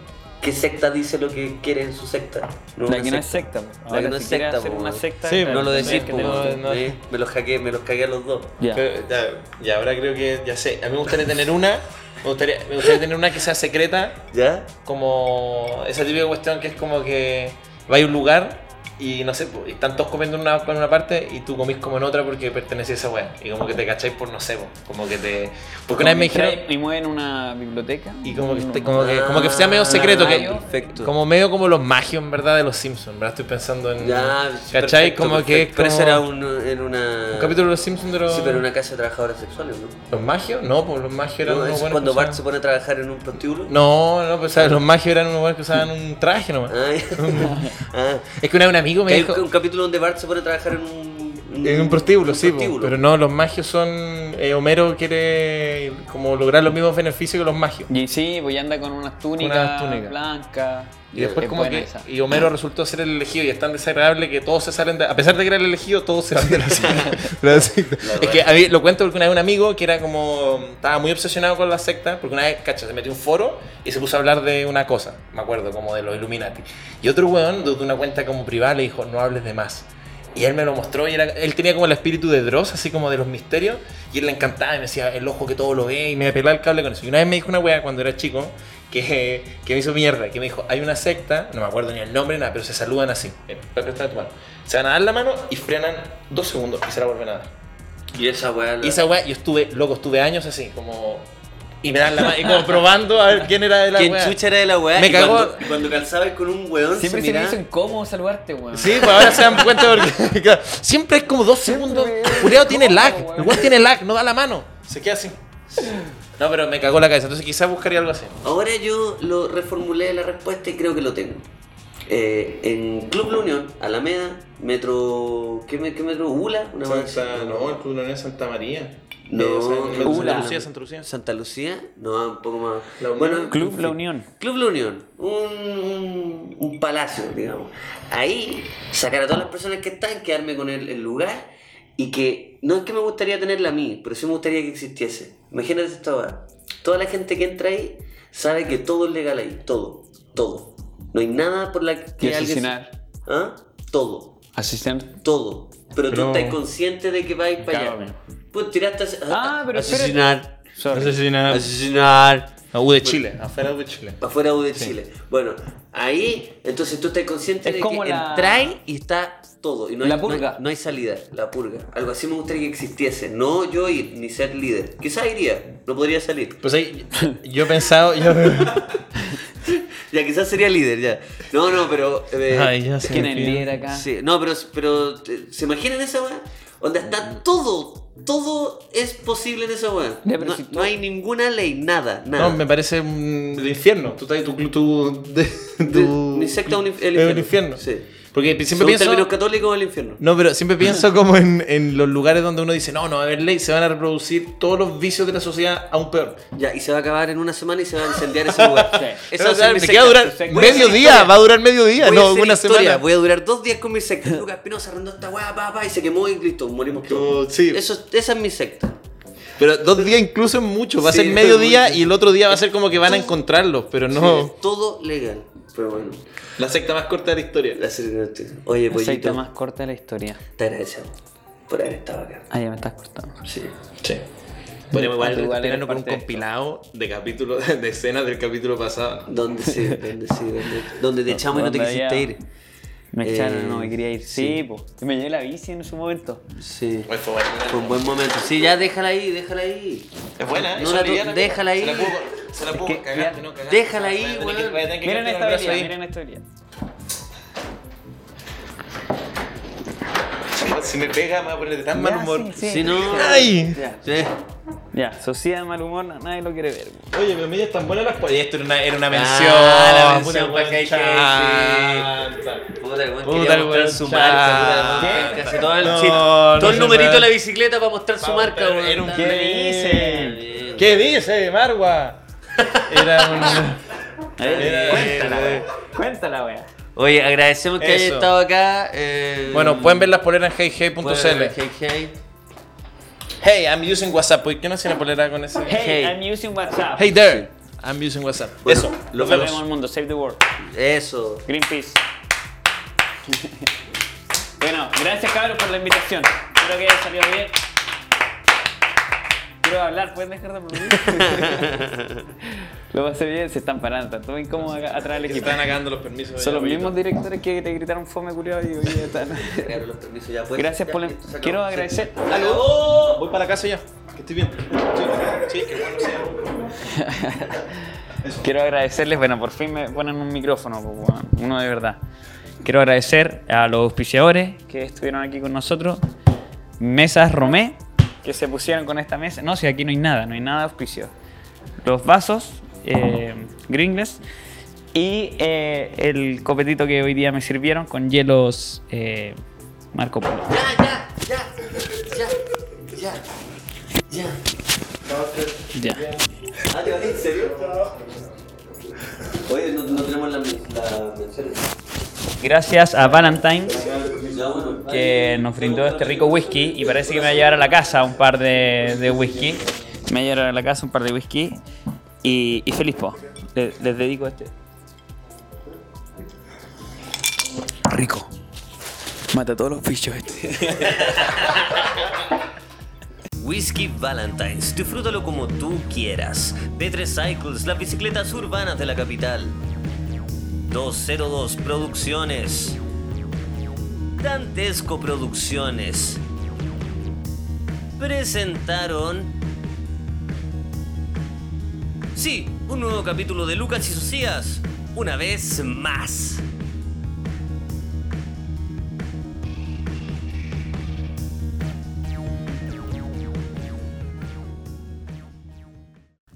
¿Qué secta dice lo que quiere en su secta? No
La
una
que no es secta. pues.
que no
Ahora,
es
si quieres
secta,
hacer
pues,
una
weón.
secta.
Sí,
No
claro,
lo
tendrías
decís,
que
po,
tener-
no, pues,
weón. Eh, me los hackeé, me los cagué a los dos.
Ya.
Pero, ya, ya, ahora creo que, ya sé, a mí me gustaría tener una, me gustaría, me gustaría tener una que sea secreta,
¿Ya?
como esa típica cuestión que es como que vais a un lugar y no sé, po, y están todos comiendo en una, en una parte y tú comís como en otra porque perteneces a esa wea. Y como que te cacháis por no sé, po, como que te. Porque una vez me dijeron.
Y mueven una biblioteca.
Y como que,
Un-
este- como que, como que sea medio
Ah,
secreto, que,
perfecto.
como medio como los magios, en verdad, de los Simpsons, ¿verdad? Estoy pensando en.
Ya,
¿Cachai?
perfecto,
como que es
perfecto. Pero eso
como
era un, en una...
un capítulo de los Simpsons de los.
Sí, pero en una casa de trabajadores sexuales, ¿no?
¿Los magios? No, pues los magios eran
No,
unos
es
buenos
cuando
que usaban-
Bart se pone a trabajar en un prostíbulo.
No, no, pues ¿sabes? los magios eran unos buenos que usaban un traje nomás.
Ay. Ah.
Es que una vez un amigo me
Que hay
dijo.
un, un capítulo donde Bart se pone a trabajar en un...
En un prostíbulo,
un
sí, po.
prostíbulo.
pero no, los magios son. eh, Homero quiere como lograr los mismos beneficios que los magios.
Y sí, pues ya anda con unas túnicas,
unas túnicas.
blancas.
Y después,
Es
como
buena
que.
esa.
Y Homero resultó ser el elegido y es tan desagradable que todos se salen de. A pesar de que era el elegido, todos se van de la secta. La secta. es que a mí, lo cuento porque una vez un amigo que era como. Estaba muy obsesionado con la secta, porque una vez, cacha, se metió en un foro y se puso a hablar de una cosa, me acuerdo, como de los Illuminati. Y otro weón, de una cuenta como privada, le dijo: No hables de más. Y él me lo mostró y era, él tenía como el espíritu de Dross, así como de los misterios. Y él le encantaba y me decía el ojo que todo lo ve y me pelaba el cable con eso. Y una vez me dijo una wea cuando era chico que, que me hizo mierda, que me dijo, hay una secta, no me acuerdo ni el nombre, ni nada, pero se saludan así. Mira, préstame tu mano. Se van a dar la mano y frenan dos segundos y se la vuelven a dar.
Y esa weá... la-
Y esa weá, yo estuve, loco, estuve años así, como... Y me dan la mano y como probando a ver quién era de la
¿Quién
wea.
chucha era de la weá?
Me
Y
cagó-
Cuando, y cuando calzabas con un weón
Siempre
se
se me
miraba...
hizo incómodo saludarte, weón.
Sí, pues ahora se dan cuenta porque claro, siempre es como dos segundos. Juliado tiene lag, el weón tiene lag, no da la mano. Se queda así. No, pero me cagó la cabeza, entonces quizás buscaría algo así.
Ahora yo lo reformulé la respuesta y creo que lo tengo. Eh, en Club La Unión, Alameda, Metro. ¿Qué, me- qué metro? ¿Ula? Una weá así.
club no es Santa María.
No,
Ula.
Santa Lucía, Santa Lucía. Santa Lucía, no, un poco más.
La Unión.
Bueno,
Club La Unión.
Club La Unión, un, un- un palacio, digamos. Ahí sacar a todas las personas que están, quedarme con el, el lugar y que no es que me gustaría tenerla a mí, pero sí me gustaría que existiese. Imagínate esta hora. Toda la gente que entra ahí sabe que todo es legal ahí, todo, todo. No hay nada por la que
Y
alguien...
asesinar.
¿Ah? Todo,
Asesinar.
todo. Pero, tú
Pero-
estás consciente de que vais para allá.
Cágame.
Pues tiraste... a-
Ah, pero espera.
asesinar,
Sorry.
asesinar.
A U de Chile.
afuera de Chile.
afuera de Chile. Bueno, ahí, entonces tú estás consciente
Es
de
como
que
la-
entráis y está todo. Y no hay,
La
no hay-
purga.
No hay, salida, la purga. Algo así me gustaría que existiese. No yo ir ni ser líder. Quizás iría, no podría salir.
Pues ahí, yo he pensado. Yo...
Ya, quizás sería líder, ya. No, no, pero. eh,
Ay, ya sé.
¿Quién es el líder acá?
sí, no, pero, pero eh, ¿se imaginan esa weá? Onda, está todo, todo es posible en esa weá.
Ya, pero
No,
si tú-
no hay ninguna ley, nada, nada.
No, me parece un el infierno. Tú estás tu. tu, tu,
De- ni secta, uni- el
el infierno.
Sí.
Porque siempre
Según
pienso.
términos católicos, el infierno.
No, pero siempre pienso como en, en los lugares donde uno dice, no, no va a haber ley, se van a reproducir todos los vicios de la sociedad aún peor.
Ya, y se va a acabar en una semana y se va a incendiar ese lugar. Esa va a
Pero, o sea,
ser mi
me
secta.
queda durar
Voy a
medio
hacer
día,
historia.
va a durar medio día,
Voy a
no
hacer
una
historia,
semana.
Voy a durar dos días con mi secta. Lucas Espinosa arrendó esta weá, pa, pa, y se quemó y listo, morimos todos.
sí.
Eso, es- esa es mi secta.
Pero dos días incluso es mucho, va a
Sí,
ser
pero
medio
muy
día
bien.
y el otro día va a ser como que van a encontrarlos, pero
Sí,
no.
es todo legal. Pero bueno,
La secta más corta de la historia.
la secta- Oye,
La secta
pollito,
más corta de la historia.
te agradecemos por haber estado acá.
Ah, ya me estás cortando.
Sí.
Sí. Podríamos igual
Igual eres
tenernos con un
parte de esto.
compilado de capítulos, de escenas del capítulo pasado.
¿Dónde sí? ¿Dónde sí? ¿Dónde, dónde te echamos y no te
¿Dónde
quisiste
había?
ir?
Me
Eh,
echaron, no me quería ir. Sí,
sí.
po. Yo me llevé la bici en su momento.
Sí.
Pues fue buena.
Fue un buen momento. Sí, ya déjala ahí, déjala ahí.
Es buena,
No
es
la tu-
liviana, mira.
déjala ahí.
Se la puedo, se la puedo
que,
cagar,
mira,
no cagar.
déjala ahí,
Voy a tener
weón.
que- voy a tener que
Miren
quitarte los
esta
brazos
habilidad,
ahí.
miren esta habilidad.
Si me pega, me va a poner de tan mal
Ya,
humor.
sí, sí.
Si no.
¡Ay!
Ya.
Ya, sociedad de mal humor, na- nadie lo quiere ver. po.
Oye, pero mira, están buenas las pollas. Esto era una, era una mención.
Ah,
puta
la mención pa'
weón,
que hay que
chanta.
Puta, el weón
Puta,
quería
el
mostrar
weón
su
chanta.
marca. puta,
¿Qué?
Casi todo el,
No,
sí,
no
todo el
se
numerito de
puede.
la bicicleta para mostrar su
Vamos,
marca,
pero
weón.
era un-
Está
¿Qué
bien, bien.
¿Qué dice, Marwa? Era un.
A ver,
Era-
cuéntala,
era-
wea. Cuéntala, wea.
Oye, agradecemos que hayas
Eso.
estado acá. eh,
Bueno, pueden ver las poleras en
pueden ver
heyhey.cl.
Hey, hey.
Hey, I'm using WhatsApp. ¿Por qué no hacen la polera con ese?
Hey,
Hey.
I'm using WhatsApp.
Hey there, I'm using WhatsApp.
Bueno,
Eso,
lo
nos
Nos vemos
vemos.
en el mundo, save the world.
Eso.
Greenpeace. bueno, gracias cabros por la invitación. Espero que haya salido bien. Quiero hablar, ¿pueden dejar de aplaudir? Lo pasé bien, se están parando, están todos incómodos acá atrás del equipo.
Están acabando los permisos. ya,
Son los
pollito.
mismos directores que te gritaron fome culiado y hoy día están.
Claro, los permisos ya pueden-
Gracias
ya,
por la...
listo, se acabó.
Quiero
Sí.
agradecer.
¡Aló! Voy para la casa ya, que estoy bien. Sí, sí, qué bueno sea.
Quiero agradecerles, bueno, por fin me ponen un micrófono, pues, weón, uno de verdad. Quiero agradecer a los auspiciadores que estuvieron aquí con nosotros, Mesas Romé, que se pusieron con esta mesa. No, si aquí no hay nada, no hay nada de auspicio. Los vasos, eh, Gringles, y eh, el copetito que hoy día me sirvieron con hielos eh, Marco Polo.
Ya, ya, ya, ya, ya.
Ya.
Ah, ¿te vas en serio? Oye, no, no tenemos la, la mención.
Gracias a Valentine.
Ya, bueno.
que nos brindó este rico whisky y parece que me va a llevar a la casa un par de, de whisky. Me va a llevar a la casa un par de whisky y, y feliz po. Le- Les, dedico este. Rico. Mata todos los bichos este.
Whisky Valentines, disfrútalo como tú quieras. B3 Cycles, las bicicletas urbanas de la capital. 202 Producciones. Dantesco Producciones. Presentaron... Sí, un nuevo capítulo de Lucas y Socias. Una vez más.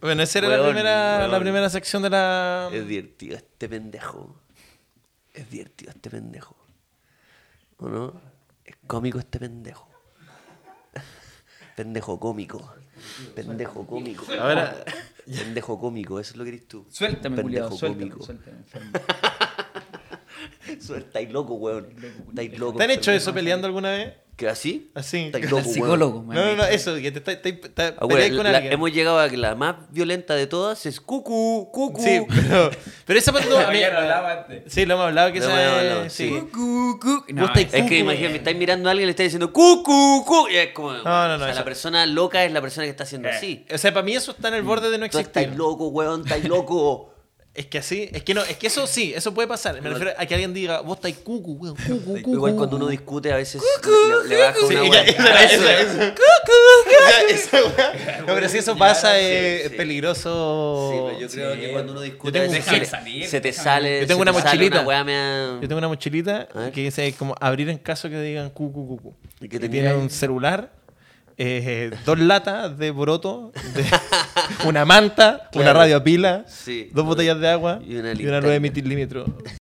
Bueno, esa era la
Weón,
primera, la
weón.
primera sección de la.
Es divertido este pendejo. Es divertido este pendejo. ¿O no? Es cómico este pendejo. Pendejo cómico. Pendejo cómico.
Ahora-
Pendejo cómico, eso es lo que eres tú.
Suéltame,
pendejo
culiado, suéltame,
cómico.
suéltame.
Suel- Estáis loco, weón. Estáis loco.
¿Te han hecho eso peleando alguna vez?
¿Que así?
Así.
Estáis
Al
loco, weón.
psicólogo,
No, no, no, eso, que te está, te, te- te-
Ah,
peleas
weón,
con
la-
alguien.
hemos llegado a que la más violenta de todas es cucu, cucu.
Sí, pero, pero esa parte no, a mí-
Ya lo hablaba antes.
Sí, lo hemos hablado que
Lo
esa
hemos
es-
hablado,
sí.
sí.
Vos estáis
Es que
cucu.
imagínate, estáis mirando a alguien y le estáis diciendo cu, cu, cu. Y es como.
no, no,
o sea,
eso-
la persona loca es la persona que está haciendo así.
O sea, para mí eso está en el borde de no
Tú
existir.
estáis loco, weón, estáis loco.
Es que así, es que no, es que eso sí, eso puede pasar. Me refiero a que alguien diga, vos estáis cucu, weón, cucu, cucu.
Igual cuando uno discute, a veces le, le baja
Sí,
una
ya,
weá.
esa,
Eso,
esa,
eso.
esa. O sea, esa weá. No, pero si eso pasa es
sí, sí.
peligroso.
Sí, pero yo creo que cuando uno discute,
Yo
a
tengo
veces
un-
se, le- se te sale.
Yo tengo
se
una
te sale
mochilita.
una weá mea-
Yo tengo una mochilita
A ver.
que dice como abrir en caso que digan cucu, cucu.
¿Y
Y
qué
que
tenía
tiene
ahí?
un celular, eh, dos latas de broto, una manta, una
Claro.
radio a pila,
Sí.
dos botellas de agua
Y
y
una
una,
linterna.
9 milímetros.